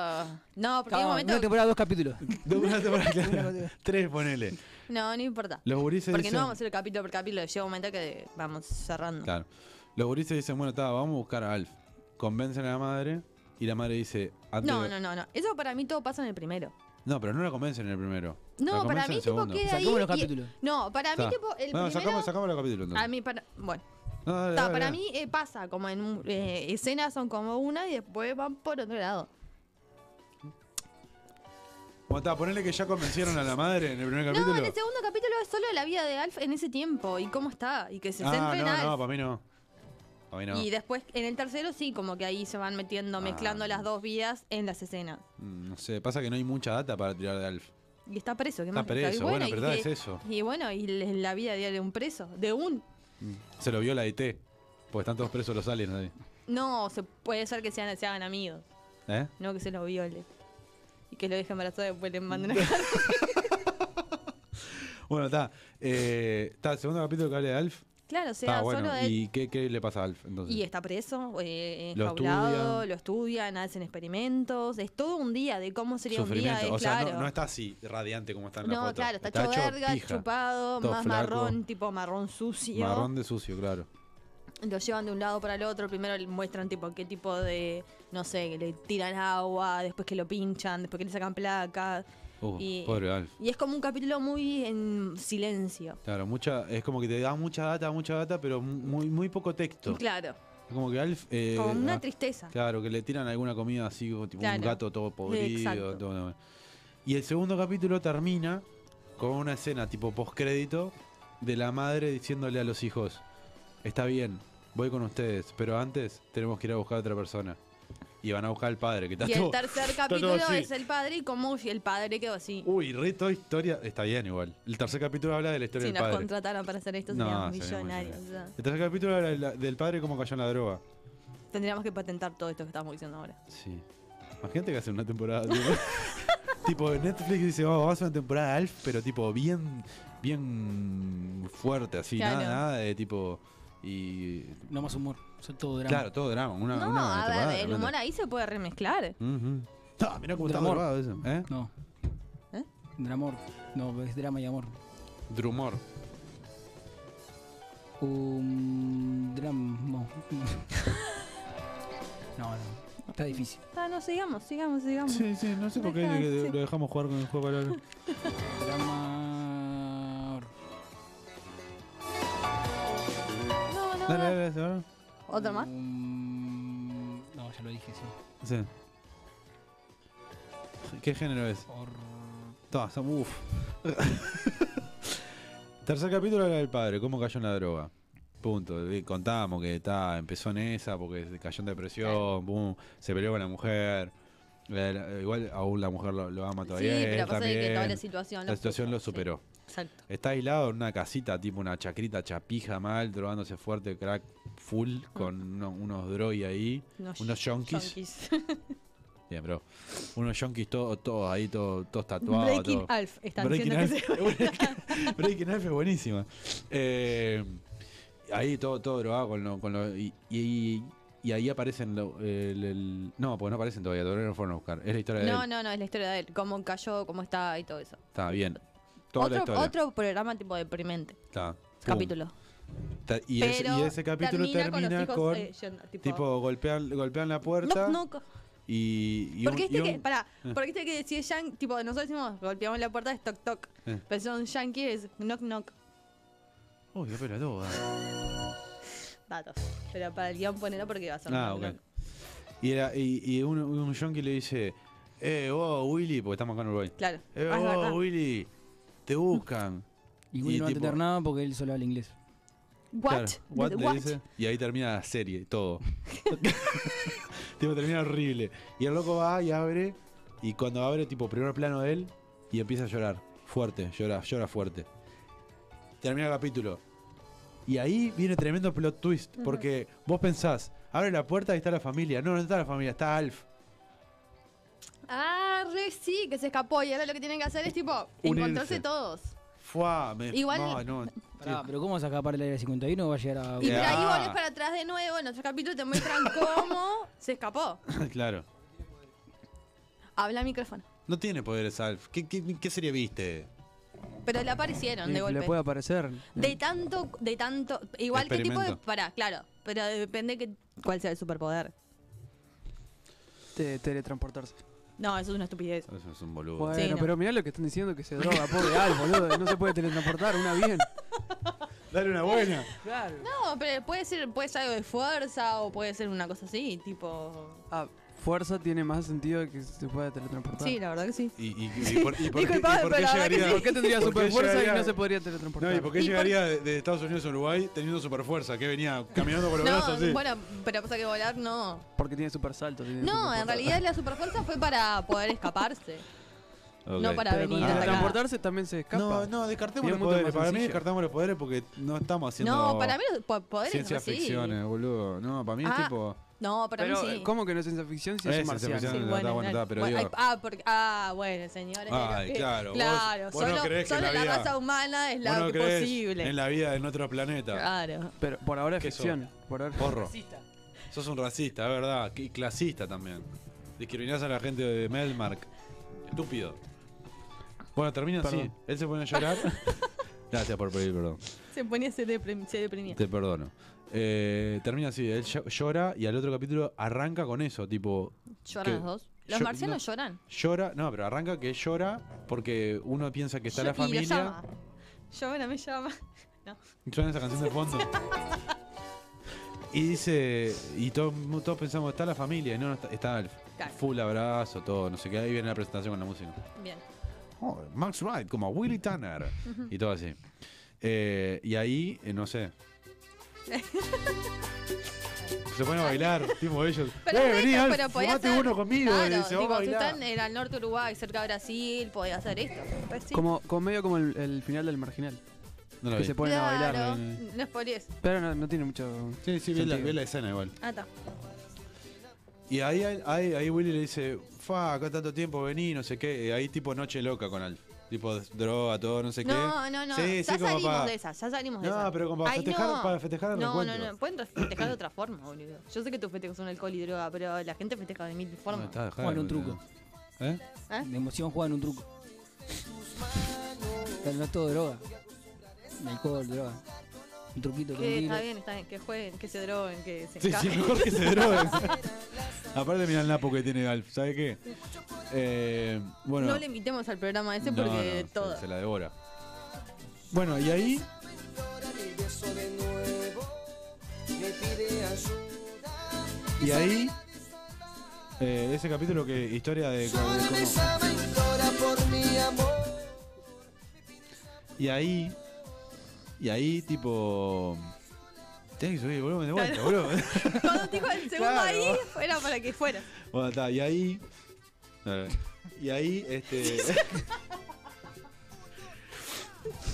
[SPEAKER 2] No, porque hay
[SPEAKER 6] Ah,
[SPEAKER 2] un
[SPEAKER 6] Una
[SPEAKER 2] momento.
[SPEAKER 6] temporada, dos capítulos.
[SPEAKER 1] No, una
[SPEAKER 2] [LAUGHS]
[SPEAKER 1] temporada, claro. Tres, ponele.
[SPEAKER 2] No, no importa.
[SPEAKER 1] Los gurises
[SPEAKER 2] Porque no
[SPEAKER 1] dicen-
[SPEAKER 2] vamos a hacer capítulo por capítulo. Llega un momento que vamos cerrando.
[SPEAKER 1] Claro. Los gurises dicen, bueno, está, vamos a buscar a Alf. Convencen a la madre y la madre dice... Antes
[SPEAKER 2] No,
[SPEAKER 1] de-
[SPEAKER 2] no, no, no. Eso para mí todo pasa en el primero.
[SPEAKER 1] No, pero no la convencen en el primero. La
[SPEAKER 2] No, para
[SPEAKER 1] convencen en
[SPEAKER 2] mí
[SPEAKER 1] el
[SPEAKER 2] tipo
[SPEAKER 1] segundo.
[SPEAKER 2] queda ahí.
[SPEAKER 6] Saquemos los
[SPEAKER 2] y-
[SPEAKER 6] capítulos.
[SPEAKER 2] No, para mí
[SPEAKER 1] Está.
[SPEAKER 2] tipo el
[SPEAKER 1] Bueno,
[SPEAKER 2] primero.
[SPEAKER 1] sacamos, sacamos los capítulos entonces.
[SPEAKER 2] A mí para. Bueno.
[SPEAKER 1] No, dale,
[SPEAKER 2] Ta,
[SPEAKER 1] dale,
[SPEAKER 2] para
[SPEAKER 1] dale.
[SPEAKER 2] mí eh, pasa como en un- eh, escenas son como una y después van por otro lado.
[SPEAKER 1] Bueno, está, ponele que ya convencieron a la madre en el primer
[SPEAKER 2] No,
[SPEAKER 1] capítulo.
[SPEAKER 2] en el segundo capítulo es solo la vida de Alf en ese tiempo y cómo está y que se centra
[SPEAKER 1] ah,
[SPEAKER 2] en
[SPEAKER 1] no,
[SPEAKER 2] Alf.
[SPEAKER 1] no, para mí no. Para mí no.
[SPEAKER 2] Y después en el tercero sí, como que ahí se van metiendo,
[SPEAKER 1] Ah.
[SPEAKER 2] mezclando las dos vidas en las escenas.
[SPEAKER 1] Mm, No sé, pasa que no hay mucha data para tirar de Alf.
[SPEAKER 2] Y está preso, ¿qué
[SPEAKER 1] Está
[SPEAKER 2] más? le cabe?
[SPEAKER 1] preso,
[SPEAKER 2] Y
[SPEAKER 1] bueno,
[SPEAKER 2] y
[SPEAKER 1] verdad
[SPEAKER 2] que-
[SPEAKER 1] es eso.
[SPEAKER 2] Y bueno, y le- la vida diaria de un preso, de un...
[SPEAKER 1] Se lo vio la IT. Porque están todos presos los aliens ahí.
[SPEAKER 2] No, se puede ser que sean, se hagan amigos,
[SPEAKER 1] ¿Eh?
[SPEAKER 2] no que se los viole. Y que lo deje embarazado y después le
[SPEAKER 1] [LAUGHS]
[SPEAKER 2] manden una carta.
[SPEAKER 1] Bueno, está. Eh, Está el segundo capítulo que habla de Alf.
[SPEAKER 2] Claro, o sea,
[SPEAKER 1] Está bueno.
[SPEAKER 2] solo de él.
[SPEAKER 1] ¿Y qué, qué le pasa a Alf entonces?
[SPEAKER 2] Y está preso, eh,
[SPEAKER 1] Lo
[SPEAKER 2] enjaulado,
[SPEAKER 1] estudian.
[SPEAKER 2] lo estudian, hacen experimentos. Es todo un día de cómo sería un día.
[SPEAKER 1] Sufrimiento.
[SPEAKER 2] es
[SPEAKER 1] o sea,
[SPEAKER 2] claro.
[SPEAKER 1] no, no está así radiante como está en la
[SPEAKER 2] No,
[SPEAKER 1] foto.
[SPEAKER 2] claro, está, hecho verga,
[SPEAKER 1] pija.
[SPEAKER 2] chupado,
[SPEAKER 1] todo
[SPEAKER 2] más
[SPEAKER 1] flaco.
[SPEAKER 2] marrón, tipo marrón sucio.
[SPEAKER 1] Marrón de sucio, claro.
[SPEAKER 2] Lo llevan de un lado para el otro. Primero le muestran tipo qué tipo de, no sé, que le tiran agua, después que lo pinchan, después que le sacan placa.
[SPEAKER 1] Uh,
[SPEAKER 2] Y-
[SPEAKER 1] Pobre Alf.
[SPEAKER 2] Y es como un capítulo muy en silencio.
[SPEAKER 1] Claro, mucha, es como que te da mucha data, mucha data, pero muy, muy poco texto.
[SPEAKER 2] Claro,
[SPEAKER 1] Es Como que Alf. eh,
[SPEAKER 2] como una
[SPEAKER 1] ah,
[SPEAKER 2] tristeza.
[SPEAKER 1] Claro, que le tiran alguna comida así, o tipo un
[SPEAKER 2] Claro.
[SPEAKER 1] gato todo podrido.
[SPEAKER 2] Exacto.
[SPEAKER 1] todo- Y el segundo capítulo termina con una escena tipo postcrédito de la madre diciéndole a los hijos: Está bien, voy con ustedes, pero antes tenemos que ir a buscar a otra persona. y van a buscar al padre. Que está
[SPEAKER 2] Y el
[SPEAKER 1] todo-
[SPEAKER 2] tercer
[SPEAKER 1] está todo
[SPEAKER 2] capítulo
[SPEAKER 1] así.
[SPEAKER 2] es el padre y cómo el padre quedó así.
[SPEAKER 1] Uy, re toda historia. Está bien igual. El tercer capítulo habla de la historia
[SPEAKER 2] si
[SPEAKER 1] del
[SPEAKER 2] nos
[SPEAKER 1] padre.
[SPEAKER 2] contrataran para hacer esto,
[SPEAKER 1] No,
[SPEAKER 2] seríamos
[SPEAKER 1] seríamos
[SPEAKER 2] millonarios. o
[SPEAKER 1] El tercer capítulo habla de la- del padre cómo cayó en la droga.
[SPEAKER 2] sea, tendríamos que patentar todo esto que estamos diciendo ahora.
[SPEAKER 1] Sí. Imagínate que hace una temporada. Tipo, [LAUGHS] tipo, Netflix dice, "Vamos, vamos a hacer una temporada Alf, pero tipo bien bien fuerte, así,
[SPEAKER 2] Claro.
[SPEAKER 1] nada, nada de tipo y
[SPEAKER 6] [LAUGHS] No más humor, eso es todo drama.
[SPEAKER 1] claro, todo drama, una,
[SPEAKER 2] no,
[SPEAKER 1] una
[SPEAKER 2] a
[SPEAKER 1] temporada
[SPEAKER 2] ver, el
[SPEAKER 1] completa.
[SPEAKER 2] humor ahí se puede remezclar.
[SPEAKER 1] Ujú. Ah, mirá cómo está
[SPEAKER 6] Dramor.
[SPEAKER 1] grabado eso, ¿eh?
[SPEAKER 6] No.
[SPEAKER 2] ¿Eh?
[SPEAKER 6] Dramor. No, es drama y amor.
[SPEAKER 1] Drumor.
[SPEAKER 6] Un Um, drama. [LAUGHS] No, no. Está difícil.
[SPEAKER 2] Ah, no, sigamos, sigamos, sigamos.
[SPEAKER 1] sí, no sé
[SPEAKER 2] por qué Deja, que sí. lo
[SPEAKER 1] dejamos jugar con el juego [LAUGHS] de palabras.
[SPEAKER 6] Drama.
[SPEAKER 2] No, no,
[SPEAKER 1] Dale,
[SPEAKER 2] no.
[SPEAKER 1] dale, dale, se va.
[SPEAKER 2] ¿Otro más?
[SPEAKER 6] Um, No, ya lo dije, sí.
[SPEAKER 1] Sí. ¿Qué género es?
[SPEAKER 6] Or...
[SPEAKER 1] Tá, son- uf. [LAUGHS] Tercer capítulo era del padre, cómo cayó en la droga. Punto. Y Contábamos que está, empezó en esa porque se cayó en depresión, pum, se peleó con la mujer. La- la- eh, igual aún la mujer lo, lo ama
[SPEAKER 2] sí,
[SPEAKER 1] todavía. él
[SPEAKER 2] pero pasa de que
[SPEAKER 1] también.
[SPEAKER 2] toda la situación.
[SPEAKER 1] la situación lo
[SPEAKER 2] sí,
[SPEAKER 1] superó.
[SPEAKER 2] exacto.
[SPEAKER 1] Está aislado en una casita, tipo una chacrita chapija mal, drogándose fuerte, crack full, con uno- unos droy ahí. Unos yonkis. [LAUGHS]
[SPEAKER 2] Mm. yonkis.
[SPEAKER 1] Bien, bro. Unos yonkis todos todo ahí, todo- todos tatuados.
[SPEAKER 2] Breaking
[SPEAKER 1] todo.
[SPEAKER 2] Alf. Están
[SPEAKER 1] Breaking
[SPEAKER 2] diciendo que
[SPEAKER 1] Alf. [LAUGHS] Breaking- Breaking Alf es buenísima. Eh, ahí todo, todo drogado con lo, con lo- y, y- y ahí aparecen lo- el, el- No, pues no aparecen todavía, todavía no fueron a buscar. Es la historia
[SPEAKER 2] se...
[SPEAKER 1] de
[SPEAKER 2] No,
[SPEAKER 1] él.
[SPEAKER 2] no, no, es la historia de él. Cómo cayó, cómo está y todo eso.
[SPEAKER 1] Está bien. Toda la
[SPEAKER 2] otro,
[SPEAKER 1] historia.
[SPEAKER 2] otro programa tipo deprimente.
[SPEAKER 1] Está. Pum.
[SPEAKER 2] Capítulo.
[SPEAKER 1] Ta- Y, ese, y
[SPEAKER 2] Pero
[SPEAKER 1] ese capítulo termina,
[SPEAKER 2] los hijos,
[SPEAKER 1] con.
[SPEAKER 2] eh, yendo, tipo,
[SPEAKER 1] tipo, golpean, golpean la puerta.
[SPEAKER 2] No, no, co-
[SPEAKER 1] Y, y
[SPEAKER 2] porque
[SPEAKER 1] un- y
[SPEAKER 2] viste que,
[SPEAKER 1] un-
[SPEAKER 2] pará,
[SPEAKER 1] Ah.
[SPEAKER 2] porque viste que si es yan- tipo, nosotros decimos, golpeamos la puerta, es toc toc.
[SPEAKER 1] Eh.
[SPEAKER 2] Pero son yankees, es knock knock.
[SPEAKER 1] Uy, qué eh. pelotuda.
[SPEAKER 2] Datos. Pero para el guión ponelo porque va a ser
[SPEAKER 1] Ah,
[SPEAKER 2] knock,
[SPEAKER 1] ok.
[SPEAKER 2] knock.
[SPEAKER 1] Y, era, y, y un, un yonki le dice: Eh, vos, Willy, porque estamos acá en Uruguay.
[SPEAKER 2] Claro.
[SPEAKER 1] Eh,
[SPEAKER 2] Ah, es
[SPEAKER 1] vos,
[SPEAKER 2] verdad.
[SPEAKER 1] Willy, te buscan.
[SPEAKER 6] Y Willy
[SPEAKER 1] Y
[SPEAKER 6] no va a
[SPEAKER 1] tipo-
[SPEAKER 6] entender nada porque él solo habla inglés.
[SPEAKER 2] [LAUGHS] What?
[SPEAKER 1] Claro, what le
[SPEAKER 2] What?
[SPEAKER 1] dice, y ahí termina la serie,
[SPEAKER 2] [LAUGHS]
[SPEAKER 1] todo. tipo, termina horrible. Y el loco va y abre, y cuando abre, tipo, primer plano de él, y empieza a llorar. Fuerte, llora, llora fuerte. Termina el capítulo. Y ahí viene tremendo plot twist, porque vos pensás, abre la puerta y está la familia. No, no está la familia, está Alf.
[SPEAKER 2] Ah, re sí, que se escapó y ahora lo que tienen que hacer es tipo
[SPEAKER 1] Unirse.
[SPEAKER 2] encontrarse todos.
[SPEAKER 1] Fuá, ah, me-
[SPEAKER 2] Igual-
[SPEAKER 1] no, no.
[SPEAKER 2] [LAUGHS]
[SPEAKER 1] [LAUGHS]
[SPEAKER 6] Pará, Ah, pero ¿cómo vas a escapar el área 51 o va a llegar a.
[SPEAKER 2] Y por ahí
[SPEAKER 1] Ah.
[SPEAKER 2] volvés para atrás de nuevo, en otro capítulo te muestran cómo se escapó.
[SPEAKER 1] claro.
[SPEAKER 2] Habla al micrófono.
[SPEAKER 1] No tiene poderes Alf. ¿Qué, qué, qué serie viste?
[SPEAKER 2] Pero le aparecieron de
[SPEAKER 3] Y
[SPEAKER 2] golpe.
[SPEAKER 3] le puede aparecer.
[SPEAKER 2] De tanto, de tanto. Igual que tipo de.
[SPEAKER 1] Experimento.
[SPEAKER 2] Pará, claro. Pero depende que, cuál sea el superpoder.
[SPEAKER 3] Te- teletransportarse.
[SPEAKER 2] No, eso es una estupidez.
[SPEAKER 1] Eso es un boludo.
[SPEAKER 3] Bueno,
[SPEAKER 2] Sí, no.
[SPEAKER 3] pero mirá lo que están diciendo que se droga, pobre Al, boludo. No se puede teletransportar, una bien.
[SPEAKER 1] Dale una
[SPEAKER 3] [LAUGHS]
[SPEAKER 1] buena.
[SPEAKER 3] Claro.
[SPEAKER 2] No, pero puede ser, puede ser algo de fuerza o puede ser una cosa así, tipo.
[SPEAKER 3] Ah, fuerza tiene más sentido que se pueda teletransportar.
[SPEAKER 2] Sí, la verdad que sí.
[SPEAKER 1] ¿Y, y, y por, y por
[SPEAKER 2] Dijo
[SPEAKER 1] qué,
[SPEAKER 2] el padre,
[SPEAKER 1] y por qué
[SPEAKER 2] pero la verdad que
[SPEAKER 1] llegaría,
[SPEAKER 3] ¿Por
[SPEAKER 1] [LAUGHS]
[SPEAKER 3] qué tendría
[SPEAKER 1] por qué
[SPEAKER 3] superfuerza y
[SPEAKER 1] llegaría-
[SPEAKER 3] no se podría teletransportar?
[SPEAKER 1] No, ¿y por qué
[SPEAKER 2] ¿Y por-
[SPEAKER 1] llegaría de, de Estados Unidos a Uruguay teniendo superfuerza? Que venía caminando con los
[SPEAKER 2] [LAUGHS] No,
[SPEAKER 1] brazos así.
[SPEAKER 2] bueno, pero pasa que volar no.
[SPEAKER 3] Porque tiene super salto. tiene
[SPEAKER 2] No, en
[SPEAKER 3] superfuerza.
[SPEAKER 2] realidad la superfuerza fue para [LAUGHS] poder escaparse.
[SPEAKER 1] Ok.
[SPEAKER 2] No para
[SPEAKER 3] Pero con
[SPEAKER 2] venir hasta acá.
[SPEAKER 3] teletransportarse también se escapa.
[SPEAKER 1] No, no, descartemos
[SPEAKER 3] Y
[SPEAKER 1] los
[SPEAKER 3] es mucho
[SPEAKER 1] poderes.
[SPEAKER 3] más
[SPEAKER 1] Para mí
[SPEAKER 3] sencillo.
[SPEAKER 1] descartamos los poderes porque no estamos haciendo
[SPEAKER 2] No, para mí los po- poderes
[SPEAKER 1] ciencia
[SPEAKER 2] sí.
[SPEAKER 1] ficción, eh, boludo. No, para mí es
[SPEAKER 2] Ah,
[SPEAKER 1] tipo...
[SPEAKER 2] No, para
[SPEAKER 3] Pero,
[SPEAKER 2] mí sí.
[SPEAKER 3] ¿cómo que no es ciencia ficción si
[SPEAKER 1] Es
[SPEAKER 3] es,
[SPEAKER 1] ciencia
[SPEAKER 3] marciano?
[SPEAKER 1] ficción.
[SPEAKER 2] Sí,
[SPEAKER 1] No, no, Ah, está bueno,
[SPEAKER 2] dale.
[SPEAKER 1] está, pero digo-
[SPEAKER 2] ay, ah, porque, ah, bueno, señores.
[SPEAKER 1] Ay,
[SPEAKER 2] eh,
[SPEAKER 1] claro, vos-
[SPEAKER 2] Claro,
[SPEAKER 1] vos no
[SPEAKER 2] solo,
[SPEAKER 1] creés que
[SPEAKER 2] solo
[SPEAKER 1] la
[SPEAKER 2] la,
[SPEAKER 1] vida-
[SPEAKER 2] raza humana es
[SPEAKER 1] Vos
[SPEAKER 2] la
[SPEAKER 1] no crees
[SPEAKER 2] posible.
[SPEAKER 1] en la vida en otro planeta.
[SPEAKER 2] Claro.
[SPEAKER 3] Pero por ahora es
[SPEAKER 1] ¿Qué sos?
[SPEAKER 3] ficción. Por ahora.
[SPEAKER 1] Porro. Sos un racista, es verdad. Y clasista también. Discriminás a la gente de Melmark. Estúpido. Bueno, termina así.
[SPEAKER 3] Perdón.
[SPEAKER 1] Él se pone a llorar. Gracias por pedir perdón.
[SPEAKER 2] Se ponía, se, deprim- se deprimía.
[SPEAKER 1] Te perdono. Eh, termina así. Él llo- llora y al otro capítulo arranca con eso. Tipo,
[SPEAKER 2] ¿Lloran
[SPEAKER 1] ¿Qué?
[SPEAKER 2] los dos? ¿Los
[SPEAKER 1] Yo-
[SPEAKER 2] marcianos lloran?
[SPEAKER 1] llora. No, pero arranca que llora porque uno piensa que está la
[SPEAKER 2] Yo- Y lo
[SPEAKER 1] familia.
[SPEAKER 2] llama. Llora, me llama.
[SPEAKER 1] Suena esa canción de fondo. Y dice, y todo- todos pensamos, está la familia, y no, no está, está Alf.
[SPEAKER 2] Claro.
[SPEAKER 1] Full abrazo, todo, no sé qué. Ahí viene la presentación con la música.
[SPEAKER 2] Bien.
[SPEAKER 1] Oh, Max Wright, como Willy Tanner. Y todo así. Eh, y ahí, eh, no sé. se ponen a bailar, tipo ellos.
[SPEAKER 2] Pero,
[SPEAKER 1] "Eh,
[SPEAKER 2] rico,
[SPEAKER 1] vení, Alf,
[SPEAKER 2] pero podía
[SPEAKER 1] fumate
[SPEAKER 2] ser-
[SPEAKER 1] uno conmigo.
[SPEAKER 2] Claro,
[SPEAKER 1] y se va
[SPEAKER 2] tipo,
[SPEAKER 1] a
[SPEAKER 2] si
[SPEAKER 1] bailar.
[SPEAKER 2] están en el norte de Uruguay, cerca de Brasil, podía hacer esto. Pues sí.
[SPEAKER 3] Como, como medio como el, el final del marginal.
[SPEAKER 1] No lo
[SPEAKER 3] que
[SPEAKER 1] vi.
[SPEAKER 3] se ponen
[SPEAKER 2] claro,
[SPEAKER 3] a bailar.
[SPEAKER 2] No es por eso.
[SPEAKER 3] Pero no, no tiene mucho.
[SPEAKER 1] Sí, sí, vi la,
[SPEAKER 3] Sentido.
[SPEAKER 1] vi la escena igual.
[SPEAKER 2] Ah, está.
[SPEAKER 1] Y ahí, ahí, ahí Willy le dice, fa, acá tanto tiempo vení, no sé qué. Y ahí tipo noche loca con Alf. Tipo droga, todo, no sé qué.
[SPEAKER 2] No, no, no.
[SPEAKER 1] Sí,
[SPEAKER 2] ya
[SPEAKER 1] sí, como
[SPEAKER 2] salimos
[SPEAKER 1] pa-
[SPEAKER 2] de esa, ya salimos de
[SPEAKER 1] No,
[SPEAKER 2] esa.
[SPEAKER 1] pero como para
[SPEAKER 2] Ay,
[SPEAKER 1] festejar-
[SPEAKER 2] no.
[SPEAKER 1] para festejar el
[SPEAKER 2] no,
[SPEAKER 1] reencuentro.
[SPEAKER 2] No, no, no. Pueden
[SPEAKER 1] [CLEARS THROAT]
[SPEAKER 2] festejar de otra forma, boludo. Yo sé que tus festejos son alcohol y droga, pero la gente festeja de mil
[SPEAKER 1] No,
[SPEAKER 2] formas.
[SPEAKER 1] está, dejá de-
[SPEAKER 6] Juegan un truco.
[SPEAKER 2] [LAUGHS]
[SPEAKER 1] ¿Eh?
[SPEAKER 6] De emoción juegan un truco. Pero no es todo droga. Alcohol, droga. Un truquito con un
[SPEAKER 2] Que Eh,
[SPEAKER 6] tiro.
[SPEAKER 2] está bien, está bien. Que jueguen, que se droguen, que se
[SPEAKER 1] Sí, sí, [LAUGHS]
[SPEAKER 2] escapen.
[SPEAKER 1] mejor que se droguen. Aparte mira el napo que tiene Alf, ¿sabe qué? Eh, bueno,
[SPEAKER 2] No le invitemos al programa ese
[SPEAKER 1] no,
[SPEAKER 2] porque
[SPEAKER 1] no, se-
[SPEAKER 2] todo.
[SPEAKER 1] Se, la devora. Bueno, y ahí... Y ahí... eh, ese capítulo que historia de... de cómo- Y ahí... Y ahí tipo... Tenés que subir el volumen de vuelta, boludo.
[SPEAKER 2] [LAUGHS]
[SPEAKER 1] [LAUGHS]
[SPEAKER 2] Cuando dijo el segundo
[SPEAKER 1] Claro.
[SPEAKER 2] ahí, era para que fuera.
[SPEAKER 1] Bueno, está, y ahí. Y ahí,
[SPEAKER 2] [LAUGHS]
[SPEAKER 1] este.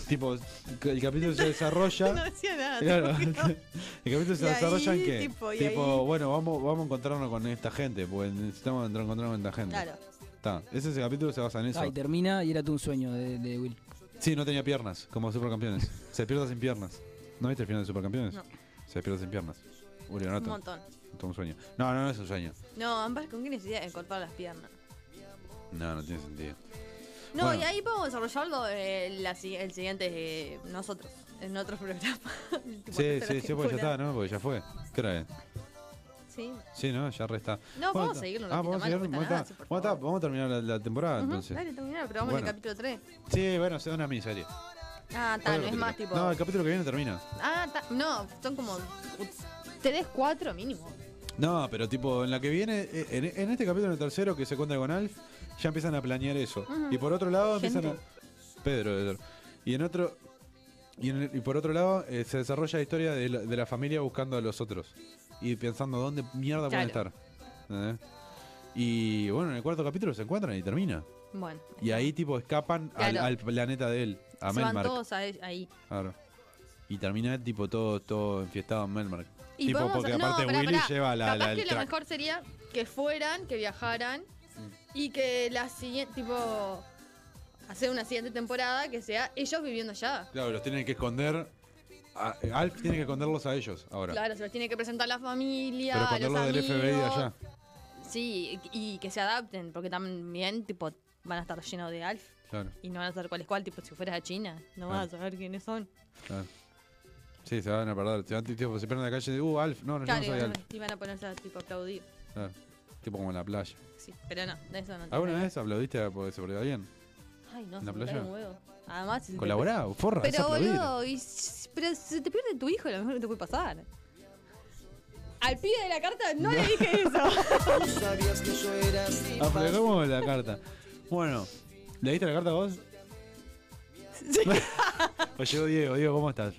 [SPEAKER 1] tipo, el capítulo se
[SPEAKER 2] No
[SPEAKER 1] desarrolla.
[SPEAKER 2] decía [LAUGHS] nada.
[SPEAKER 1] Claro,
[SPEAKER 2] te
[SPEAKER 1] el [LAUGHS]
[SPEAKER 2] juro.
[SPEAKER 1] capítulo se
[SPEAKER 2] Y ahí,
[SPEAKER 1] desarrolla en que. Tipo,
[SPEAKER 2] tipo, y ahí.
[SPEAKER 1] bueno, vamos, vamos a encontrarnos con esta gente, porque necesitamos entrar- encontrarnos con esta gente.
[SPEAKER 2] Claro.
[SPEAKER 1] Está, ese es el capítulo se basa en eso.
[SPEAKER 6] Ah, y termina y era tu un sueño de, de Will.
[SPEAKER 1] Sí, no tenía piernas, como Supercampeones. Se pierde sin piernas. ¿No viste el final de Supercampeones?
[SPEAKER 2] No.
[SPEAKER 1] Se pierde sin piernas. Uri
[SPEAKER 2] Un
[SPEAKER 1] Noto,
[SPEAKER 2] montón.
[SPEAKER 1] todo un sueño. No, no, no es un sueño.
[SPEAKER 2] No, ambas, ¿con qué necesidad de cortar las piernas?
[SPEAKER 1] No, no tiene sentido.
[SPEAKER 2] No,
[SPEAKER 1] Bueno.
[SPEAKER 2] y ahí podemos desarrollarlo eh, la si- el siguiente, eh, nosotros, en otro programa. [LAUGHS] Tipo,
[SPEAKER 1] Sí,
[SPEAKER 2] tercera
[SPEAKER 1] sí, sí, pues ya
[SPEAKER 2] temporada.
[SPEAKER 1] está, ¿no? Porque ya fue. ¿Qué hora es?
[SPEAKER 2] Sí.
[SPEAKER 1] Sí, ¿no? Ya resta. Ah,
[SPEAKER 2] No, vamos a seguirlo
[SPEAKER 1] seguirnos.
[SPEAKER 2] un ratito más, no cuesta nada, sí, por
[SPEAKER 1] Vamos, a-
[SPEAKER 2] favor.
[SPEAKER 1] vamos a terminar la, la temporada,
[SPEAKER 2] Ujú,
[SPEAKER 1] entonces.
[SPEAKER 2] Dale, terminar, pero vamos en
[SPEAKER 1] Bueno.
[SPEAKER 2] el capítulo 3.
[SPEAKER 1] Sí, bueno, se da una miniserie.
[SPEAKER 2] Ah,
[SPEAKER 1] Cuatro
[SPEAKER 2] tal, no es
[SPEAKER 1] capítulos.
[SPEAKER 2] más tipo.
[SPEAKER 1] No, el capítulo que viene termina.
[SPEAKER 2] ah, ta, no, son como 3, 4 mínimo.
[SPEAKER 1] No, pero tipo, en la que viene, eh, en, en este capítulo, en el tercero, que se cuenta con Alf, ya empiezan a planear eso.
[SPEAKER 2] Ujú.
[SPEAKER 1] Y por otro lado empiezan
[SPEAKER 2] Gente.
[SPEAKER 1] a... Pedro, Pedro. Y en otro... Y, en el- y por otro lado, eh, se desarrolla la historia de la, de la familia buscando a los otros. Y pensando dónde mierda pueden
[SPEAKER 2] Claro.
[SPEAKER 1] estar. ¿Eh? Y bueno, en el cuarto capítulo se encuentran y termina.
[SPEAKER 2] Bueno.
[SPEAKER 1] Y ahí tipo escapan al-
[SPEAKER 2] Claro.
[SPEAKER 1] al, planeta de él, a
[SPEAKER 2] se van
[SPEAKER 1] Melmark.
[SPEAKER 2] todos ahí. ahí.
[SPEAKER 1] Claro. Y termina tipo todo, todo enfiestado en Melmark.
[SPEAKER 2] Y
[SPEAKER 1] tipo,
[SPEAKER 2] podemos-
[SPEAKER 1] porque
[SPEAKER 2] no,
[SPEAKER 1] aparte
[SPEAKER 2] pará,
[SPEAKER 1] Willy
[SPEAKER 2] pará.
[SPEAKER 1] lleva la,
[SPEAKER 2] Capaz
[SPEAKER 1] la- el
[SPEAKER 2] que lo
[SPEAKER 1] track. Mm.
[SPEAKER 2] mejor sería que fueran, que viajaran y que la siguiente, tipo, hacer una siguiente temporada que sea ellos viviendo allá.
[SPEAKER 1] Claro, los tienen que esconder. a- Alf tiene que esconderlos a ellos ahora.
[SPEAKER 2] Claro, se los tiene que presentar la familia,
[SPEAKER 1] pero esconderlos
[SPEAKER 2] a los
[SPEAKER 1] del
[SPEAKER 2] amigos.
[SPEAKER 1] FBI de allá.
[SPEAKER 2] Sí, y y que se adapten, porque también, tipo, van a estar llenos de Alf
[SPEAKER 1] Claro,
[SPEAKER 2] y no van a saber cuál es cuál, tipo, si fueras a China, no vas a saber quiénes son.
[SPEAKER 1] claro. Sí, se van a perder. Se, van, tipo, se pierden en la calle de, uh, Alf. No, no,
[SPEAKER 2] Claro,
[SPEAKER 1] yo no soy Alf.
[SPEAKER 2] y van a ponerse a, tipo, aplaudir.
[SPEAKER 1] Claro. Tipo como en la playa.
[SPEAKER 2] Sí, pero no, de eso no. tiene
[SPEAKER 1] ¿Alguna
[SPEAKER 2] nada.
[SPEAKER 1] vez aplaudiste porque se volvió bien?
[SPEAKER 2] Ay, no,
[SPEAKER 1] en la
[SPEAKER 2] se me cae
[SPEAKER 1] playa?
[SPEAKER 2] un huevo. Además, si te-
[SPEAKER 1] Colaborá, forra, es
[SPEAKER 2] Pero
[SPEAKER 1] aplaudir.
[SPEAKER 2] boludo, y, s- pero se te pierde tu hijo, a lo mejor que te puede pasar. Al pibe de la carta no, le dije
[SPEAKER 1] [LAUGHS]
[SPEAKER 2] eso.
[SPEAKER 1] Aflojamos la carta. Bueno, ¿le diste la carta a vos? o [LAUGHS] llegó Diego, Diego, ¿cómo estás?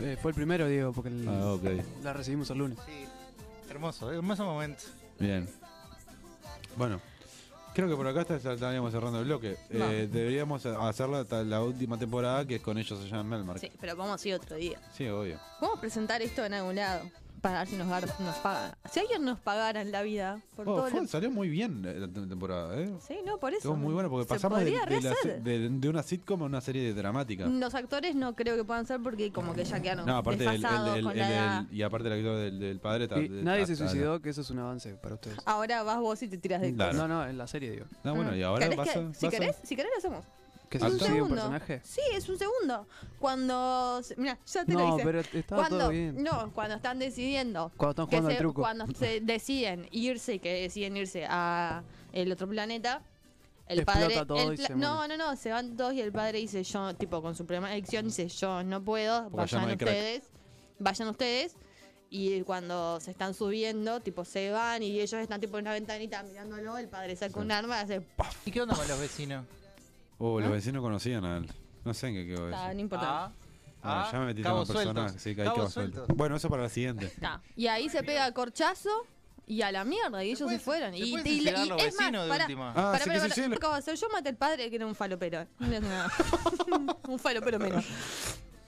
[SPEAKER 3] Eh, fue el primero, Diego, porque el-
[SPEAKER 1] Ah, ok.
[SPEAKER 3] la recibimos el lunes.
[SPEAKER 8] Sí, hermoso, hermoso momento.
[SPEAKER 1] Bien. Bueno, creo que por acá está- estaríamos cerrando el bloque. Eh, deberíamos hacer la, la última temporada que es con ellos allá en Melmark.
[SPEAKER 2] Sí, pero vamos a ir otro día.
[SPEAKER 1] Sí, obvio.
[SPEAKER 2] Vamos a presentar esto en algún lado. Para ver si nos, gar- nos pagan. Si alguien nos pagara en la vida por
[SPEAKER 1] Oh,
[SPEAKER 2] todo
[SPEAKER 1] fue-
[SPEAKER 2] lo-
[SPEAKER 1] salió muy bien eh, la tem- temporada, ¿eh?
[SPEAKER 2] Sí, no, por eso.
[SPEAKER 1] Estuvo muy bueno porque
[SPEAKER 2] Se
[SPEAKER 1] pasamos de, de
[SPEAKER 2] podría
[SPEAKER 1] la
[SPEAKER 2] rehacer. Mm,
[SPEAKER 1] se- de- de una sitcom a una serie de dramática.
[SPEAKER 2] Los actores no creo que puedan ser porque como que ya quedaron
[SPEAKER 1] No, aparte del,
[SPEAKER 2] desfasados
[SPEAKER 1] el- el-
[SPEAKER 2] con
[SPEAKER 1] el-
[SPEAKER 2] la
[SPEAKER 1] el-
[SPEAKER 2] edad.
[SPEAKER 1] y aparte el actor del, del padre está-
[SPEAKER 3] Y
[SPEAKER 1] está-
[SPEAKER 3] nadie se
[SPEAKER 1] está-
[SPEAKER 3] suicidó, que eso es un avance para ustedes.
[SPEAKER 2] Ahora vas vos y te tiras de
[SPEAKER 1] Claro.
[SPEAKER 3] No, no, en la serie, Diego.
[SPEAKER 1] No, bueno, y ahora
[SPEAKER 2] ¿Querés que-
[SPEAKER 1] pasa.
[SPEAKER 2] si,
[SPEAKER 1] pasa-
[SPEAKER 2] querés, si querés lo hacemos.
[SPEAKER 3] ¿Que
[SPEAKER 1] Ah,
[SPEAKER 3] se
[SPEAKER 1] un
[SPEAKER 3] suicide un
[SPEAKER 2] segundo.
[SPEAKER 3] personaje?
[SPEAKER 2] Sí, es un segundo. Cuando... Mira, ya te lo
[SPEAKER 3] No,
[SPEAKER 2] hice.
[SPEAKER 3] pero estaba
[SPEAKER 2] Cuando,
[SPEAKER 3] todo bien.
[SPEAKER 2] no, cuando están decidiendo
[SPEAKER 3] Cuando están
[SPEAKER 2] que
[SPEAKER 3] jugando al
[SPEAKER 2] se-
[SPEAKER 3] truco.
[SPEAKER 2] cuando
[SPEAKER 3] [LAUGHS]
[SPEAKER 2] se deciden irse, que deciden irse a el otro planeta, el
[SPEAKER 3] Explota
[SPEAKER 2] padre,
[SPEAKER 3] todo
[SPEAKER 2] el
[SPEAKER 3] y se
[SPEAKER 2] no,
[SPEAKER 3] muere.
[SPEAKER 2] no, no, se van todos y el padre dice yo, tipo con su primera elección dice yo no puedo,
[SPEAKER 1] Porque ya no
[SPEAKER 2] vayan
[SPEAKER 1] hay crack.
[SPEAKER 2] ustedes, vayan ustedes. Y cuando se están subiendo, tipo se van y ellos están tipo en una ventanita mirándolo, el padre saca
[SPEAKER 1] Sí.
[SPEAKER 2] un arma y hace ¡paf!
[SPEAKER 8] ¿Y qué onda con los vecinos?
[SPEAKER 1] Oh, los vecinos conocían a él. No sé en qué quedó eso.
[SPEAKER 2] ¿Ah? Está, no importa.
[SPEAKER 8] Ah,
[SPEAKER 1] Ah,
[SPEAKER 8] Ah,
[SPEAKER 1] ya me metiste en
[SPEAKER 8] cabos
[SPEAKER 1] un personaje.
[SPEAKER 8] sueltos,
[SPEAKER 1] Sí, que hay que
[SPEAKER 8] cabos
[SPEAKER 1] bajar.
[SPEAKER 8] sueltos.
[SPEAKER 1] Bueno, eso para la siguiente.
[SPEAKER 2] Está. Y ahí se pega corchazo y a la mierda. Y ellos se
[SPEAKER 8] pueden-
[SPEAKER 2] fueron.
[SPEAKER 8] se
[SPEAKER 2] Y,
[SPEAKER 8] pueden
[SPEAKER 2] y- y-
[SPEAKER 8] suicidar los
[SPEAKER 2] es más,
[SPEAKER 8] vecinos de
[SPEAKER 2] pará,
[SPEAKER 8] última.
[SPEAKER 1] Ah,
[SPEAKER 2] pará,
[SPEAKER 1] sí,
[SPEAKER 2] pará,
[SPEAKER 1] que
[SPEAKER 2] pará.
[SPEAKER 1] sí, sí, lo-
[SPEAKER 2] ¿Qué va a hacer? Yo maté al padre que era un [LAUGHS] falopero. No es nada. un falopero menos.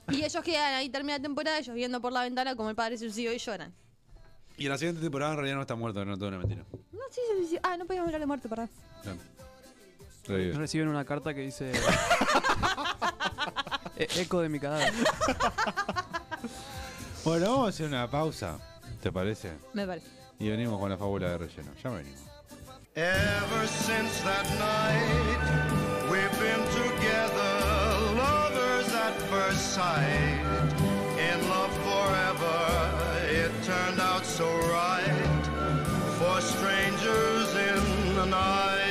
[SPEAKER 2] Y ellos quedan ahí, termina la temporada, ellos viendo por la ventana como el padre se suicidó y lloran.
[SPEAKER 1] Y en la siguiente temporada en realidad no está muerto, no, todo una mentira.
[SPEAKER 2] No, sí, se suicidó. Ah, no podíamos hablar de muerte, perdón.
[SPEAKER 1] Claro. Revive.
[SPEAKER 3] Reciben una carta que
[SPEAKER 2] [LAUGHS]
[SPEAKER 3] dice. "E- Eco de mi cadáver.
[SPEAKER 1] Bueno, vamos a hacer una pausa, ¿te parece?
[SPEAKER 2] Me parece.
[SPEAKER 1] Y venimos con la fábula de relleno. Ya venimos.
[SPEAKER 9] Ever since that night, we've been together, lovers at first sight. In love forever, it turned out so right. For strangers in the night.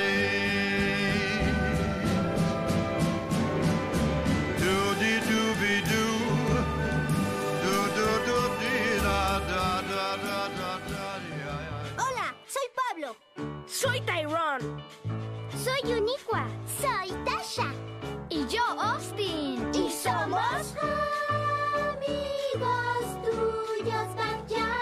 [SPEAKER 9] Doody dooby doo. Doo doo doo dee da da da da da da dee.
[SPEAKER 10] Hola, soy Pablo. Soy Tyrone. Soy Uniqua. Soy Tasha. Y yo, Austin. Y somos amigos tuyos, Bachardigans.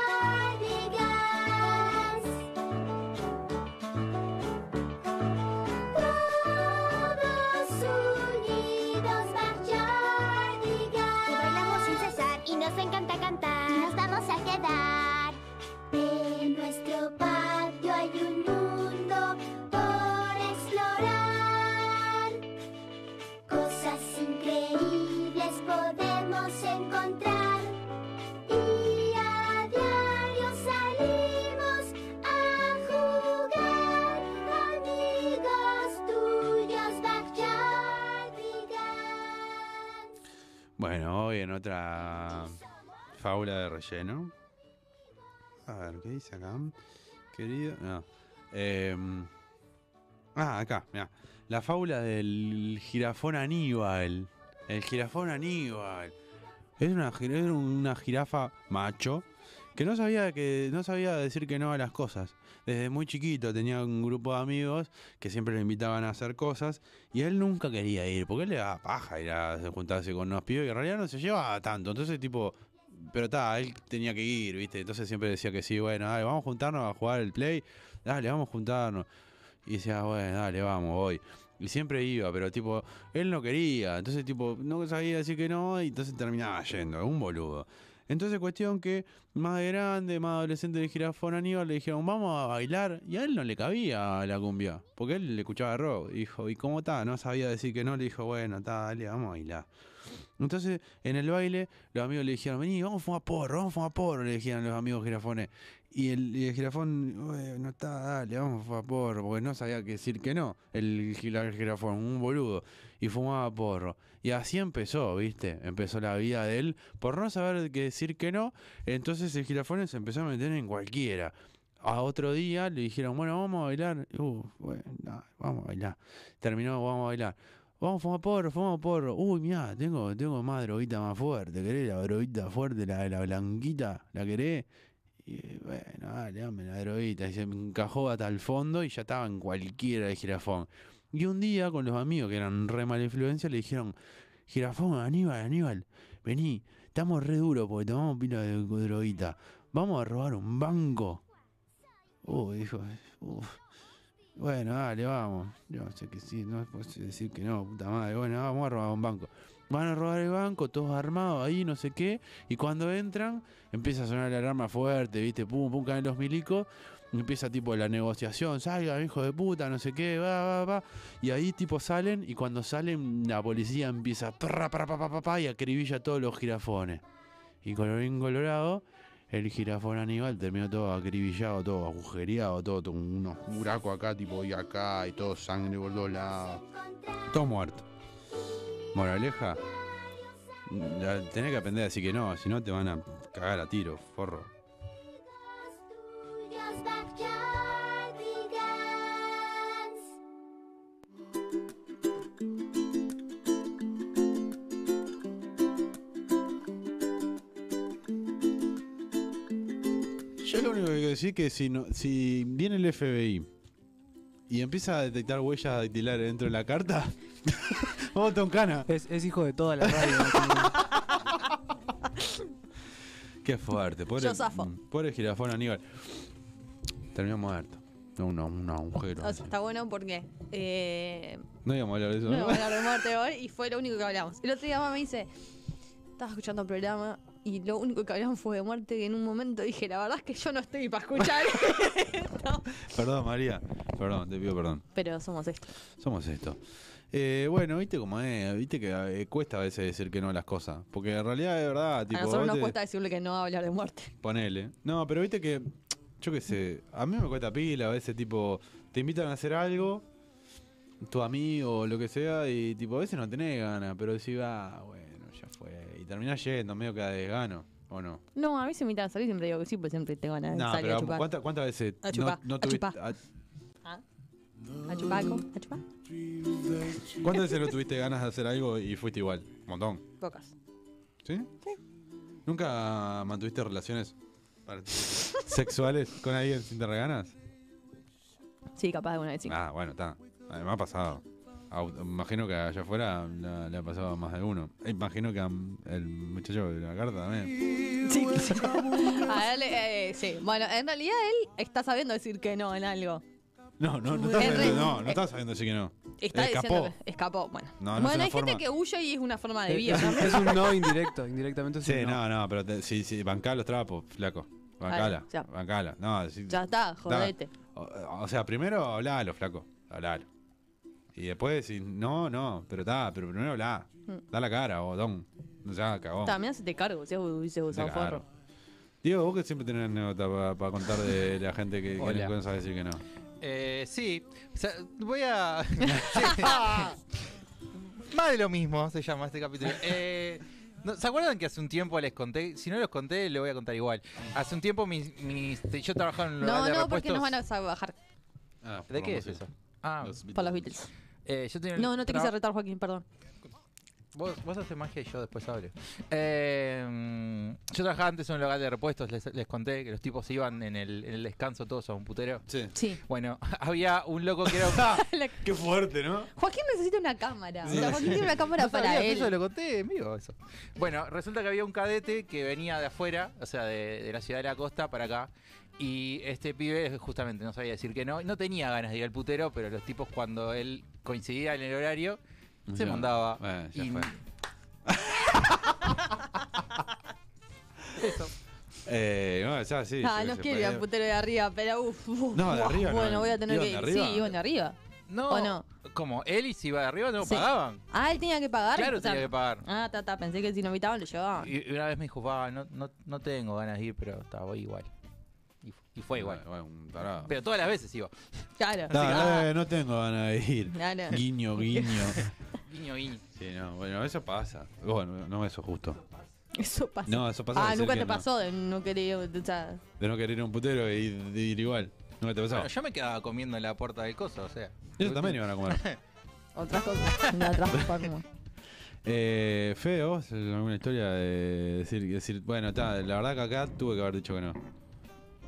[SPEAKER 10] Todos unidos, Bachardigans. Que bailamos sin cesar y nos encanta cantar. Y nos vamos a quedar. En nuestro patio hay un mundo por explorar. Cosas increíbles podemos encontrar. Y a diario salimos a jugar. Amigos tuyos, Backyardigans.
[SPEAKER 1] Bueno, hoy en otra fábula de relleno. A ver, ¿qué dice acá? Querido. No. Em, ah, acá, mira. La fábula del jirafón Aníbal. El jirafón Aníbal. Es una, gi- era una jirafa macho que no sabía que no sabía decir que no a las cosas. Desde muy chiquito tenía un grupo de amigos que siempre lo invitaban a hacer cosas y él nunca quería ir, porque él le daba paja ir a juntarse con unos pibes que en realidad no se llevaba tanto. Entonces, tipo, pero está, él tenía que ir, ¿viste? Entonces siempre decía que sí, bueno, dale, vamos a juntarnos a jugar el play, dale, vamos a juntarnos. Y decía, bueno, dale, vamos, voy. Y siempre iba, pero tipo, él no quería. Entonces, tipo, no sabía decir que no y entonces terminaba yendo, un boludo. Entonces, cuestión que más de grande, más adolescente del jirafón Aníbal le dijeron, vamos a bailar. Y a él no le cabía la cumbia, porque él le escuchaba rock. Y dijo, ¿y cómo está? No sabía decir que no. Le dijo, bueno, está, dale, vamos a bailar. Entonces, en el baile, los amigos le dijeron, vení, vamos a fumar porro, vamos a fumar porro, le dijeron los amigos jirafones. Y el, y el jirafón, "Ué, no está, dale, vamos a fumar porro, porque no sabía qué decir que no. El, gi- el jirafón, un boludo, y fumaba porro. Y así empezó, ¿viste? Empezó la vida de él. Por no saber qué decir que no, entonces el jirafón se empezó a meter en cualquiera. A otro día le dijeron, bueno, vamos a bailar. Uh, bueno, nah, vamos a bailar. Terminó, vamos a bailar. Vamos, fuma porro, fuma porro. Uy, mirá, tengo, tengo más droguita más fuerte. ¿Querés la droguita fuerte, la, la blanquita? ¿La querés? Y bueno, dale, dame la droguita. Y se me encajó hasta el fondo y ya estaba en cualquiera de jirafón. Y un día con los amigos que eran re mala influencia le dijeron, jirafón, Aníbal, Aníbal, vení, estamos re duros porque tomamos pila de droguita. Vamos a robar un banco. Uy, dijo, uff. Bueno, dale, vamos. Yo sé que sí, no puedo decir que no, puta madre. Bueno, vamos a robar un banco. Van a robar el banco, todos armados ahí, no sé qué. Y cuando entran, empieza a sonar la alarma fuerte, ¿viste? Pum, pum, caen los milicos. y Empieza tipo la negociación, salgan hijo de puta, no sé qué, va, va, va. Y ahí tipo salen y cuando salen la policía empieza pra, pra, pa, pa, pa, pa, y acribilla a todos los girafones. Y colorín colorado, el jirafón Aníbal terminó todo acribillado, todo agujereado, todo, todo unos buracos acá, tipo y acá, y todo sangre por todos lados. Todo muerto. Moraleja, la- tenés que aprender a decir que no, si no te van a cagar a tiro, forro.
[SPEAKER 10] Studios Backyardigans.
[SPEAKER 1] Yo lo único que quiero decir es que si, no- si viene el FBI y empieza a detectar huellas dactilares dentro de la carta, [LAUGHS] vamos a cana.
[SPEAKER 2] [LAUGHS]
[SPEAKER 3] Es, es hijo de toda la radio. ¿no?
[SPEAKER 1] Qué fuerte. Pobre,
[SPEAKER 2] Yo zafo.
[SPEAKER 1] Pobre jirafón Aníbal. Terminó muerto. Un, un agujero.
[SPEAKER 2] O sea, Ah, está bueno porque eh,
[SPEAKER 1] No íbamos a hablar de eso.
[SPEAKER 2] no
[SPEAKER 1] ¿no?
[SPEAKER 2] vamos a hablar de muerte hoy y fue lo único que hablamos. El otro día mamá me dice, estaba escuchando el programa y lo único que hablamos fue de muerte y en un momento dije, la verdad es que yo no estoy para
[SPEAKER 1] [LAUGHS]
[SPEAKER 2] escuchar.
[SPEAKER 1] Perdón, María. Perdón, te pido perdón.
[SPEAKER 2] Pero somos esto.
[SPEAKER 1] Somos esto. Eh, bueno, viste cómo es, viste que eh, cuesta a veces decir que no a las cosas. Porque en realidad de verdad, tipo,
[SPEAKER 2] a nosotros
[SPEAKER 1] vos
[SPEAKER 2] nos
[SPEAKER 1] te-
[SPEAKER 2] cuesta decirle que no a hablar de muerte.
[SPEAKER 1] Ponele. No, pero viste que, yo qué sé, a mí me cuesta pila a veces, tipo, te invitan a hacer algo, tu amigo o lo que sea, y tipo, a veces no tenés ganas, pero decís, ah, bueno, ya fue. Y terminás yendo, medio que a desgano, ¿o no?
[SPEAKER 2] No, a mí se me invitan a salir y siempre digo que sí, pues siempre tengo ganas de
[SPEAKER 1] No,
[SPEAKER 2] salir a
[SPEAKER 1] pero
[SPEAKER 2] chupar.
[SPEAKER 1] ¿cuánta- ¿cuántas veces
[SPEAKER 2] A chupar,
[SPEAKER 1] no, no
[SPEAKER 2] a
[SPEAKER 1] tuviste... a-
[SPEAKER 2] chupar. ¿Ah? ¿A chupar? ¿cómo? ¿A chupar?
[SPEAKER 1] ¿Cuántas veces no tuviste ganas de hacer algo y fuiste igual? Un montón.
[SPEAKER 2] Pocas.
[SPEAKER 1] ¿Sí? ¿Nunca mantuviste relaciones para- sexuales con alguien sin tener ganas?
[SPEAKER 2] Sí, capaz alguna vez sí.
[SPEAKER 1] Ah, bueno, está. Además ha pasado. Au- Imagino que allá afuera la- le ha pasado a más de uno. Eh, Imagino que al muchacho de la carta también.
[SPEAKER 2] Sí, sí. [LAUGHS] A él, eh, sí. Bueno, en realidad él está sabiendo decir que no en algo.
[SPEAKER 1] No, no, no estás
[SPEAKER 2] Es re-
[SPEAKER 1] sabiendo, no, no estás sabiendo decir que no.
[SPEAKER 2] Está
[SPEAKER 1] Escapó.
[SPEAKER 2] diciendo que escapó. Bueno,
[SPEAKER 1] No, no es
[SPEAKER 2] bueno
[SPEAKER 1] una
[SPEAKER 2] hay gente
[SPEAKER 1] forma.
[SPEAKER 2] que huye y es una forma Ah, de
[SPEAKER 1] Eh,
[SPEAKER 2] vida.
[SPEAKER 1] es
[SPEAKER 2] ¿no?
[SPEAKER 1] un-
[SPEAKER 3] Es un no indirecto, indirectamente es un
[SPEAKER 1] Sí, no,
[SPEAKER 3] no.
[SPEAKER 1] no, pero te- sí, sí, bancá los trapos, flaco. Bancala,
[SPEAKER 2] Ay, ya.
[SPEAKER 1] bancala. No, sí,
[SPEAKER 2] Ya está, jodete.
[SPEAKER 1] O, o sea, primero hablalo, flaco. Hablalo. Y después decís, no, no, pero está, pero primero hablá.
[SPEAKER 2] Mm.
[SPEAKER 1] Da la cara, bodón. Ya, cagón.
[SPEAKER 2] También se te cargo si hubiese usado
[SPEAKER 1] Claro.
[SPEAKER 2] forro.
[SPEAKER 1] Diego, vos que siempre tenés anécdota para contar de la gente que, que
[SPEAKER 10] Hola.
[SPEAKER 1] no sabe decir que no.
[SPEAKER 10] Eh, sí. O sea, voy a. [LAUGHS] Sí. Más de lo mismo se llama este capítulo. Eh, no, ¿Se acuerdan que hace un tiempo les conté? Si no los conté, les voy a contar igual. Hace un tiempo mis, mis- te- yo trabajaba en un
[SPEAKER 2] No,
[SPEAKER 10] local de
[SPEAKER 2] no, porque
[SPEAKER 10] repuestos.
[SPEAKER 2] nos van a sa- bajar
[SPEAKER 10] ¿De qué es eso? Ah,
[SPEAKER 2] por los Beatles.
[SPEAKER 10] eh, yo tenía
[SPEAKER 2] No, no te quise
[SPEAKER 10] traba-
[SPEAKER 2] retar, Joaquín, perdón.
[SPEAKER 10] Vos, vos haces magia y yo después hablo. Eh, yo trabajaba antes en un local de repuestos, les, les conté que los tipos iban en el, en el descanso todos a un putero.
[SPEAKER 1] Sí.
[SPEAKER 10] [LAUGHS]
[SPEAKER 2] Sí. [LAUGHS]
[SPEAKER 10] Bueno, había un loco que era un...
[SPEAKER 1] Qué fuerte, ¿no?
[SPEAKER 2] Joaquín necesita una cámara. O sea,
[SPEAKER 10] Sí.
[SPEAKER 2] Joaquín tiene una cámara
[SPEAKER 10] No
[SPEAKER 2] para
[SPEAKER 10] sabía que Eso
[SPEAKER 2] él.
[SPEAKER 10] lo conté en vivo, eso. Bueno, resulta que había un cadete que venía de afuera, o sea, de, de la ciudad de la costa para acá. Y este pibe justamente no sabía decir que no. No tenía ganas de ir al putero, pero los tipos cuando él coincidía en el horario, se
[SPEAKER 1] Ya.
[SPEAKER 10] mandaba.
[SPEAKER 1] Bueno, ya
[SPEAKER 10] Ah, y-
[SPEAKER 1] fue.
[SPEAKER 10] [LAUGHS] Eso.
[SPEAKER 1] Eh, no, ya sí.
[SPEAKER 2] Ah,
[SPEAKER 1] yo
[SPEAKER 2] no
[SPEAKER 1] qué sé,
[SPEAKER 2] quiero ir al
[SPEAKER 1] pero-
[SPEAKER 2] putero de arriba, pero uff. uf,
[SPEAKER 1] No, de
[SPEAKER 2] buah,
[SPEAKER 1] arriba no.
[SPEAKER 2] Bueno, voy a tener
[SPEAKER 1] ¿Iban de
[SPEAKER 2] que ir.
[SPEAKER 1] arriba?
[SPEAKER 2] Sí, iban de arriba.
[SPEAKER 10] No,
[SPEAKER 2] ¿O no?
[SPEAKER 10] Como él y si iba de arriba no
[SPEAKER 2] Sí.
[SPEAKER 10] pagaban.
[SPEAKER 2] Ah, él tenía que pagar.
[SPEAKER 10] Claro,
[SPEAKER 2] O sea,
[SPEAKER 10] tenía que pagar.
[SPEAKER 2] Ah, ta, ta, pensé que si no invitaban lo llevaban.
[SPEAKER 10] Y y una vez me dijo, "Pa, no, no, no tengo ganas de ir, pero estaba voy igual. Y, fu- y fue igual.
[SPEAKER 1] Ah, bueno, un tarado.
[SPEAKER 10] Pero todas las veces iba.
[SPEAKER 2] Claro.
[SPEAKER 1] Ta,
[SPEAKER 2] Ah,
[SPEAKER 1] eh, no tengo ganas de ir.
[SPEAKER 2] Claro.
[SPEAKER 1] Guiño, guiño.
[SPEAKER 10] Guiño, guiño.
[SPEAKER 1] sí, no, bueno, eso pasa. Bueno, no, eso es justo.
[SPEAKER 2] Eso pasa.
[SPEAKER 1] No, eso pasa.
[SPEAKER 2] ah,
[SPEAKER 1] decir
[SPEAKER 2] nunca
[SPEAKER 1] que
[SPEAKER 2] te
[SPEAKER 1] no.
[SPEAKER 2] pasó de no querer ir, o sea,
[SPEAKER 1] De no querer ir a un putero y de ir igual. Nunca te pasó.
[SPEAKER 10] Bueno, yo me quedaba comiendo en la puerta del coso, o sea.
[SPEAKER 1] Ellos también iban a comer.
[SPEAKER 2] [LAUGHS] otras cosas. No,
[SPEAKER 1] [LAUGHS]
[SPEAKER 2] otras formas.
[SPEAKER 1] eh, Fede, vos, alguna historia de decir, decir bueno, está, la verdad que acá tuve que haber dicho que no.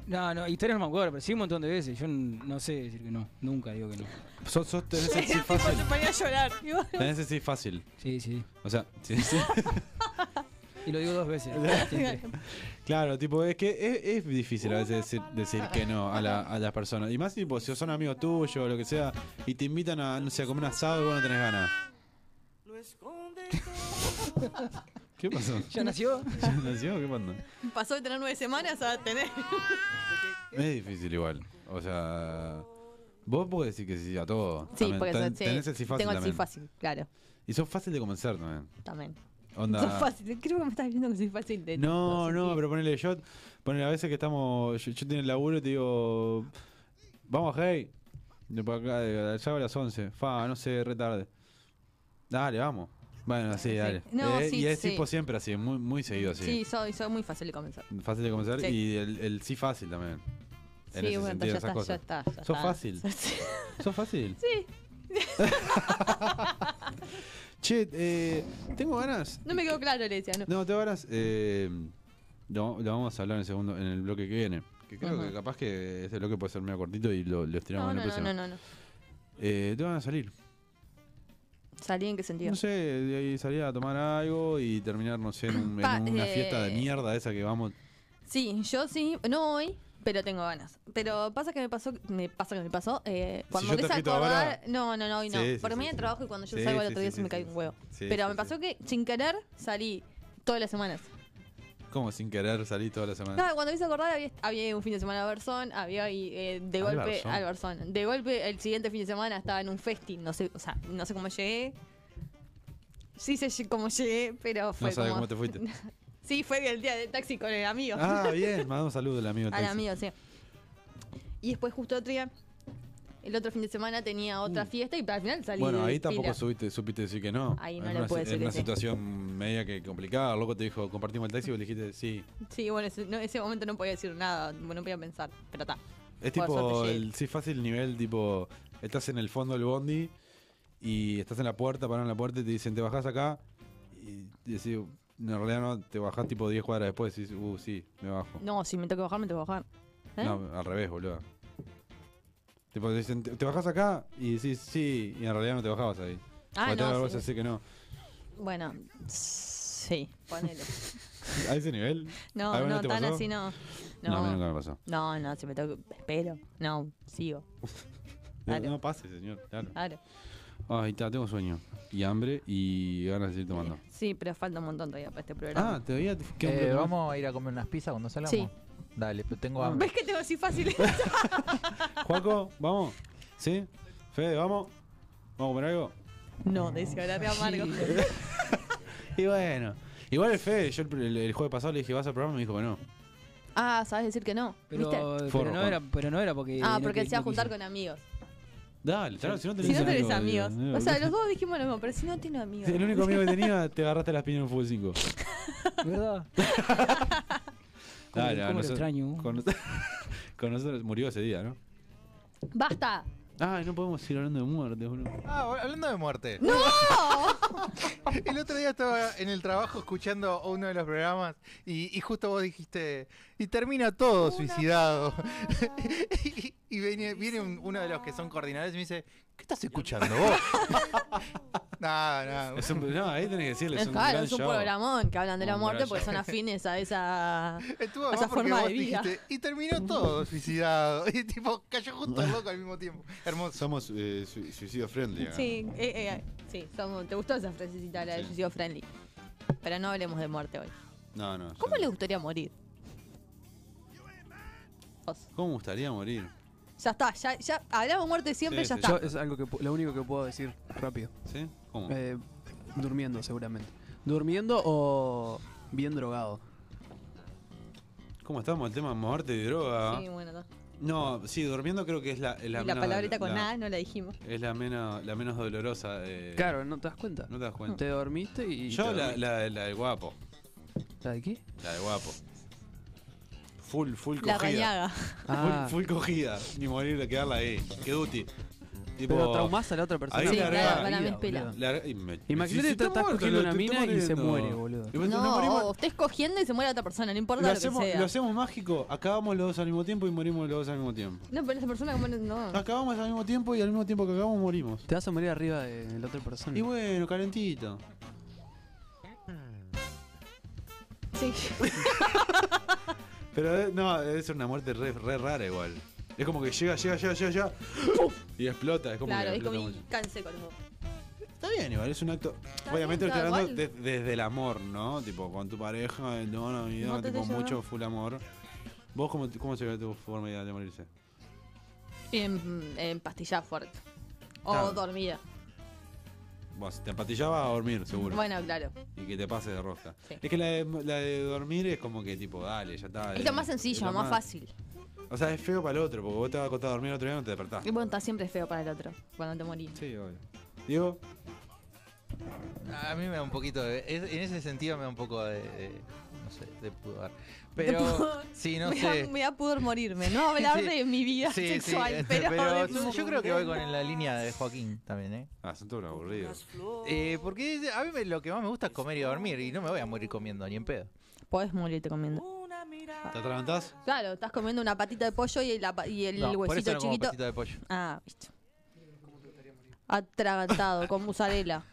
[SPEAKER 6] No, no, historias no me acuerdo, pero sí un montón de veces. Yo n- no sé decir que no. Nunca digo que no.
[SPEAKER 1] Sos, sos, tenés el sí
[SPEAKER 2] Tipo,
[SPEAKER 1] fácil.
[SPEAKER 2] se ponía
[SPEAKER 1] [LAUGHS]
[SPEAKER 2] a llorar. Y vos-
[SPEAKER 1] Tenés el sí fácil.
[SPEAKER 6] Sí, sí.
[SPEAKER 1] O sea, [LAUGHS] sí, sí.
[SPEAKER 6] Y lo digo dos veces. [LAUGHS] siempre.
[SPEAKER 1] Claro, tipo, es que es, es difícil a veces decir, decir que no a, la- a las personas. Y más tipo, si son amigos tuyos o lo que sea, y te invitan a, no sé, a comer un asado y vos no tenés ganas. ¿Qué pasó?
[SPEAKER 6] ¿Ya nació?
[SPEAKER 1] ¿Ya nació? ¿Qué pasó?
[SPEAKER 2] Pasó de tener nueve semanas a tener.
[SPEAKER 1] Es difícil igual. O sea, vos podés decir que sí a todo.
[SPEAKER 2] Sí,
[SPEAKER 1] También
[SPEAKER 2] porque
[SPEAKER 1] ten-
[SPEAKER 2] eso- sí,
[SPEAKER 1] tenés el sí fácil
[SPEAKER 2] Tengo el sí
[SPEAKER 1] también.
[SPEAKER 2] fácil, claro.
[SPEAKER 1] Y sos fácil de convencer también.
[SPEAKER 2] También.
[SPEAKER 1] Onda.
[SPEAKER 2] Soy fácil. Creo que me estás diciendo que soy fácil de.
[SPEAKER 1] No, no,
[SPEAKER 2] sé
[SPEAKER 1] pero ponele yo, ponele a veces que estamos, yo, yo tengo el laburo y te digo, vamos, hey, de por acá, de, de allá a las 11, fa, no sé, re tarde. Dale, vamos. Bueno, así, dale. Eh,
[SPEAKER 2] No, sí,
[SPEAKER 1] y es
[SPEAKER 2] sí.
[SPEAKER 1] tipo siempre así, muy, muy seguido
[SPEAKER 2] qué.
[SPEAKER 1] así.
[SPEAKER 2] Sí, soy, soy muy fácil de comenzar.
[SPEAKER 1] Fácil de comenzar
[SPEAKER 2] Sí.
[SPEAKER 1] y el, el sí fácil también. En
[SPEAKER 2] sí,
[SPEAKER 1] ese
[SPEAKER 2] bueno,
[SPEAKER 1] sentido,
[SPEAKER 2] ya,
[SPEAKER 1] esas
[SPEAKER 2] está, ya
[SPEAKER 1] cosas.
[SPEAKER 2] está, ya
[SPEAKER 1] Sos
[SPEAKER 2] está.
[SPEAKER 1] fácil.
[SPEAKER 2] [LAUGHS] Sí.
[SPEAKER 1] ¿Sos fácil? Sí. [LAUGHS] che, eh, tengo ganas
[SPEAKER 2] No me quedó claro, le decía, ¿no?
[SPEAKER 1] no, te varas. Eh, lo, lo vamos a hablar en el segundo, en el bloque que viene. Que creo
[SPEAKER 2] Ajá.
[SPEAKER 1] que capaz que ese bloque puede ser medio cortito y lo, lo estiramos
[SPEAKER 2] No,
[SPEAKER 1] en
[SPEAKER 2] no,
[SPEAKER 1] el
[SPEAKER 2] no,
[SPEAKER 1] próximo.
[SPEAKER 2] no, no, no.
[SPEAKER 1] Eh, te van a salir.
[SPEAKER 2] ¿Salí en qué sentido?
[SPEAKER 1] No sé, de ahí salir a tomar algo y terminar, no sé, en, un- en
[SPEAKER 2] Pa-
[SPEAKER 1] una
[SPEAKER 2] eh,
[SPEAKER 1] fiesta de mierda esa que vamos
[SPEAKER 2] Sí, yo sí, no hoy, pero tengo ganas. Pero pasa que me pasó, me pasa que me pasó, eh, cuando
[SPEAKER 11] yo te
[SPEAKER 2] empecé a
[SPEAKER 11] agito
[SPEAKER 2] acordar,
[SPEAKER 11] ahora-
[SPEAKER 2] no, no, no, hoy no,
[SPEAKER 11] Sí, sí,
[SPEAKER 2] porque
[SPEAKER 11] sí,
[SPEAKER 2] mañana
[SPEAKER 11] sí.
[SPEAKER 2] trabajo y cuando yo
[SPEAKER 11] Sí,
[SPEAKER 2] salgo el
[SPEAKER 11] sí,
[SPEAKER 2] otro día
[SPEAKER 11] sí,
[SPEAKER 2] se me
[SPEAKER 11] sí,
[SPEAKER 2] cae
[SPEAKER 11] sí.
[SPEAKER 2] un huevo.
[SPEAKER 1] Sí,
[SPEAKER 2] pero
[SPEAKER 1] sí,
[SPEAKER 2] me pasó que sin querer salí todas las semanas.
[SPEAKER 1] Como sin querer salí toda la semana.
[SPEAKER 2] [LAUGHS] No, cuando me hice acordar había, había un fin de semana a Barzón, había y, eh, de
[SPEAKER 1] Al
[SPEAKER 2] golpe
[SPEAKER 1] Barzón.
[SPEAKER 2] al Barzón. De golpe el siguiente fin de semana estaba en un festín, no sé, o sea, no sé cómo llegué. Sí sé lle- cómo llegué, pero fue
[SPEAKER 1] No sabes
[SPEAKER 2] como-
[SPEAKER 1] cómo te
[SPEAKER 2] [LAUGHS]
[SPEAKER 1] fuiste.
[SPEAKER 2] Sí, fue el día del taxi con el amigo.
[SPEAKER 1] ah, bien. Mandamos saludos al amigo.
[SPEAKER 2] Al
[SPEAKER 1] Taxi.
[SPEAKER 2] amigo, sí. Y después justo otro día, el otro fin de semana tenía otra fiesta y al final salí
[SPEAKER 1] Uh. Bueno,
[SPEAKER 2] de
[SPEAKER 1] ahí tampoco
[SPEAKER 2] pila.
[SPEAKER 1] subiste, supiste decir que no.
[SPEAKER 2] Ahí no
[SPEAKER 1] En
[SPEAKER 2] le
[SPEAKER 1] una
[SPEAKER 2] puedo
[SPEAKER 1] si-
[SPEAKER 2] decir
[SPEAKER 1] En
[SPEAKER 2] que
[SPEAKER 1] una
[SPEAKER 2] sí.
[SPEAKER 1] situación media que complicada. El loco te dijo, compartimos el taxi y vos le dijiste, sí.
[SPEAKER 2] Sí, bueno, ese, no, ese momento no podía decir nada, bueno, no podía pensar, pero está.
[SPEAKER 1] Es
[SPEAKER 2] Por
[SPEAKER 1] tipo,
[SPEAKER 2] suerte llegué.
[SPEAKER 1] el, sí, fácil nivel, tipo, estás en el fondo del bondi y estás en la puerta, paran en la puerta y te dicen, te bajás acá y decís, no, en realidad no, te bajás tipo 10 cuadras después y decís, uh, sí, me bajo.
[SPEAKER 2] No, si me tengo que bajar, me tengo que bajar. ¿Eh?
[SPEAKER 1] No, al revés, boludo. Tipo, te dicen, te te bajás acá y decís, sí, y en realidad no te bajabas ahí.
[SPEAKER 2] Ah,
[SPEAKER 1] Porque te
[SPEAKER 2] no,
[SPEAKER 1] da vergüenza
[SPEAKER 2] sí.
[SPEAKER 1] decir que no.
[SPEAKER 2] Bueno, sí, ponele.
[SPEAKER 1] ¿A ese nivel?
[SPEAKER 2] [LAUGHS] No,
[SPEAKER 1] ¿Alguna vez
[SPEAKER 2] no,
[SPEAKER 1] te
[SPEAKER 2] tan
[SPEAKER 1] pasó?
[SPEAKER 2] así no.
[SPEAKER 1] No,
[SPEAKER 2] [LAUGHS] No,
[SPEAKER 1] a mí nunca me pasó.
[SPEAKER 2] No, no, si me tengo que. Espero. No, sigo.
[SPEAKER 1] No,
[SPEAKER 2] Dale.
[SPEAKER 1] no pase, señor, claro.
[SPEAKER 2] Claro.
[SPEAKER 1] Ay, Ah. está, tengo sueño. Y hambre y ganas de seguir tomando.
[SPEAKER 2] Sí, pero falta un montón todavía para este programa.
[SPEAKER 1] Ah, todavía te queda un
[SPEAKER 8] Eh,
[SPEAKER 1] bloque más.
[SPEAKER 8] ¿Vamos a ir a comer unas pizzas cuando salgamos?
[SPEAKER 2] Sí.
[SPEAKER 8] Dale, pero tengo hambre.
[SPEAKER 2] ¿Ves que tengo así fácil? [LAUGHS]
[SPEAKER 1] Juaco, vamos. ¿Sí? Fede, vamos. ¿Vamos a comer algo?
[SPEAKER 2] no, decía, ahora te amargo.
[SPEAKER 1] Y bueno. Igual el Fede, yo el, el- el jueves pasado le dije, ¿vas al programa? Y me dijo que no.
[SPEAKER 2] Ah, sabes decir que no.
[SPEAKER 6] Pero,
[SPEAKER 2] ¿Viste?
[SPEAKER 1] Forro,
[SPEAKER 6] pero, no era, pero no era porque.
[SPEAKER 2] Ah,
[SPEAKER 6] no
[SPEAKER 2] porque
[SPEAKER 6] que-
[SPEAKER 2] se va a
[SPEAKER 6] no
[SPEAKER 2] juntar
[SPEAKER 6] quiso.
[SPEAKER 2] con amigos.
[SPEAKER 1] Dale, claro, si no tenés,
[SPEAKER 2] si no tenés
[SPEAKER 1] amigos,
[SPEAKER 2] amigos.
[SPEAKER 1] boludo.
[SPEAKER 2] O sea, los dos dijimos lo mismo, pero si no tiene amigos.
[SPEAKER 1] El único amigo que tenía, te agarraste las piñas en un Fútbol 5.
[SPEAKER 6] ¿Verdad?
[SPEAKER 1] Dale, a
[SPEAKER 6] cómo lo
[SPEAKER 1] nosotros-
[SPEAKER 6] extraño?
[SPEAKER 1] Con, nos- [LAUGHS] con nosotros murió ese día, ¿no?
[SPEAKER 2] ¡Basta!
[SPEAKER 1] Ay, no podemos ir hablando de muerte, boludo.
[SPEAKER 8] Ah, hablando de muerte.
[SPEAKER 2] ¡No!
[SPEAKER 8] [LAUGHS] El otro día estaba en el trabajo escuchando uno de los programas y, y justo vos dijiste, y termina todo suicidado. y [LAUGHS] y viene, viene un- uno de los que son coordinadores y me dice, ¿qué estás escuchando vos? [LAUGHS] Nada,
[SPEAKER 1] Es un- no, ahí tenés que decirle, es un
[SPEAKER 2] Claro,
[SPEAKER 1] gran
[SPEAKER 2] es un
[SPEAKER 1] show.
[SPEAKER 2] programón que hablan de la
[SPEAKER 1] Un
[SPEAKER 2] muerte
[SPEAKER 1] gran
[SPEAKER 2] porque
[SPEAKER 1] show.
[SPEAKER 2] son afines a esa,
[SPEAKER 8] Estuvo
[SPEAKER 2] a esa
[SPEAKER 8] más porque
[SPEAKER 2] forma
[SPEAKER 8] vos
[SPEAKER 2] de vida.
[SPEAKER 8] dijiste, y terminó todo suicidado. [LAUGHS] Y tipo, cayó justo el loco al mismo tiempo. Hermoso.
[SPEAKER 9] Somos eh, sui- suicidio friendly. acá.
[SPEAKER 2] Sí, eh, eh, sí somos- te gustó esa frasecita, la del suicidio friendly. Pero no hablemos de muerte hoy.
[SPEAKER 1] No, no.
[SPEAKER 2] ¿Cómo le gustaría morir?
[SPEAKER 1] ¿Cómo me gustaría morir?
[SPEAKER 2] Ya está, ya, ya hablamos de muerte siempre,
[SPEAKER 1] Sí,
[SPEAKER 2] ya
[SPEAKER 1] sí,
[SPEAKER 2] está.
[SPEAKER 1] yo-
[SPEAKER 3] Es algo que pu- lo único que puedo decir rápido.
[SPEAKER 1] ¿Sí? ¿Cómo?
[SPEAKER 3] Eh, durmiendo, seguramente. Durmiendo o bien drogado.
[SPEAKER 1] ¿Cómo estamos? El tema muerte y droga.
[SPEAKER 2] Sí, bueno, está.
[SPEAKER 1] No, sí, durmiendo creo que es la, es Ah. la
[SPEAKER 2] y la
[SPEAKER 1] menos-
[SPEAKER 2] palabrita con
[SPEAKER 1] la-
[SPEAKER 2] nada no la dijimos.
[SPEAKER 1] Es la menos, la menos dolorosa. de-
[SPEAKER 3] Claro, no te das cuenta.
[SPEAKER 1] Eh, No te das cuenta.
[SPEAKER 3] Te dormiste y.
[SPEAKER 1] Yo
[SPEAKER 3] te
[SPEAKER 1] la,
[SPEAKER 3] dormiste.
[SPEAKER 1] la, la del guapo.
[SPEAKER 3] ¿La de qué?
[SPEAKER 1] La del guapo. Full, full cogida.
[SPEAKER 2] La rañaga.
[SPEAKER 1] [LAUGHS]
[SPEAKER 3] Ah.
[SPEAKER 1] Full, full cogida. Ni morir de quedarla ahí. Qué duty. Tipo,
[SPEAKER 3] Pero traumás a la otra persona.
[SPEAKER 1] Ahí
[SPEAKER 3] Sí,
[SPEAKER 1] la
[SPEAKER 3] claro,
[SPEAKER 1] larga-
[SPEAKER 3] para mí es pela.
[SPEAKER 1] larga- y me-
[SPEAKER 3] Imagínate
[SPEAKER 1] si
[SPEAKER 3] estás
[SPEAKER 1] muerto,
[SPEAKER 3] cogiendo
[SPEAKER 1] lo-
[SPEAKER 3] una
[SPEAKER 1] te
[SPEAKER 3] mina
[SPEAKER 1] está
[SPEAKER 3] y se
[SPEAKER 1] muriendo.
[SPEAKER 3] muere, boludo.
[SPEAKER 1] Y vos decís,
[SPEAKER 2] No,
[SPEAKER 1] Pues morimos-
[SPEAKER 2] o estés cogiendo y se muere la otra persona, no importa
[SPEAKER 1] lo
[SPEAKER 2] lo,
[SPEAKER 1] hacemos,
[SPEAKER 2] que sea.
[SPEAKER 1] lo hacemos mágico. Acabamos los dos al mismo tiempo y morimos los dos al mismo tiempo.
[SPEAKER 2] No, pero esa persona que muere, no.
[SPEAKER 1] Acabamos al mismo tiempo y al mismo tiempo que acabamos morimos.
[SPEAKER 3] Te vas a morir arriba de la otra persona.
[SPEAKER 1] Y bueno, calentito.
[SPEAKER 2] Sí.
[SPEAKER 1] [LAUGHS] Pero eh, no, debe ser una muerte re, re rara igual. Es como que llega, llega, llega, llega, llega. Y explota. Es como
[SPEAKER 2] Claro,
[SPEAKER 1] que
[SPEAKER 2] es
[SPEAKER 1] explota
[SPEAKER 2] como
[SPEAKER 1] mucho.
[SPEAKER 2] cáncer con vos.
[SPEAKER 1] Está bien, igual, es un acto. Obviamente
[SPEAKER 2] bien,
[SPEAKER 1] lo estoy
[SPEAKER 2] está
[SPEAKER 1] hablando de- desde el amor, ¿no? Tipo, con tu pareja, el dono, mi dono,
[SPEAKER 2] No te
[SPEAKER 1] tipo,
[SPEAKER 2] estoy
[SPEAKER 1] mucho
[SPEAKER 2] llorando.
[SPEAKER 1] full amor. ¿Vos cómo, cómo sería tu forma ideal de morirse?
[SPEAKER 2] En, en pastilla fuerte. O
[SPEAKER 1] Claro.
[SPEAKER 2] dormida.
[SPEAKER 1] Vos, te empatillaba a dormir, seguro.
[SPEAKER 2] Bueno, claro.
[SPEAKER 1] Y que te pases de rosca.
[SPEAKER 2] Sí.
[SPEAKER 1] Es que la de, la de dormir es como que tipo, dale, ya está.
[SPEAKER 2] Es
[SPEAKER 1] eh,
[SPEAKER 2] lo más sencillo,
[SPEAKER 1] es
[SPEAKER 2] lo
[SPEAKER 1] lo
[SPEAKER 2] más fácil.
[SPEAKER 1] O sea, es feo para el otro, porque vos te vas a acostar a dormir el otro día y no te despertás.
[SPEAKER 2] Y bueno, está siempre feo para el otro cuando te morís.
[SPEAKER 1] Sí, obvio. Digo,
[SPEAKER 8] A mí me da un poquito de. es- en ese sentido me da un poco de. de- no sé, de pudor. Pero. sí, no
[SPEAKER 2] me
[SPEAKER 8] sé.
[SPEAKER 2] Da, me da pudor morirme, no hablar
[SPEAKER 8] Sí.
[SPEAKER 2] de mi vida
[SPEAKER 8] Sí, sí,
[SPEAKER 2] sexual,
[SPEAKER 8] este,
[SPEAKER 2] pero, de
[SPEAKER 8] yo- yo
[SPEAKER 2] pudor.
[SPEAKER 8] creo que voy con la línea de Joaquín también, ¿eh?
[SPEAKER 1] ah, son todos aburridos.
[SPEAKER 8] Eh, porque a mí me- lo que más me gusta es comer y dormir y no me voy a morir comiendo ni en pedo.
[SPEAKER 2] Podés morirte comiendo.
[SPEAKER 1] ¿Te atragantás?
[SPEAKER 2] Claro, estás comiendo una patita de pollo y, la pa- y el
[SPEAKER 8] No, por eso
[SPEAKER 2] huesito
[SPEAKER 8] no como
[SPEAKER 2] chiquito.
[SPEAKER 8] patita de pollo. [LAUGHS]
[SPEAKER 2] Ah, viste. Atragantado, con mozzarella.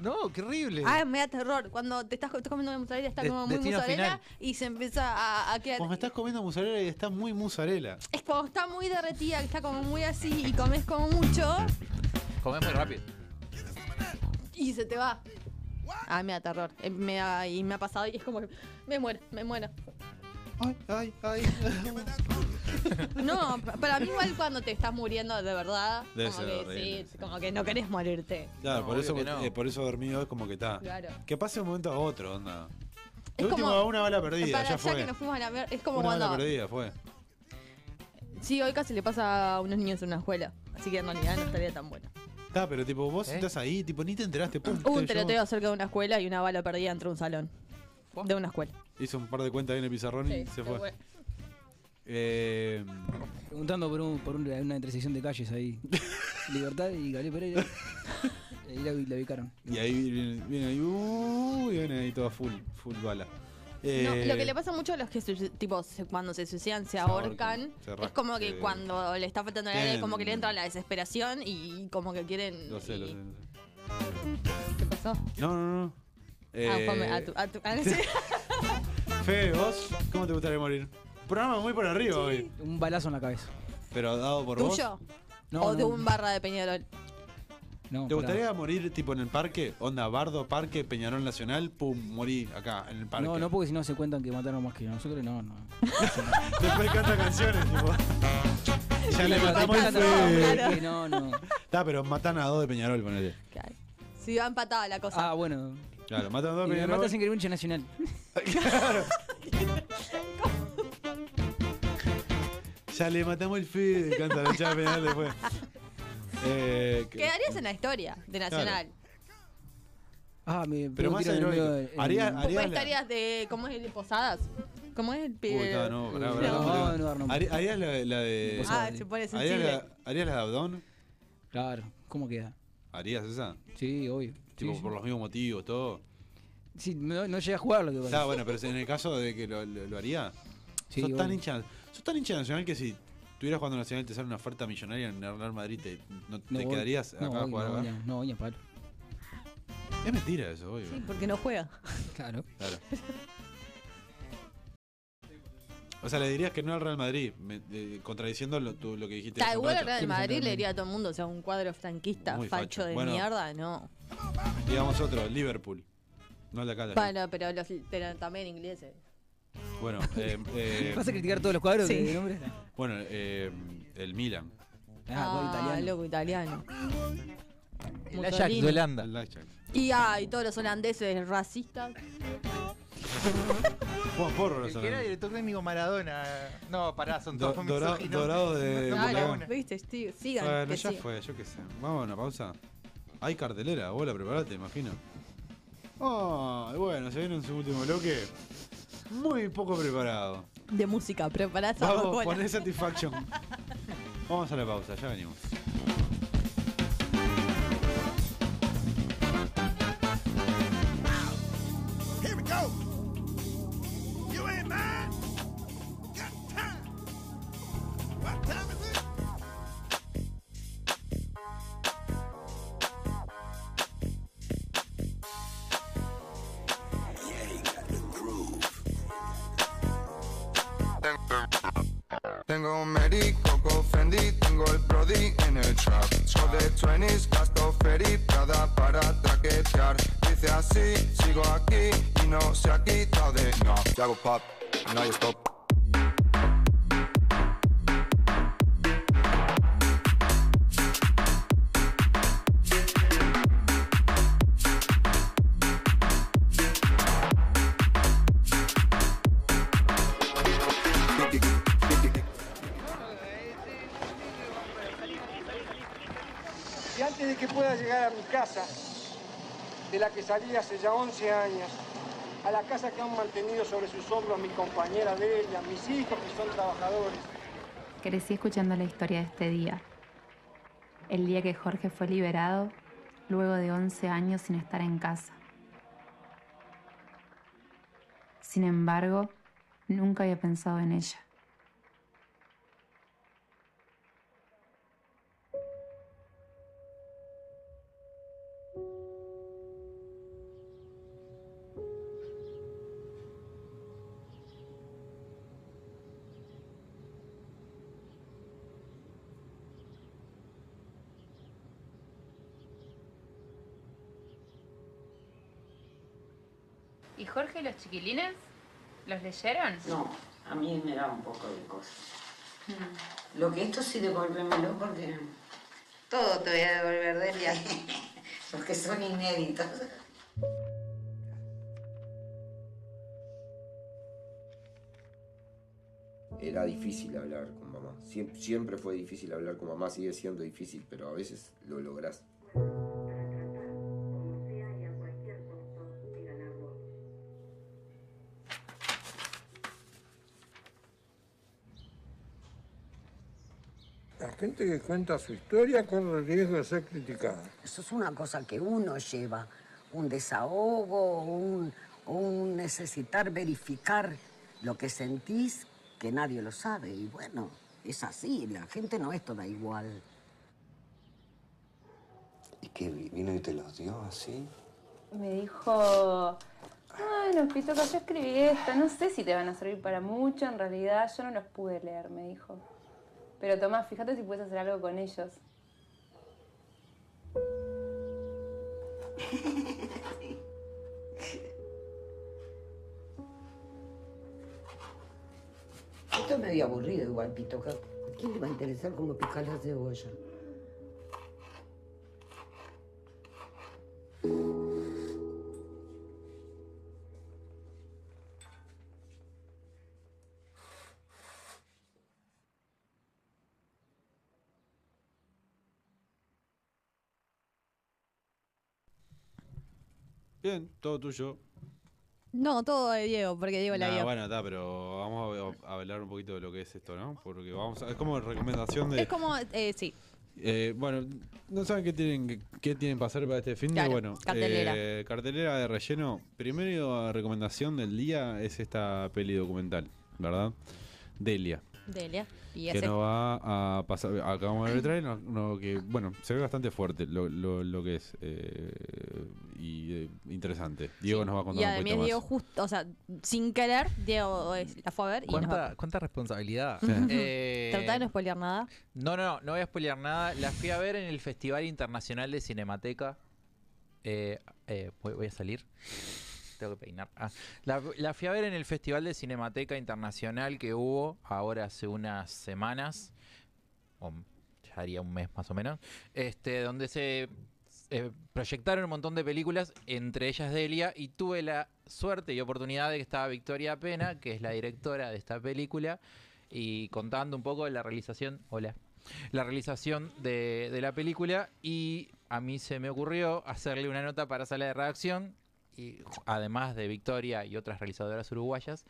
[SPEAKER 8] No, qué horrible.
[SPEAKER 2] Ah, me da terror. Cuando te estás, estás comiendo una mozzarella, está
[SPEAKER 8] De-
[SPEAKER 2] como muy
[SPEAKER 8] destino
[SPEAKER 2] mozzarella
[SPEAKER 8] final.
[SPEAKER 2] y se empieza a, a quedar.
[SPEAKER 1] Cuando estás comiendo mozzarella y está muy mozzarella.
[SPEAKER 2] Es cuando está muy derretida, que está como muy así y comes como mucho
[SPEAKER 8] Comés muy rápido.
[SPEAKER 2] y se te va. Ah, me da terror. Eh, Me da- y me ha pasado y es como que me muero, me muero.
[SPEAKER 8] Ay, ay, ay.
[SPEAKER 2] No, pa- para mí igual cuando te estás muriendo de verdad,
[SPEAKER 1] Debe
[SPEAKER 2] como
[SPEAKER 1] ser
[SPEAKER 2] que
[SPEAKER 1] horrible,
[SPEAKER 2] sí, como que no querés morirte.
[SPEAKER 1] Claro,
[SPEAKER 8] No,
[SPEAKER 1] por,
[SPEAKER 8] obvio
[SPEAKER 1] eso,
[SPEAKER 8] que no.
[SPEAKER 1] eh, por eso dormido es como que está.
[SPEAKER 2] Claro.
[SPEAKER 1] Que pase de un momento a otro, onda.
[SPEAKER 2] Es
[SPEAKER 1] Lo último
[SPEAKER 2] como-
[SPEAKER 1] a una bala perdida,
[SPEAKER 2] para
[SPEAKER 1] ya fue.
[SPEAKER 2] que nos fuimos a la ver, es como
[SPEAKER 1] una bala
[SPEAKER 2] cuando
[SPEAKER 1] perdida fue.
[SPEAKER 2] sí, hoy casi le pasa a unos niños en una escuela, así que en realidad no estaría tan bueno. Uh,
[SPEAKER 1] Está, pero tipo, vos
[SPEAKER 8] ¿Eh?
[SPEAKER 1] estás ahí, tipo, ni te enteraste. Pum,
[SPEAKER 2] Hubo
[SPEAKER 1] te
[SPEAKER 2] un
[SPEAKER 1] llevó-
[SPEAKER 2] tiroteo cerca de una escuela y una bala perdida entre un salón de una escuela.
[SPEAKER 1] Hizo un par de cuentas ahí en el pizarrón y se fue. Eh,
[SPEAKER 6] Preguntando por, un, por un- una intersección de calles [LAUGHS] ahí. Libertad y Gabriel [LAUGHS] Pereira. Ahí la, la ubicaron.
[SPEAKER 1] y ahí viene, viene ahí, uh, y viene ahí toda full, full bala.
[SPEAKER 2] No,
[SPEAKER 1] Eh,
[SPEAKER 2] lo que le pasa mucho a los que se- tipo se- cuando se suicidan se
[SPEAKER 1] ahorcan,
[SPEAKER 2] ahorcan,
[SPEAKER 1] se
[SPEAKER 2] es
[SPEAKER 1] rascan,
[SPEAKER 2] como que
[SPEAKER 1] se-
[SPEAKER 2] cuando le está faltando el aire
[SPEAKER 1] Tienen-
[SPEAKER 2] como que le entra la desesperación y como que quieren
[SPEAKER 1] Lo sé, lo
[SPEAKER 2] y-
[SPEAKER 1] sé. lo sé.
[SPEAKER 2] ¿Qué pasó?
[SPEAKER 1] No, no, no.
[SPEAKER 2] Ah,
[SPEAKER 1] Eh,
[SPEAKER 2] fue a tu, a tu- a- sí.
[SPEAKER 1] Fede, vos, ¿cómo te gustaría morir? Programa muy por arriba hoy.
[SPEAKER 6] Un balazo en la cabeza.
[SPEAKER 1] Pero dado por vos.
[SPEAKER 2] [LAUGHS] ¿Tuyo? o de un barra de Peñarol.
[SPEAKER 6] no,
[SPEAKER 1] ¿Te
[SPEAKER 6] pará.
[SPEAKER 1] gustaría morir tipo en el parque? Onda, Bardo, Parque, Peñarol Nacional, pum, morí acá, en el parque. [LAUGHS]
[SPEAKER 6] No, no, porque si no se cuentan que mataron más que nosotros. No, no.
[SPEAKER 1] Después canta canciones,
[SPEAKER 2] [LAUGHS]
[SPEAKER 1] tipo. ya le
[SPEAKER 6] Después
[SPEAKER 1] matamos el
[SPEAKER 6] canta,
[SPEAKER 1] Fede.
[SPEAKER 2] claro.
[SPEAKER 6] Que No, [LAUGHS] no.
[SPEAKER 1] Está, pero matan a dos de Peñarol, ponele.
[SPEAKER 2] Claro. Si va empatada la cosa.
[SPEAKER 6] Ah, bueno.
[SPEAKER 1] Claro, matan a dos
[SPEAKER 6] Y
[SPEAKER 1] de
[SPEAKER 6] me
[SPEAKER 1] Peñarol.
[SPEAKER 6] matas en Greenwich Nacional.
[SPEAKER 1] Ya le matamos el Fede, canta la hinchada de Peñarol después. Eh, que-
[SPEAKER 2] Quedarías en la historia de Nacional.
[SPEAKER 6] Ah, me
[SPEAKER 1] Pero
[SPEAKER 6] pego
[SPEAKER 1] más
[SPEAKER 6] tiro en el
[SPEAKER 1] heroico.
[SPEAKER 6] medio del-
[SPEAKER 1] Haría-
[SPEAKER 6] en-
[SPEAKER 1] haría-
[SPEAKER 2] Después
[SPEAKER 1] Ariana.
[SPEAKER 2] estarías de. ¿Cómo es el de Posadas? ¿Cómo es el
[SPEAKER 1] Uy,
[SPEAKER 2] pibe?
[SPEAKER 1] está, no, pará, pará,
[SPEAKER 6] No,
[SPEAKER 1] pará, pará.
[SPEAKER 6] no, no, no.
[SPEAKER 1] Hari- ¿Harías la, la de.
[SPEAKER 2] Ah, se pone
[SPEAKER 1] ¿Harías
[SPEAKER 2] sensible.
[SPEAKER 1] la, ¿Harías la de Abdón?
[SPEAKER 6] Claro, ¿cómo queda?
[SPEAKER 1] ¿Harías esa?
[SPEAKER 6] Sí, obvio. Sí,
[SPEAKER 1] Tipo,
[SPEAKER 6] sí.
[SPEAKER 1] por los mismos motivos, todo.
[SPEAKER 6] Sí, no, no llegué a jugar lo que pasa.
[SPEAKER 1] Está bueno, pero en el caso de que lo, lo- lo haría,
[SPEAKER 6] Sí,
[SPEAKER 1] sos, tan
[SPEAKER 6] obvio.
[SPEAKER 1] hincha, sos tan hincha de nacional que si tuvieras jugando nacional y te sale una oferta millonaria en el Real Madrid, te, no,
[SPEAKER 6] No,
[SPEAKER 1] te
[SPEAKER 6] obvio.
[SPEAKER 1] quedarías
[SPEAKER 6] no,
[SPEAKER 1] acá a
[SPEAKER 6] obvio,
[SPEAKER 1] jugar
[SPEAKER 6] no,
[SPEAKER 1] acá.
[SPEAKER 6] obvio, No, oña, palo.
[SPEAKER 1] Es mentira eso, obvio.
[SPEAKER 2] Sí, porque no juega.
[SPEAKER 6] Claro.
[SPEAKER 1] Claro. [LAUGHS] O sea, le dirías que no al Real Madrid, me- eh, contradiciendo lo, tu- lo que dijiste.
[SPEAKER 2] Está
[SPEAKER 1] hace un
[SPEAKER 2] igual al
[SPEAKER 1] rato.
[SPEAKER 2] Real
[SPEAKER 6] Sí,
[SPEAKER 2] Madrid
[SPEAKER 6] exactamente.
[SPEAKER 2] le diría a todo el mundo, o sea, un cuadro franquista,
[SPEAKER 1] Muy
[SPEAKER 2] facho,
[SPEAKER 1] facho.
[SPEAKER 2] de
[SPEAKER 1] Bueno.
[SPEAKER 2] mierda, no.
[SPEAKER 1] Digamos otro, Liverpool. No el de acá, el de acá.
[SPEAKER 2] Bueno, pero los pero también ingleses. [LAUGHS]
[SPEAKER 1] Bueno, eh, eh,
[SPEAKER 6] ¿Vas a criticar todos los cuadros
[SPEAKER 2] Sí.
[SPEAKER 6] de nombre?
[SPEAKER 1] bueno eh, el Milan.
[SPEAKER 6] Ah, cuadro italiano.
[SPEAKER 2] loco italiano.
[SPEAKER 8] El Ajax de Holanda.
[SPEAKER 1] El Ajax.
[SPEAKER 2] Y ay, todos los holandeses racistas.
[SPEAKER 1] Juan Porro,
[SPEAKER 8] El
[SPEAKER 1] los
[SPEAKER 8] que era
[SPEAKER 1] holandeses.
[SPEAKER 8] director técnico Maradona. No, pará, son
[SPEAKER 1] Do-
[SPEAKER 8] todos
[SPEAKER 1] dorado,
[SPEAKER 8] misóginos.
[SPEAKER 1] dorado de.
[SPEAKER 8] No,
[SPEAKER 1] de
[SPEAKER 8] la
[SPEAKER 2] Claro,
[SPEAKER 1] Patagonia.
[SPEAKER 8] una.
[SPEAKER 2] viste, sí, sigan.
[SPEAKER 1] Bueno,
[SPEAKER 2] que
[SPEAKER 1] ya
[SPEAKER 2] sigan.
[SPEAKER 1] fue, yo qué sé. Vamos a una pausa. Hay cartelera, vos la preparate, imagino. Ah, bueno, se viene en su último bloque. Muy poco preparado.
[SPEAKER 2] De música, preparás a
[SPEAKER 1] Vamos,
[SPEAKER 2] Coca-Cola.
[SPEAKER 1] poné satisfaction.
[SPEAKER 2] [LAUGHS]
[SPEAKER 1] Vamos a la pausa, ya venimos.
[SPEAKER 9] Here we go. You ain't mine. Got time. What time is it?
[SPEAKER 11] Tengo un Mary, Coco Fendi, tengo el Brody en el trap. Show de 20s, gasto ferry, Prada para traquetear. Dice así, sigo aquí y no se ha quitado de no. Yo hago pop, no hay stop.
[SPEAKER 12] Y antes de que pueda llegar a mi casa, de la que salí hace ya 11 años, a la casa que han mantenido sobre sus hombros mi compañera Delia, mis hijos que son trabajadores,
[SPEAKER 13] Crecí escuchando la historia de este día. El día que Jorge fue liberado luego de 11 años sin estar en casa. Sin embargo, nunca había pensado en ella. ¿Y Jorge y los chiquilines? ¿Los leyeron?
[SPEAKER 14] No, a mí me da un poco de cosa. Lo que esto sí devolvémelo porque Mm. todo te voy a devolver de [LAUGHS] ahí, porque son inéditos.
[SPEAKER 15] Era difícil hablar con mamá. Siempre, siempre fue difícil hablar con mamá, sigue siendo difícil, pero a veces lo lográs.
[SPEAKER 16] La gente que cuenta su historia corre el riesgo de ser criticada.
[SPEAKER 17] Eso es una cosa que uno lleva, un desahogo, un, un necesitar verificar lo que sentís, que nadie lo sabe. Y bueno, es así, la gente no es toda igual.
[SPEAKER 18] ¿Y qué? vi- ¿Vino y te los dio así?
[SPEAKER 19] Me dijo, bueno, Pito, que yo escribí esto, no sé si te van a servir para mucho, en realidad yo no los pude leer, me dijo. Pero Tomás, fíjate si puedes hacer algo con ellos.
[SPEAKER 17] Esto es medio aburrido igual, Pitoca. ¿A quién le va a interesar cómo picar la cebolla?
[SPEAKER 1] Bien, todo tuyo.
[SPEAKER 2] No, todo de Diego, porque Diego la
[SPEAKER 1] Nah,
[SPEAKER 2] vio.
[SPEAKER 1] bueno, está, pero vamos a, a hablar un poquito de lo que es esto, ¿no? Porque vamos a- es como recomendación de...
[SPEAKER 2] Es como, eh, sí.
[SPEAKER 1] Eh, bueno, no saben qué tienen que qué tienen para hacer para este fin de
[SPEAKER 2] Claro,
[SPEAKER 1] bueno.
[SPEAKER 2] cartelera.
[SPEAKER 1] eh, cartelera de relleno. Primero recomendación del día es esta peli documental, ¿verdad? Delia.
[SPEAKER 2] Delia. Y
[SPEAKER 1] que
[SPEAKER 2] ese.
[SPEAKER 1] nos va a pasar. Acabamos de ver el trailer, no- no, que, bueno, se ve bastante fuerte lo, lo- lo que es. eh, y eh, interesante. Diego nos va a contar
[SPEAKER 2] Y
[SPEAKER 1] un poquito
[SPEAKER 2] además
[SPEAKER 1] más.
[SPEAKER 2] Diego justo, o sea, sin querer, Diego eh, la fue a ver y nos va.
[SPEAKER 8] ¿Cuánta, cuánta responsabilidad? Eh,
[SPEAKER 2] Tratá de no spoilear nada.
[SPEAKER 8] No, no, no, no voy a spoilear nada. La fui a ver en el Festival Internacional de Cinemateca. Eh, eh, voy, voy a salir. Tengo que peinar. Ah, La, la fui a ver en el Festival de Cinemateca Internacional que hubo ahora hace unas semanas. O m- ya haría un mes más o menos. Este, donde se eh, proyectaron un montón de películas, entre ellas Delia, y tuve la suerte y oportunidad de que estaba Victoria Pena, que es la directora de esta película, y contando un poco de la realización. Hola la realización de, de la película y a mí se me ocurrió hacerle una nota para sala de redacción, y, además de Victoria y otras realizadoras uruguayas,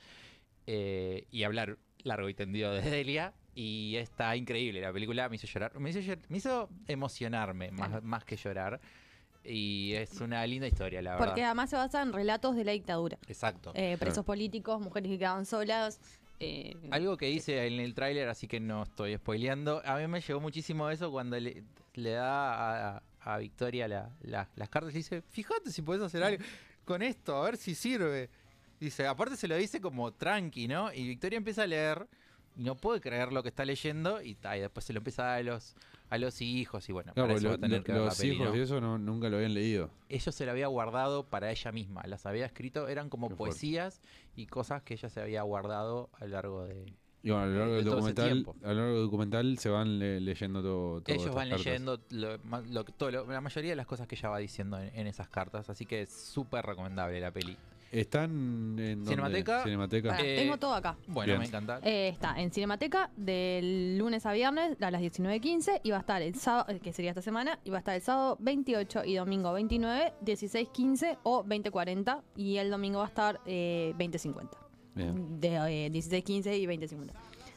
[SPEAKER 8] eh, y hablar largo y tendido de Delia. Y está increíble, la película me hizo llorar, me hizo, llor- me hizo emocionarme más, más que llorar. Y es una linda historia, la verdad.
[SPEAKER 2] Porque además se basa en relatos de la dictadura.
[SPEAKER 8] Exacto.
[SPEAKER 2] Eh, presos políticos, mujeres que quedaban solas. eh,
[SPEAKER 8] Algo que dice en el tráiler, así que no estoy spoileando. A mí me llegó muchísimo eso cuando le, le da a, a Victoria la- la- las cartas y le dice, fíjate si puedes hacer algo con esto, a ver si sirve. Dice, aparte se lo dice como tranqui, ¿no? Y Victoria empieza a leer y no puede creer lo que está leyendo y, ta, y después se lo empieza a dar a los, a los hijos y bueno,
[SPEAKER 1] Claro,
[SPEAKER 8] para
[SPEAKER 1] porque
[SPEAKER 8] eso va
[SPEAKER 1] lo-
[SPEAKER 8] a tener
[SPEAKER 1] lo-
[SPEAKER 8] que ver la
[SPEAKER 1] los
[SPEAKER 8] peli,
[SPEAKER 1] hijos
[SPEAKER 8] ¿no?
[SPEAKER 1] y eso no- nunca lo habían leído.
[SPEAKER 8] ella se la había guardado para ella misma, las había escrito, eran como
[SPEAKER 1] Qué fuerte.
[SPEAKER 8] poesías y cosas que ella se había guardado a lo largo de...
[SPEAKER 1] Y bueno, a lo largo
[SPEAKER 8] Eh, de
[SPEAKER 1] del
[SPEAKER 8] todo ese
[SPEAKER 1] documental,
[SPEAKER 8] tiempo.
[SPEAKER 1] a lo largo del documental se van le- leyendo todo. todo
[SPEAKER 8] Ellos
[SPEAKER 1] estas
[SPEAKER 8] van
[SPEAKER 1] cartas.
[SPEAKER 8] leyendo lo- ma- lo que- todo lo- la mayoría de las cosas que ella va diciendo en, en esas cartas, así que es súper recomendable la peli.
[SPEAKER 1] Están en dónde?
[SPEAKER 8] Cinemateca.
[SPEAKER 1] Cinemateca.
[SPEAKER 2] Pará,
[SPEAKER 8] Eh,
[SPEAKER 2] tengo todo acá.
[SPEAKER 8] Bueno,
[SPEAKER 1] Bien.
[SPEAKER 8] me encanta.
[SPEAKER 2] Eh, está en Cinemateca del lunes a viernes a las 19.15 y va a estar el sábado, eh, que sería esta semana, y va a estar el sábado 28 y domingo 29, 16.15 o 20.40 y el domingo va a estar eh, 20.50.
[SPEAKER 1] Bien.
[SPEAKER 2] De eh, 16.15 y 20.50.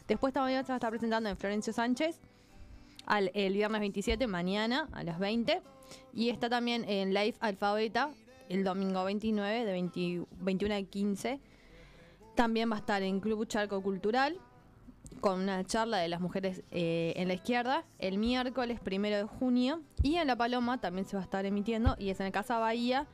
[SPEAKER 2] Después también se va a estar presentando en Florencio Sánchez al, el viernes 27, mañana a las 20. Y está también en Live Alfabeta el domingo 29 de 20 21 a 15. También va a estar en Club Charco Cultural con una charla de las mujeres eh, en la izquierda el miércoles primero de junio. Y en La Paloma también se va a estar emitiendo y es en la Casa Bahía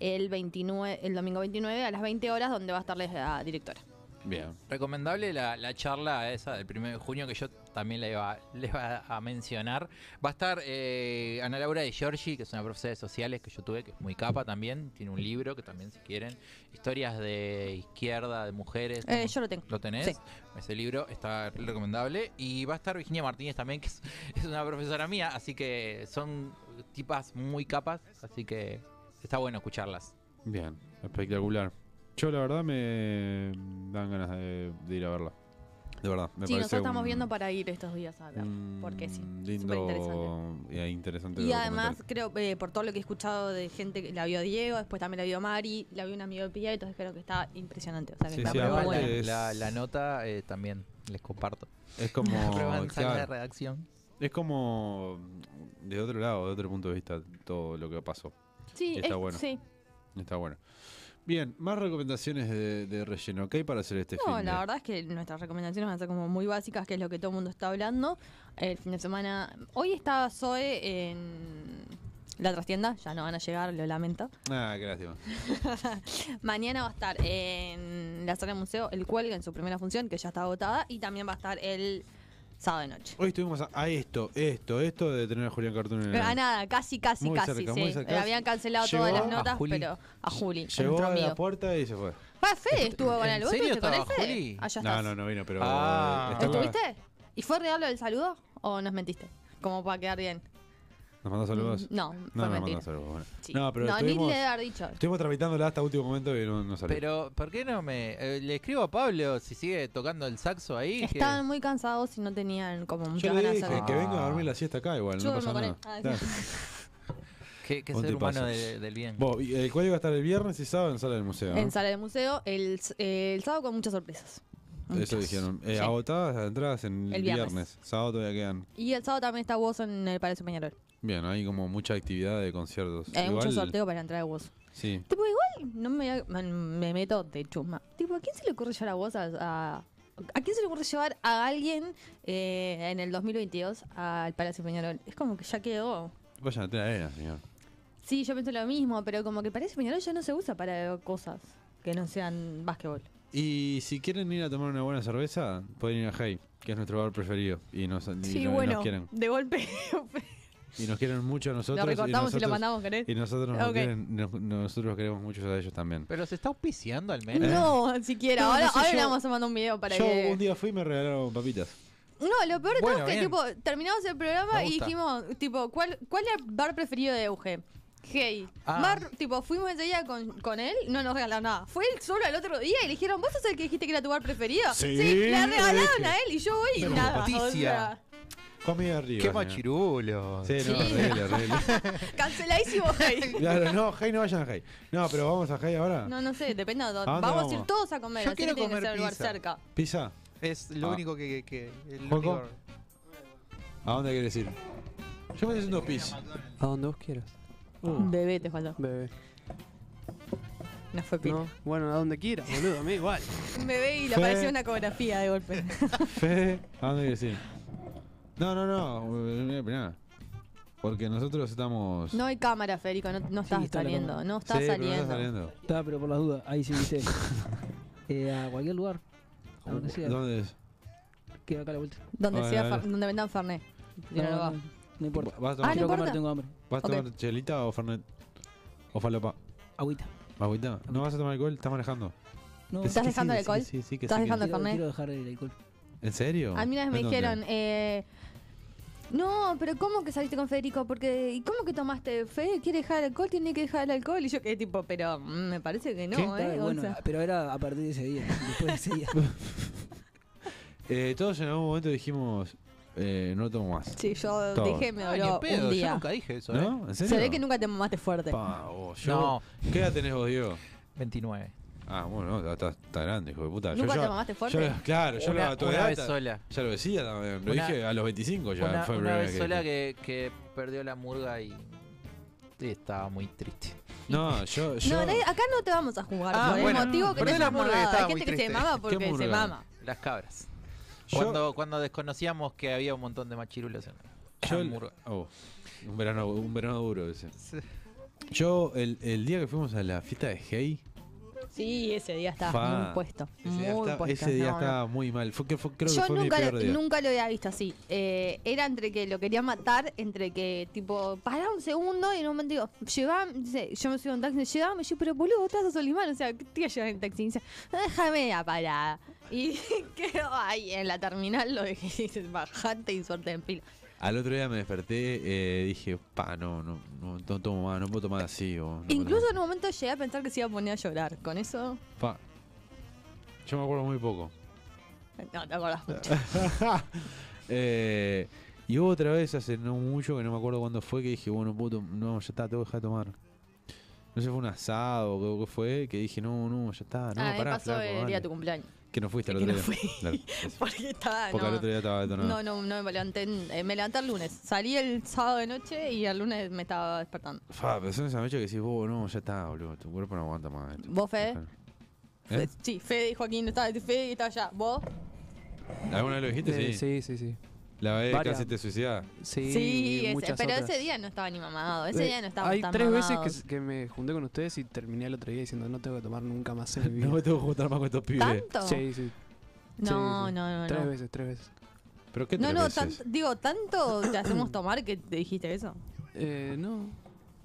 [SPEAKER 2] el, 29, el domingo 29 a las 20 horas donde va a estar la directora.
[SPEAKER 1] Bien.
[SPEAKER 8] Recomendable la, la charla esa del 1 de junio que yo también la iba, le iba a mencionar. Va a estar eh, Ana Laura de Giorgi, que es una profesora de sociales que yo tuve, que es muy capa también. Tiene un libro que también, si quieren, historias de izquierda, de mujeres.
[SPEAKER 2] Eh, yo lo tengo.
[SPEAKER 8] ¿Lo tenés?
[SPEAKER 2] Sí.
[SPEAKER 8] Ese libro está re recomendable. Y va a estar Virginia Martínez también, que es, es una profesora mía, así que son tipas muy capas, así que está bueno escucharlas.
[SPEAKER 1] Bien, espectacular. Yo la verdad me dan ganas de, de ir a verla. De verdad, me
[SPEAKER 2] sí,
[SPEAKER 1] parece
[SPEAKER 2] nosotros estamos
[SPEAKER 1] un
[SPEAKER 2] viendo para ir estos días a ver. porque sí.
[SPEAKER 1] lindo e interesante.
[SPEAKER 2] Y
[SPEAKER 1] documental.
[SPEAKER 2] además, creo, eh, por todo lo que he escuchado de gente que la vio Diego, después también la vio Mari, la vio un amigo de Pia, entonces creo que está impresionante. O sea, que está muy
[SPEAKER 8] la,
[SPEAKER 2] bueno.
[SPEAKER 8] la- la nota eh, también les comparto.
[SPEAKER 1] Es
[SPEAKER 2] [LAUGHS]
[SPEAKER 1] como.
[SPEAKER 8] La prueba en sala de
[SPEAKER 1] claro,
[SPEAKER 8] redacción.
[SPEAKER 1] es como. De otro lado, de otro punto de vista, todo lo que pasó.
[SPEAKER 2] Sí,
[SPEAKER 1] está
[SPEAKER 2] es-
[SPEAKER 1] bueno.
[SPEAKER 2] sí.
[SPEAKER 1] Está bueno. Bien, más recomendaciones de, de relleno. ¿Qué hay para hacer este
[SPEAKER 2] No,
[SPEAKER 1] fin
[SPEAKER 2] la verdad es que nuestras recomendaciones van a ser como muy básicas, que es lo que todo el mundo está hablando. El fin de semana. Hoy está Zoe en la trastienda, ya no van a llegar, lo lamento.
[SPEAKER 1] Ah, qué lástima.
[SPEAKER 2] Mañana va a estar en la sala de museo El Cuelga en su primera función, que ya está agotada, y también va a estar el sábado de noche.
[SPEAKER 1] Hoy estuvimos a, a esto, esto, esto de tener a Julián Cartoon en
[SPEAKER 2] Pero a nada, casi, casi,
[SPEAKER 1] Eh. Muy
[SPEAKER 2] casi.
[SPEAKER 1] cerca,
[SPEAKER 2] sí.
[SPEAKER 1] muy cerca.
[SPEAKER 2] Habían cancelado todas
[SPEAKER 1] Llegó
[SPEAKER 2] las
[SPEAKER 1] a
[SPEAKER 2] notas,
[SPEAKER 1] Juli.
[SPEAKER 2] pero a Juli, a
[SPEAKER 1] Llegó
[SPEAKER 2] nuestro
[SPEAKER 1] a la
[SPEAKER 2] amigo.
[SPEAKER 1] puerta y se fue.
[SPEAKER 2] Ah, Fede estuvo con él. ¿Vos
[SPEAKER 1] serio
[SPEAKER 2] estuviste con él,
[SPEAKER 1] estaba
[SPEAKER 2] Fede?
[SPEAKER 1] Juli?
[SPEAKER 2] Allá estás.
[SPEAKER 1] No, no, no vino, pero.
[SPEAKER 8] Ah.
[SPEAKER 1] eh, estaba-
[SPEAKER 2] ¿Estuviste? ¿Y fue real lo del saludo o nos mentiste? Como para quedar bien.
[SPEAKER 1] ¿Nos mandó saludos?
[SPEAKER 2] No,
[SPEAKER 1] no,
[SPEAKER 2] fue
[SPEAKER 1] no,
[SPEAKER 2] mentira.
[SPEAKER 1] mandó saludos. bueno.
[SPEAKER 2] Sí.
[SPEAKER 1] No, pero
[SPEAKER 2] No, ni
[SPEAKER 1] estuvimos,
[SPEAKER 2] le debe haber dicho.
[SPEAKER 1] estuvimos tramitándola hasta último momento y no, no salió.
[SPEAKER 8] Pero, ¿por qué no me.? eh, le escribo a Pablo si sigue tocando el saxo ahí. que-
[SPEAKER 2] Estaban muy cansados y no tenían como
[SPEAKER 1] Yo
[SPEAKER 2] muchas
[SPEAKER 1] le
[SPEAKER 2] ganas de
[SPEAKER 1] dije
[SPEAKER 2] salir.
[SPEAKER 1] que venga a dormir la siesta acá igual,
[SPEAKER 2] Yo
[SPEAKER 1] no pasa
[SPEAKER 2] duermo con él.
[SPEAKER 1] nada.
[SPEAKER 2] Ah, sí.
[SPEAKER 1] Claro.
[SPEAKER 8] Que, que
[SPEAKER 1] Un
[SPEAKER 8] ser humano
[SPEAKER 1] tipazo.
[SPEAKER 8] de- del bien.
[SPEAKER 1] Vos, y el cuello va a estar el viernes y sábado en sala del museo. ¿no?
[SPEAKER 2] En sala del museo, el, s- eh, el sábado con muchas sorpresas.
[SPEAKER 1] Eso dijeron. Eh, Agotadas las entradas en
[SPEAKER 2] El
[SPEAKER 1] el
[SPEAKER 2] viernes.
[SPEAKER 1] viernes. Sábado todavía quedan.
[SPEAKER 2] Y el sábado también está vos en el Palacio Peñarol.
[SPEAKER 1] Bien, hay como mucha actividad de conciertos.
[SPEAKER 2] Hay
[SPEAKER 1] Igual-
[SPEAKER 2] mucho sorteo para entrar a vos.
[SPEAKER 1] Sí.
[SPEAKER 2] Tipo, igual no me, voy a- man, me meto de chusma. Tipo, ¿a quién se le ocurre llevar a vos a... a, a quién se le ocurre llevar a alguien eh, en el 2022 al Palacio Peñarol? Es como que ya quedó.
[SPEAKER 1] Vayan a tener arena, señor.
[SPEAKER 2] Sí, yo pienso lo mismo, pero como que el Palacio Peñarol ya no se usa para cosas que no sean básquetbol.
[SPEAKER 1] Y si quieren ir a tomar una buena cerveza, pueden ir a Hey, que es nuestro bar preferido. Y nos, y no- y nos quieren.
[SPEAKER 2] de golpe [LAUGHS]
[SPEAKER 1] Y nos quieren mucho a nosotros.
[SPEAKER 2] recortamos y lo
[SPEAKER 1] nosotros-
[SPEAKER 2] mandamos, ¿querés?
[SPEAKER 1] Y nosotros, nos
[SPEAKER 2] Ok.
[SPEAKER 1] quieren- nos- nosotros queremos mucho a ellos también.
[SPEAKER 8] Pero se está auspiciando al menos.
[SPEAKER 2] No, siquiera.
[SPEAKER 8] No, no
[SPEAKER 2] ahora
[SPEAKER 8] sé,
[SPEAKER 2] ahora
[SPEAKER 8] yo-
[SPEAKER 2] le vamos a mandar un video para
[SPEAKER 1] Yo
[SPEAKER 2] que.
[SPEAKER 1] un día fui y me regalaron papitas.
[SPEAKER 2] No, lo peor de
[SPEAKER 1] Bueno,
[SPEAKER 2] todo es que
[SPEAKER 1] bien.
[SPEAKER 2] tipo, terminamos el programa
[SPEAKER 1] Me
[SPEAKER 2] y
[SPEAKER 1] gusta.
[SPEAKER 2] dijimos, tipo, ¿cuál, cuál era el bar preferido de Euge? Hey.
[SPEAKER 1] Ah.
[SPEAKER 2] Bar, tipo, fuimos enseguida con, con él, no nos regalaron nada. Fue él solo al otro día y le dijeron, ¿vos sos el que dijiste que era tu bar preferido?
[SPEAKER 1] Sí,
[SPEAKER 2] le
[SPEAKER 1] le
[SPEAKER 2] regalaron
[SPEAKER 1] dije.
[SPEAKER 2] a él y yo voy y
[SPEAKER 1] Pero
[SPEAKER 2] nada.
[SPEAKER 1] noticia.
[SPEAKER 2] o sea,
[SPEAKER 1] Comida arriba.
[SPEAKER 8] Qué
[SPEAKER 1] señor.
[SPEAKER 8] machirulo.
[SPEAKER 1] Sí, no,
[SPEAKER 2] Sí.
[SPEAKER 1] horrible, horrible. [LAUGHS]
[SPEAKER 2] [LAUGHS] canceladísimo Hey.
[SPEAKER 1] Claro, no, Hey, no vayan a Hey. No, pero vamos a Hey ahora.
[SPEAKER 2] No, no sé, depende de dónde.
[SPEAKER 1] ¿A
[SPEAKER 2] Vamos,
[SPEAKER 1] dónde
[SPEAKER 2] a ir
[SPEAKER 1] vamos?
[SPEAKER 2] todos a comer,
[SPEAKER 8] Yo
[SPEAKER 2] así
[SPEAKER 8] quiero
[SPEAKER 2] que tiene que
[SPEAKER 8] comer
[SPEAKER 2] ser el bar
[SPEAKER 8] pizza.
[SPEAKER 2] cerca.
[SPEAKER 1] ¿Pizza?
[SPEAKER 8] Es lo
[SPEAKER 1] Ah.
[SPEAKER 8] único que. que, que- el
[SPEAKER 1] ¿Juaco?
[SPEAKER 8] único-
[SPEAKER 1] ¿A dónde quieres ir? Yo me estoy haciendo pis.
[SPEAKER 3] A donde vos quieras.
[SPEAKER 1] Uh.
[SPEAKER 2] Bebé te faltó.
[SPEAKER 3] Bebé.
[SPEAKER 2] No fue
[SPEAKER 3] No, bueno, a donde quieras, boludo, a mí igual.
[SPEAKER 2] Un bebé y le
[SPEAKER 1] Fue-
[SPEAKER 2] apareció una ecografía de
[SPEAKER 1] [LAUGHS]
[SPEAKER 2] golpe.
[SPEAKER 1] Fede, ¿a dónde quieres ir? No, no, no, no voy a opinar. Porque nosotros estamos.
[SPEAKER 2] No hay cámara, Federico, no, no estás
[SPEAKER 6] está la
[SPEAKER 2] saliendo,
[SPEAKER 6] cámara.
[SPEAKER 2] no estás
[SPEAKER 1] Sí, pero no
[SPEAKER 2] saliendo.
[SPEAKER 1] está saliendo.
[SPEAKER 6] Está, pero por las dudas, ahí sí [LAUGHS] dice. eh, a cualquier lugar. A donde sea.
[SPEAKER 1] ¿Dónde es?
[SPEAKER 6] Queda acá a la vuelta.
[SPEAKER 2] Donde
[SPEAKER 1] Bueno,
[SPEAKER 2] sea
[SPEAKER 1] bueno.
[SPEAKER 2] fer- donde vendan Fernet. Yo no lo hago.
[SPEAKER 6] No importa.
[SPEAKER 1] ¿Vas a
[SPEAKER 6] Ah,
[SPEAKER 1] tomar,
[SPEAKER 6] quiero
[SPEAKER 2] importa?
[SPEAKER 6] comer, tengo hambre.
[SPEAKER 1] ¿Vas a
[SPEAKER 2] Ok.
[SPEAKER 1] tomar chelita o Fernet? ¿O falopa?
[SPEAKER 6] Agüita.
[SPEAKER 1] ¿Agüita? ¿No vas a tomar alcohol? ¿Estás manejando?
[SPEAKER 6] No,
[SPEAKER 2] ¿Estás dejando el
[SPEAKER 6] decí que
[SPEAKER 2] alcohol?
[SPEAKER 1] sí, sí, que
[SPEAKER 2] ¿Estás
[SPEAKER 1] sí, que
[SPEAKER 2] dejando el
[SPEAKER 6] Quiero,
[SPEAKER 2] Fernet?
[SPEAKER 6] quiero dejar el alcohol.
[SPEAKER 1] ¿En serio?
[SPEAKER 2] A mí una vez me
[SPEAKER 1] ¿En dónde?
[SPEAKER 2] dijeron, eh, no, pero ¿cómo que saliste con Federico? Porque, ¿y cómo que tomaste? Fede quiere dejar el alcohol, tiene que dejar el alcohol. Y yo qué tipo, pero mm, me parece que no,
[SPEAKER 6] ¿Qué?
[SPEAKER 2] ¿eh?
[SPEAKER 6] Está,
[SPEAKER 2] O
[SPEAKER 6] bueno,
[SPEAKER 2] sea,
[SPEAKER 6] pero era a partir de ese día. Después
[SPEAKER 2] [LAUGHS]
[SPEAKER 6] de ese día.
[SPEAKER 1] Eh, todos en algún momento dijimos, eh, no tomo más.
[SPEAKER 2] sí, yo
[SPEAKER 1] Todos.
[SPEAKER 2] dejé, me
[SPEAKER 8] Ah, ni
[SPEAKER 2] duró
[SPEAKER 8] en pedo,
[SPEAKER 2] un día.
[SPEAKER 8] yo nunca dije eso, ¿eh?
[SPEAKER 1] ¿No? ¿En
[SPEAKER 2] Se
[SPEAKER 1] serio?
[SPEAKER 2] ve que nunca te mamaste fuerte.
[SPEAKER 1] Pa, vos, yo-
[SPEAKER 8] No.
[SPEAKER 1] ¿Qué edad tenés vos, Diego?
[SPEAKER 8] 29.
[SPEAKER 1] Ah, bueno, no, está, está grande, hijo de puta. Yo
[SPEAKER 2] ¿Nunca
[SPEAKER 1] ya-
[SPEAKER 2] te mamaste fuerte?
[SPEAKER 1] yo lo- claro, yo
[SPEAKER 8] Una-
[SPEAKER 1] lo a tu
[SPEAKER 8] una
[SPEAKER 1] edad
[SPEAKER 8] vez
[SPEAKER 1] ta-
[SPEAKER 8] sola.
[SPEAKER 1] Ya lo decía también. Lo
[SPEAKER 8] Una-
[SPEAKER 1] dije a los 25 ya.
[SPEAKER 8] una,
[SPEAKER 1] fue
[SPEAKER 8] una
[SPEAKER 1] la
[SPEAKER 8] vez
[SPEAKER 1] primera
[SPEAKER 8] sola
[SPEAKER 1] que...
[SPEAKER 8] que, que perdió la murga y, y estaba muy triste.
[SPEAKER 1] No, yo. yo...
[SPEAKER 2] No, nadie- acá no te vamos a jugar.
[SPEAKER 8] Ah,
[SPEAKER 2] por el
[SPEAKER 8] bueno.
[SPEAKER 2] motivo que
[SPEAKER 8] Perdón,
[SPEAKER 2] te
[SPEAKER 8] la
[SPEAKER 2] hayas
[SPEAKER 8] murga que
[SPEAKER 2] mudado. Hay
[SPEAKER 8] estaba muy
[SPEAKER 2] gente que se
[SPEAKER 8] triste.
[SPEAKER 2] mama
[SPEAKER 8] ¿Qué
[SPEAKER 2] porque se
[SPEAKER 8] murga?
[SPEAKER 2] mama.
[SPEAKER 8] [LAUGHS] Las cabras.
[SPEAKER 1] Yo-
[SPEAKER 8] Cuando, cuando desconocíamos que había un montón de machirulos en en
[SPEAKER 1] Yo
[SPEAKER 8] la
[SPEAKER 1] el-
[SPEAKER 8] murga.
[SPEAKER 1] oh, un, verano, un verano duro ese. Yo, el, el día que fuimos a la fiesta de Hey,
[SPEAKER 2] Sí, ese día estaba
[SPEAKER 1] Fa.
[SPEAKER 2] muy puesto.
[SPEAKER 1] Ese día,
[SPEAKER 2] muy
[SPEAKER 1] está-
[SPEAKER 2] puesto.
[SPEAKER 1] ese día
[SPEAKER 2] No, no.
[SPEAKER 1] estaba muy mal. Fue que fue- creo que
[SPEAKER 2] Yo
[SPEAKER 1] fue mi
[SPEAKER 2] nunca,
[SPEAKER 1] peor
[SPEAKER 2] lo-
[SPEAKER 1] día.
[SPEAKER 2] nunca lo había visto así. Eh, era entre que lo quería matar, entre que, tipo, pará un segundo y en un momento digo, llevame, dice, yo me subo a un taxi, llevame, yo, pero boludo, vos estás a Solimán, o sea, ¿qué te iba a llevar en taxi? Y dice, déjame la parada. Y [LAUGHS] quedó ahí en la terminal, lo dejé, y dice, bajate y suerte en pila.
[SPEAKER 1] Al otro día me desperté, eh, dije, pa, no, no, no, no tomo más, no puedo tomar así. o no puedo
[SPEAKER 2] Incluso en un momento llegué a pensar que se iba a poner a llorar. Con eso,
[SPEAKER 1] tomar- Pa. Yo me acuerdo muy poco.
[SPEAKER 2] no
[SPEAKER 1] [LAUGHS]
[SPEAKER 2] te acordás mucho.
[SPEAKER 1] Eh, y hubo otra vez hace no mucho, que no me acuerdo cuándo fue, que dije, bueno, puto, no, ya está, te voy a dejar de tomar. No sé, fue un asado o qué fue, que dije, no, no, ya está, no,
[SPEAKER 2] ah, me
[SPEAKER 1] pará,
[SPEAKER 2] pasó
[SPEAKER 1] flaco,
[SPEAKER 2] el
[SPEAKER 1] dale".
[SPEAKER 2] día de tu cumpleaños. [LAUGHS]
[SPEAKER 1] Que no fuiste al
[SPEAKER 2] Que
[SPEAKER 1] otro
[SPEAKER 2] no
[SPEAKER 1] día.
[SPEAKER 2] fui. [LAUGHS]
[SPEAKER 1] Claro, eso.
[SPEAKER 2] Porque estaba,
[SPEAKER 1] Porque al
[SPEAKER 2] no.
[SPEAKER 1] otro día estaba detonado.
[SPEAKER 2] No, no, no me levanté. en- eh, me levanté el lunes. Salí el sábado de noche y el lunes me estaba despertando.
[SPEAKER 1] Fa, pero son esas noches que decís, vos, no, ya está, boludo, tu cuerpo no aguanta más. esto".
[SPEAKER 2] ¿Vos, Fede?
[SPEAKER 1] ¿Eh?
[SPEAKER 2] Sí, Fede dijo aquí, no estaba, Fede estaba allá. ¿Vos?
[SPEAKER 1] ¿Alguna vez lo dijiste?
[SPEAKER 3] Eh,
[SPEAKER 1] sí.
[SPEAKER 3] sí, sí, sí.
[SPEAKER 1] La vez
[SPEAKER 3] Varias.
[SPEAKER 1] casi te
[SPEAKER 3] [LAUGHS]
[SPEAKER 1] suicidas.
[SPEAKER 3] Sí,
[SPEAKER 2] Sí, ese-
[SPEAKER 3] muchas
[SPEAKER 2] pero
[SPEAKER 3] otras.
[SPEAKER 2] ese día no estaba ni mamado. Ese
[SPEAKER 3] Eh,
[SPEAKER 2] día no estaba
[SPEAKER 3] Hay
[SPEAKER 2] tan
[SPEAKER 3] tres veces
[SPEAKER 2] mamados.
[SPEAKER 3] que, s- que me junté con ustedes y terminé el otro día diciendo no tengo que tomar nunca más en mi vida.
[SPEAKER 1] [LAUGHS] No me tengo que juntar más con estos pibes.
[SPEAKER 2] ¿Tanto?
[SPEAKER 3] Sí, sí.
[SPEAKER 2] No,
[SPEAKER 3] Sí, sí.
[SPEAKER 2] no, no,
[SPEAKER 3] Tres
[SPEAKER 2] no.
[SPEAKER 3] veces, tres veces.
[SPEAKER 1] ¿Pero qué
[SPEAKER 2] No, no, tan- digo, tanto te hacemos tomar que te dijiste eso.
[SPEAKER 3] Eh, no.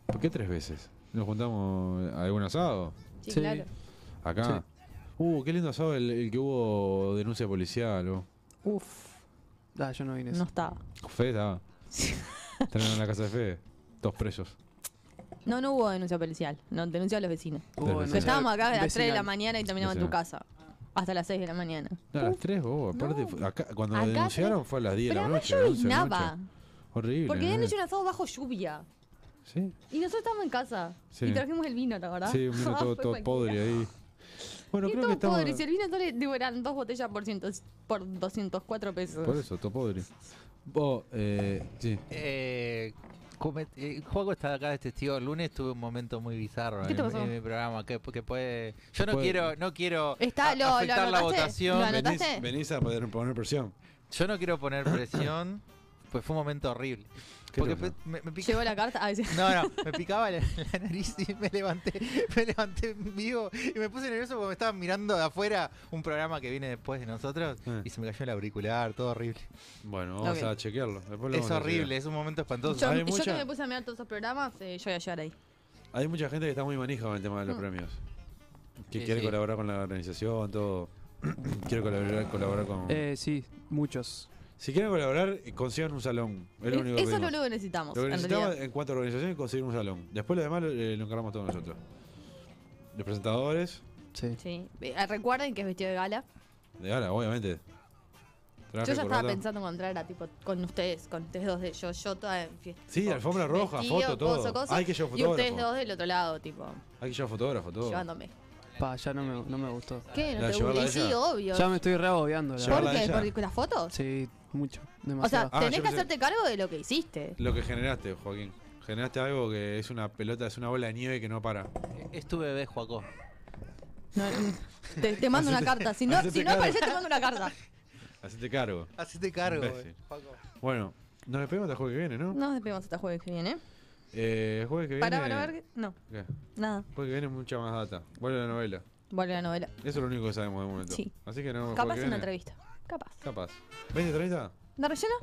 [SPEAKER 1] ¿Por qué tres veces? ¿Nos juntamos a algún asado?
[SPEAKER 2] Sí, Sí. claro.
[SPEAKER 1] Acá. Uh, qué lindo asado el, el que hubo denuncia policial. vos.
[SPEAKER 2] Uf.
[SPEAKER 3] Ah, yo no vine.
[SPEAKER 2] No estaba.
[SPEAKER 1] Fede estaba. Estaban en la casa de Fede. Dos presos.
[SPEAKER 2] No, no hubo denuncia policial. No, denuncia a los vecinos.
[SPEAKER 1] Hubo
[SPEAKER 2] Porque
[SPEAKER 1] denuncia
[SPEAKER 2] estábamos acá a las 3 de la
[SPEAKER 1] vecinal.
[SPEAKER 2] mañana y terminamos en tu casa. Hasta las 6 de la mañana.
[SPEAKER 1] No, a las tres, vos. Aparte, fue- acá, cuando lo
[SPEAKER 2] Acá
[SPEAKER 1] denunciaron
[SPEAKER 2] tres.
[SPEAKER 1] fue a las 10 de la
[SPEAKER 2] Pero
[SPEAKER 1] noche.
[SPEAKER 2] además
[SPEAKER 1] 11 de la noche.
[SPEAKER 2] llovinaba.
[SPEAKER 1] Horrible.
[SPEAKER 2] Porque habían
[SPEAKER 1] ¿eh?
[SPEAKER 2] hecho un asado bajo lluvia.
[SPEAKER 1] Sí.
[SPEAKER 2] Y nosotros estábamos en casa.
[SPEAKER 1] Sí.
[SPEAKER 2] Y trajimos el vino, ¿te acordás? Ah,
[SPEAKER 1] Sí,
[SPEAKER 2] [LAUGHS]
[SPEAKER 1] un vino todo,
[SPEAKER 2] Fue
[SPEAKER 1] todo
[SPEAKER 2] cualquiera.
[SPEAKER 1] podre ahí. Bueno,
[SPEAKER 2] Y
[SPEAKER 1] creo
[SPEAKER 2] todo
[SPEAKER 1] que estamos.
[SPEAKER 2] podre. Si el vino solo digo, eran dos botellas por, ciento, por 204 pesos.
[SPEAKER 1] Por eso, todo podre. Vos, eh, sí.
[SPEAKER 8] Eh, come- eh, Juaco está acá de testigo. El lunes tuve un momento muy bizarro
[SPEAKER 2] ¿Qué te
[SPEAKER 8] en,
[SPEAKER 2] pasó?
[SPEAKER 8] en mi programa. Que, que puede. Yo no
[SPEAKER 1] Puede-
[SPEAKER 8] quiero, no quiero
[SPEAKER 2] Está-
[SPEAKER 8] a-
[SPEAKER 2] lo- lo
[SPEAKER 8] afectar la
[SPEAKER 2] anotaste,
[SPEAKER 8] votación.
[SPEAKER 2] lo anotaste.
[SPEAKER 1] Venís, venís a poder poner presión.
[SPEAKER 8] Yo no quiero poner presión. Pues fue un momento horrible.
[SPEAKER 1] ¿Qué
[SPEAKER 8] Porque
[SPEAKER 1] te
[SPEAKER 8] pe-
[SPEAKER 1] pasó?
[SPEAKER 8] me, me pica-
[SPEAKER 2] Llegó la carta.
[SPEAKER 1] [LAUGHS]
[SPEAKER 2] Ah, sí.
[SPEAKER 8] No, no, me picaba la, [LAUGHS] la nariz y me levanté, me levanté en vivo y me puse nervioso porque me estaban mirando de afuera un programa que viene después de nosotros
[SPEAKER 1] Ah.
[SPEAKER 8] y se me cayó el auricular, todo horrible.
[SPEAKER 1] Bueno, vamos
[SPEAKER 8] Ok.
[SPEAKER 1] a chequearlo. después lo
[SPEAKER 8] Es
[SPEAKER 1] vamos a
[SPEAKER 8] horrible,
[SPEAKER 1] chequear.
[SPEAKER 8] es un momento espantoso.
[SPEAKER 2] Yo,
[SPEAKER 1] Hay
[SPEAKER 2] yo que
[SPEAKER 1] mucha-
[SPEAKER 2] me puse a mirar todos esos programas, eh, yo iba a llegar ahí.
[SPEAKER 1] Hay mucha gente que está muy manija con el tema de los
[SPEAKER 2] Mm.
[SPEAKER 1] premios. Que
[SPEAKER 8] Sí,
[SPEAKER 1] quiere
[SPEAKER 8] sí.
[SPEAKER 1] colaborar con la organización, todo. [CLEARS THROAT] quiere colaborar, colaborar con.
[SPEAKER 3] Eh, sí, muchos.
[SPEAKER 1] Si quieren colaborar, eh, consigan un salón. Es lo
[SPEAKER 2] Es-
[SPEAKER 1] único que
[SPEAKER 2] eso es lo
[SPEAKER 1] pedimos.
[SPEAKER 2] único que necesitamos.
[SPEAKER 1] Lo que
[SPEAKER 2] en
[SPEAKER 1] necesitamos
[SPEAKER 2] realidad.
[SPEAKER 1] en cuanto a organización es conseguir un salón. Después lo demás lo, eh, lo encargamos todos nosotros. Los presentadores,
[SPEAKER 3] Sí.
[SPEAKER 2] Sí. Eh, Recuerden que es vestido de gala.
[SPEAKER 1] Ah, de gala, obviamente.
[SPEAKER 2] Yo
[SPEAKER 1] Traje,
[SPEAKER 2] ya estaba
[SPEAKER 1] corbata.
[SPEAKER 2] pensando encontrar a tipo con ustedes, con ustedes dos de yo, yo toda en fiesta.
[SPEAKER 1] Sí, alfombra roja,
[SPEAKER 2] vestido,
[SPEAKER 1] foto, todo.
[SPEAKER 2] coso, coso,
[SPEAKER 1] Hay que llevar
[SPEAKER 2] Y ustedes
[SPEAKER 1] fotógrafo.
[SPEAKER 2] dos del otro lado, tipo,
[SPEAKER 1] Hay que llevar fotógrafo, todo.
[SPEAKER 2] llevándome.
[SPEAKER 3] Pa, ya no me, no me gustó.
[SPEAKER 2] ¿Qué? ¿No No, te gusta? llevarla a Y sí, ella. obvio.
[SPEAKER 3] Ya me estoy reabobeando.
[SPEAKER 2] ¿Por qué? ¿Por las fotos?
[SPEAKER 3] Sí, mucho.
[SPEAKER 2] O sea,
[SPEAKER 3] Demasiado.
[SPEAKER 1] Ah,
[SPEAKER 2] tenés
[SPEAKER 1] yo
[SPEAKER 2] que
[SPEAKER 1] pensé-
[SPEAKER 2] hacerte cargo de lo que hiciste.
[SPEAKER 1] Lo que generaste, Joaquín. Generaste algo que es una pelota, es una bola de nieve que no para.
[SPEAKER 8] Es tu bebé, Juaco.
[SPEAKER 2] Te,
[SPEAKER 1] [LAUGHS]
[SPEAKER 2] te mando una
[SPEAKER 1] Hacete-
[SPEAKER 2] carta. Si no,
[SPEAKER 1] hacete
[SPEAKER 2] si no
[SPEAKER 1] cargo.
[SPEAKER 2] apareces, te mando una
[SPEAKER 1] [LAUGHS]
[SPEAKER 2] carta.
[SPEAKER 1] Hacete cargo.
[SPEAKER 8] Hacete cargo, eh.
[SPEAKER 2] eh,
[SPEAKER 1] Imbécil.
[SPEAKER 8] Juaco.
[SPEAKER 1] Bueno, nos despedimos hasta el jueves que viene, ¿no?
[SPEAKER 2] Nos despedimos hasta jueves que viene.
[SPEAKER 1] Eh, el jueves que
[SPEAKER 2] Para,
[SPEAKER 1] viene.
[SPEAKER 2] para ver. que- No,
[SPEAKER 1] ¿Qué?
[SPEAKER 2] nada.
[SPEAKER 1] El jueves que viene mucha más data. Vuelve la novela.
[SPEAKER 2] Vuelve la novela.
[SPEAKER 1] Eso es lo único que sabemos de momento.
[SPEAKER 2] Sí.
[SPEAKER 1] Así que no.
[SPEAKER 2] Capaz una entrevista. Capaz.
[SPEAKER 1] Capaz. ¿20, 30?
[SPEAKER 2] ¿La relleno?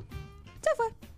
[SPEAKER 2] Se fue.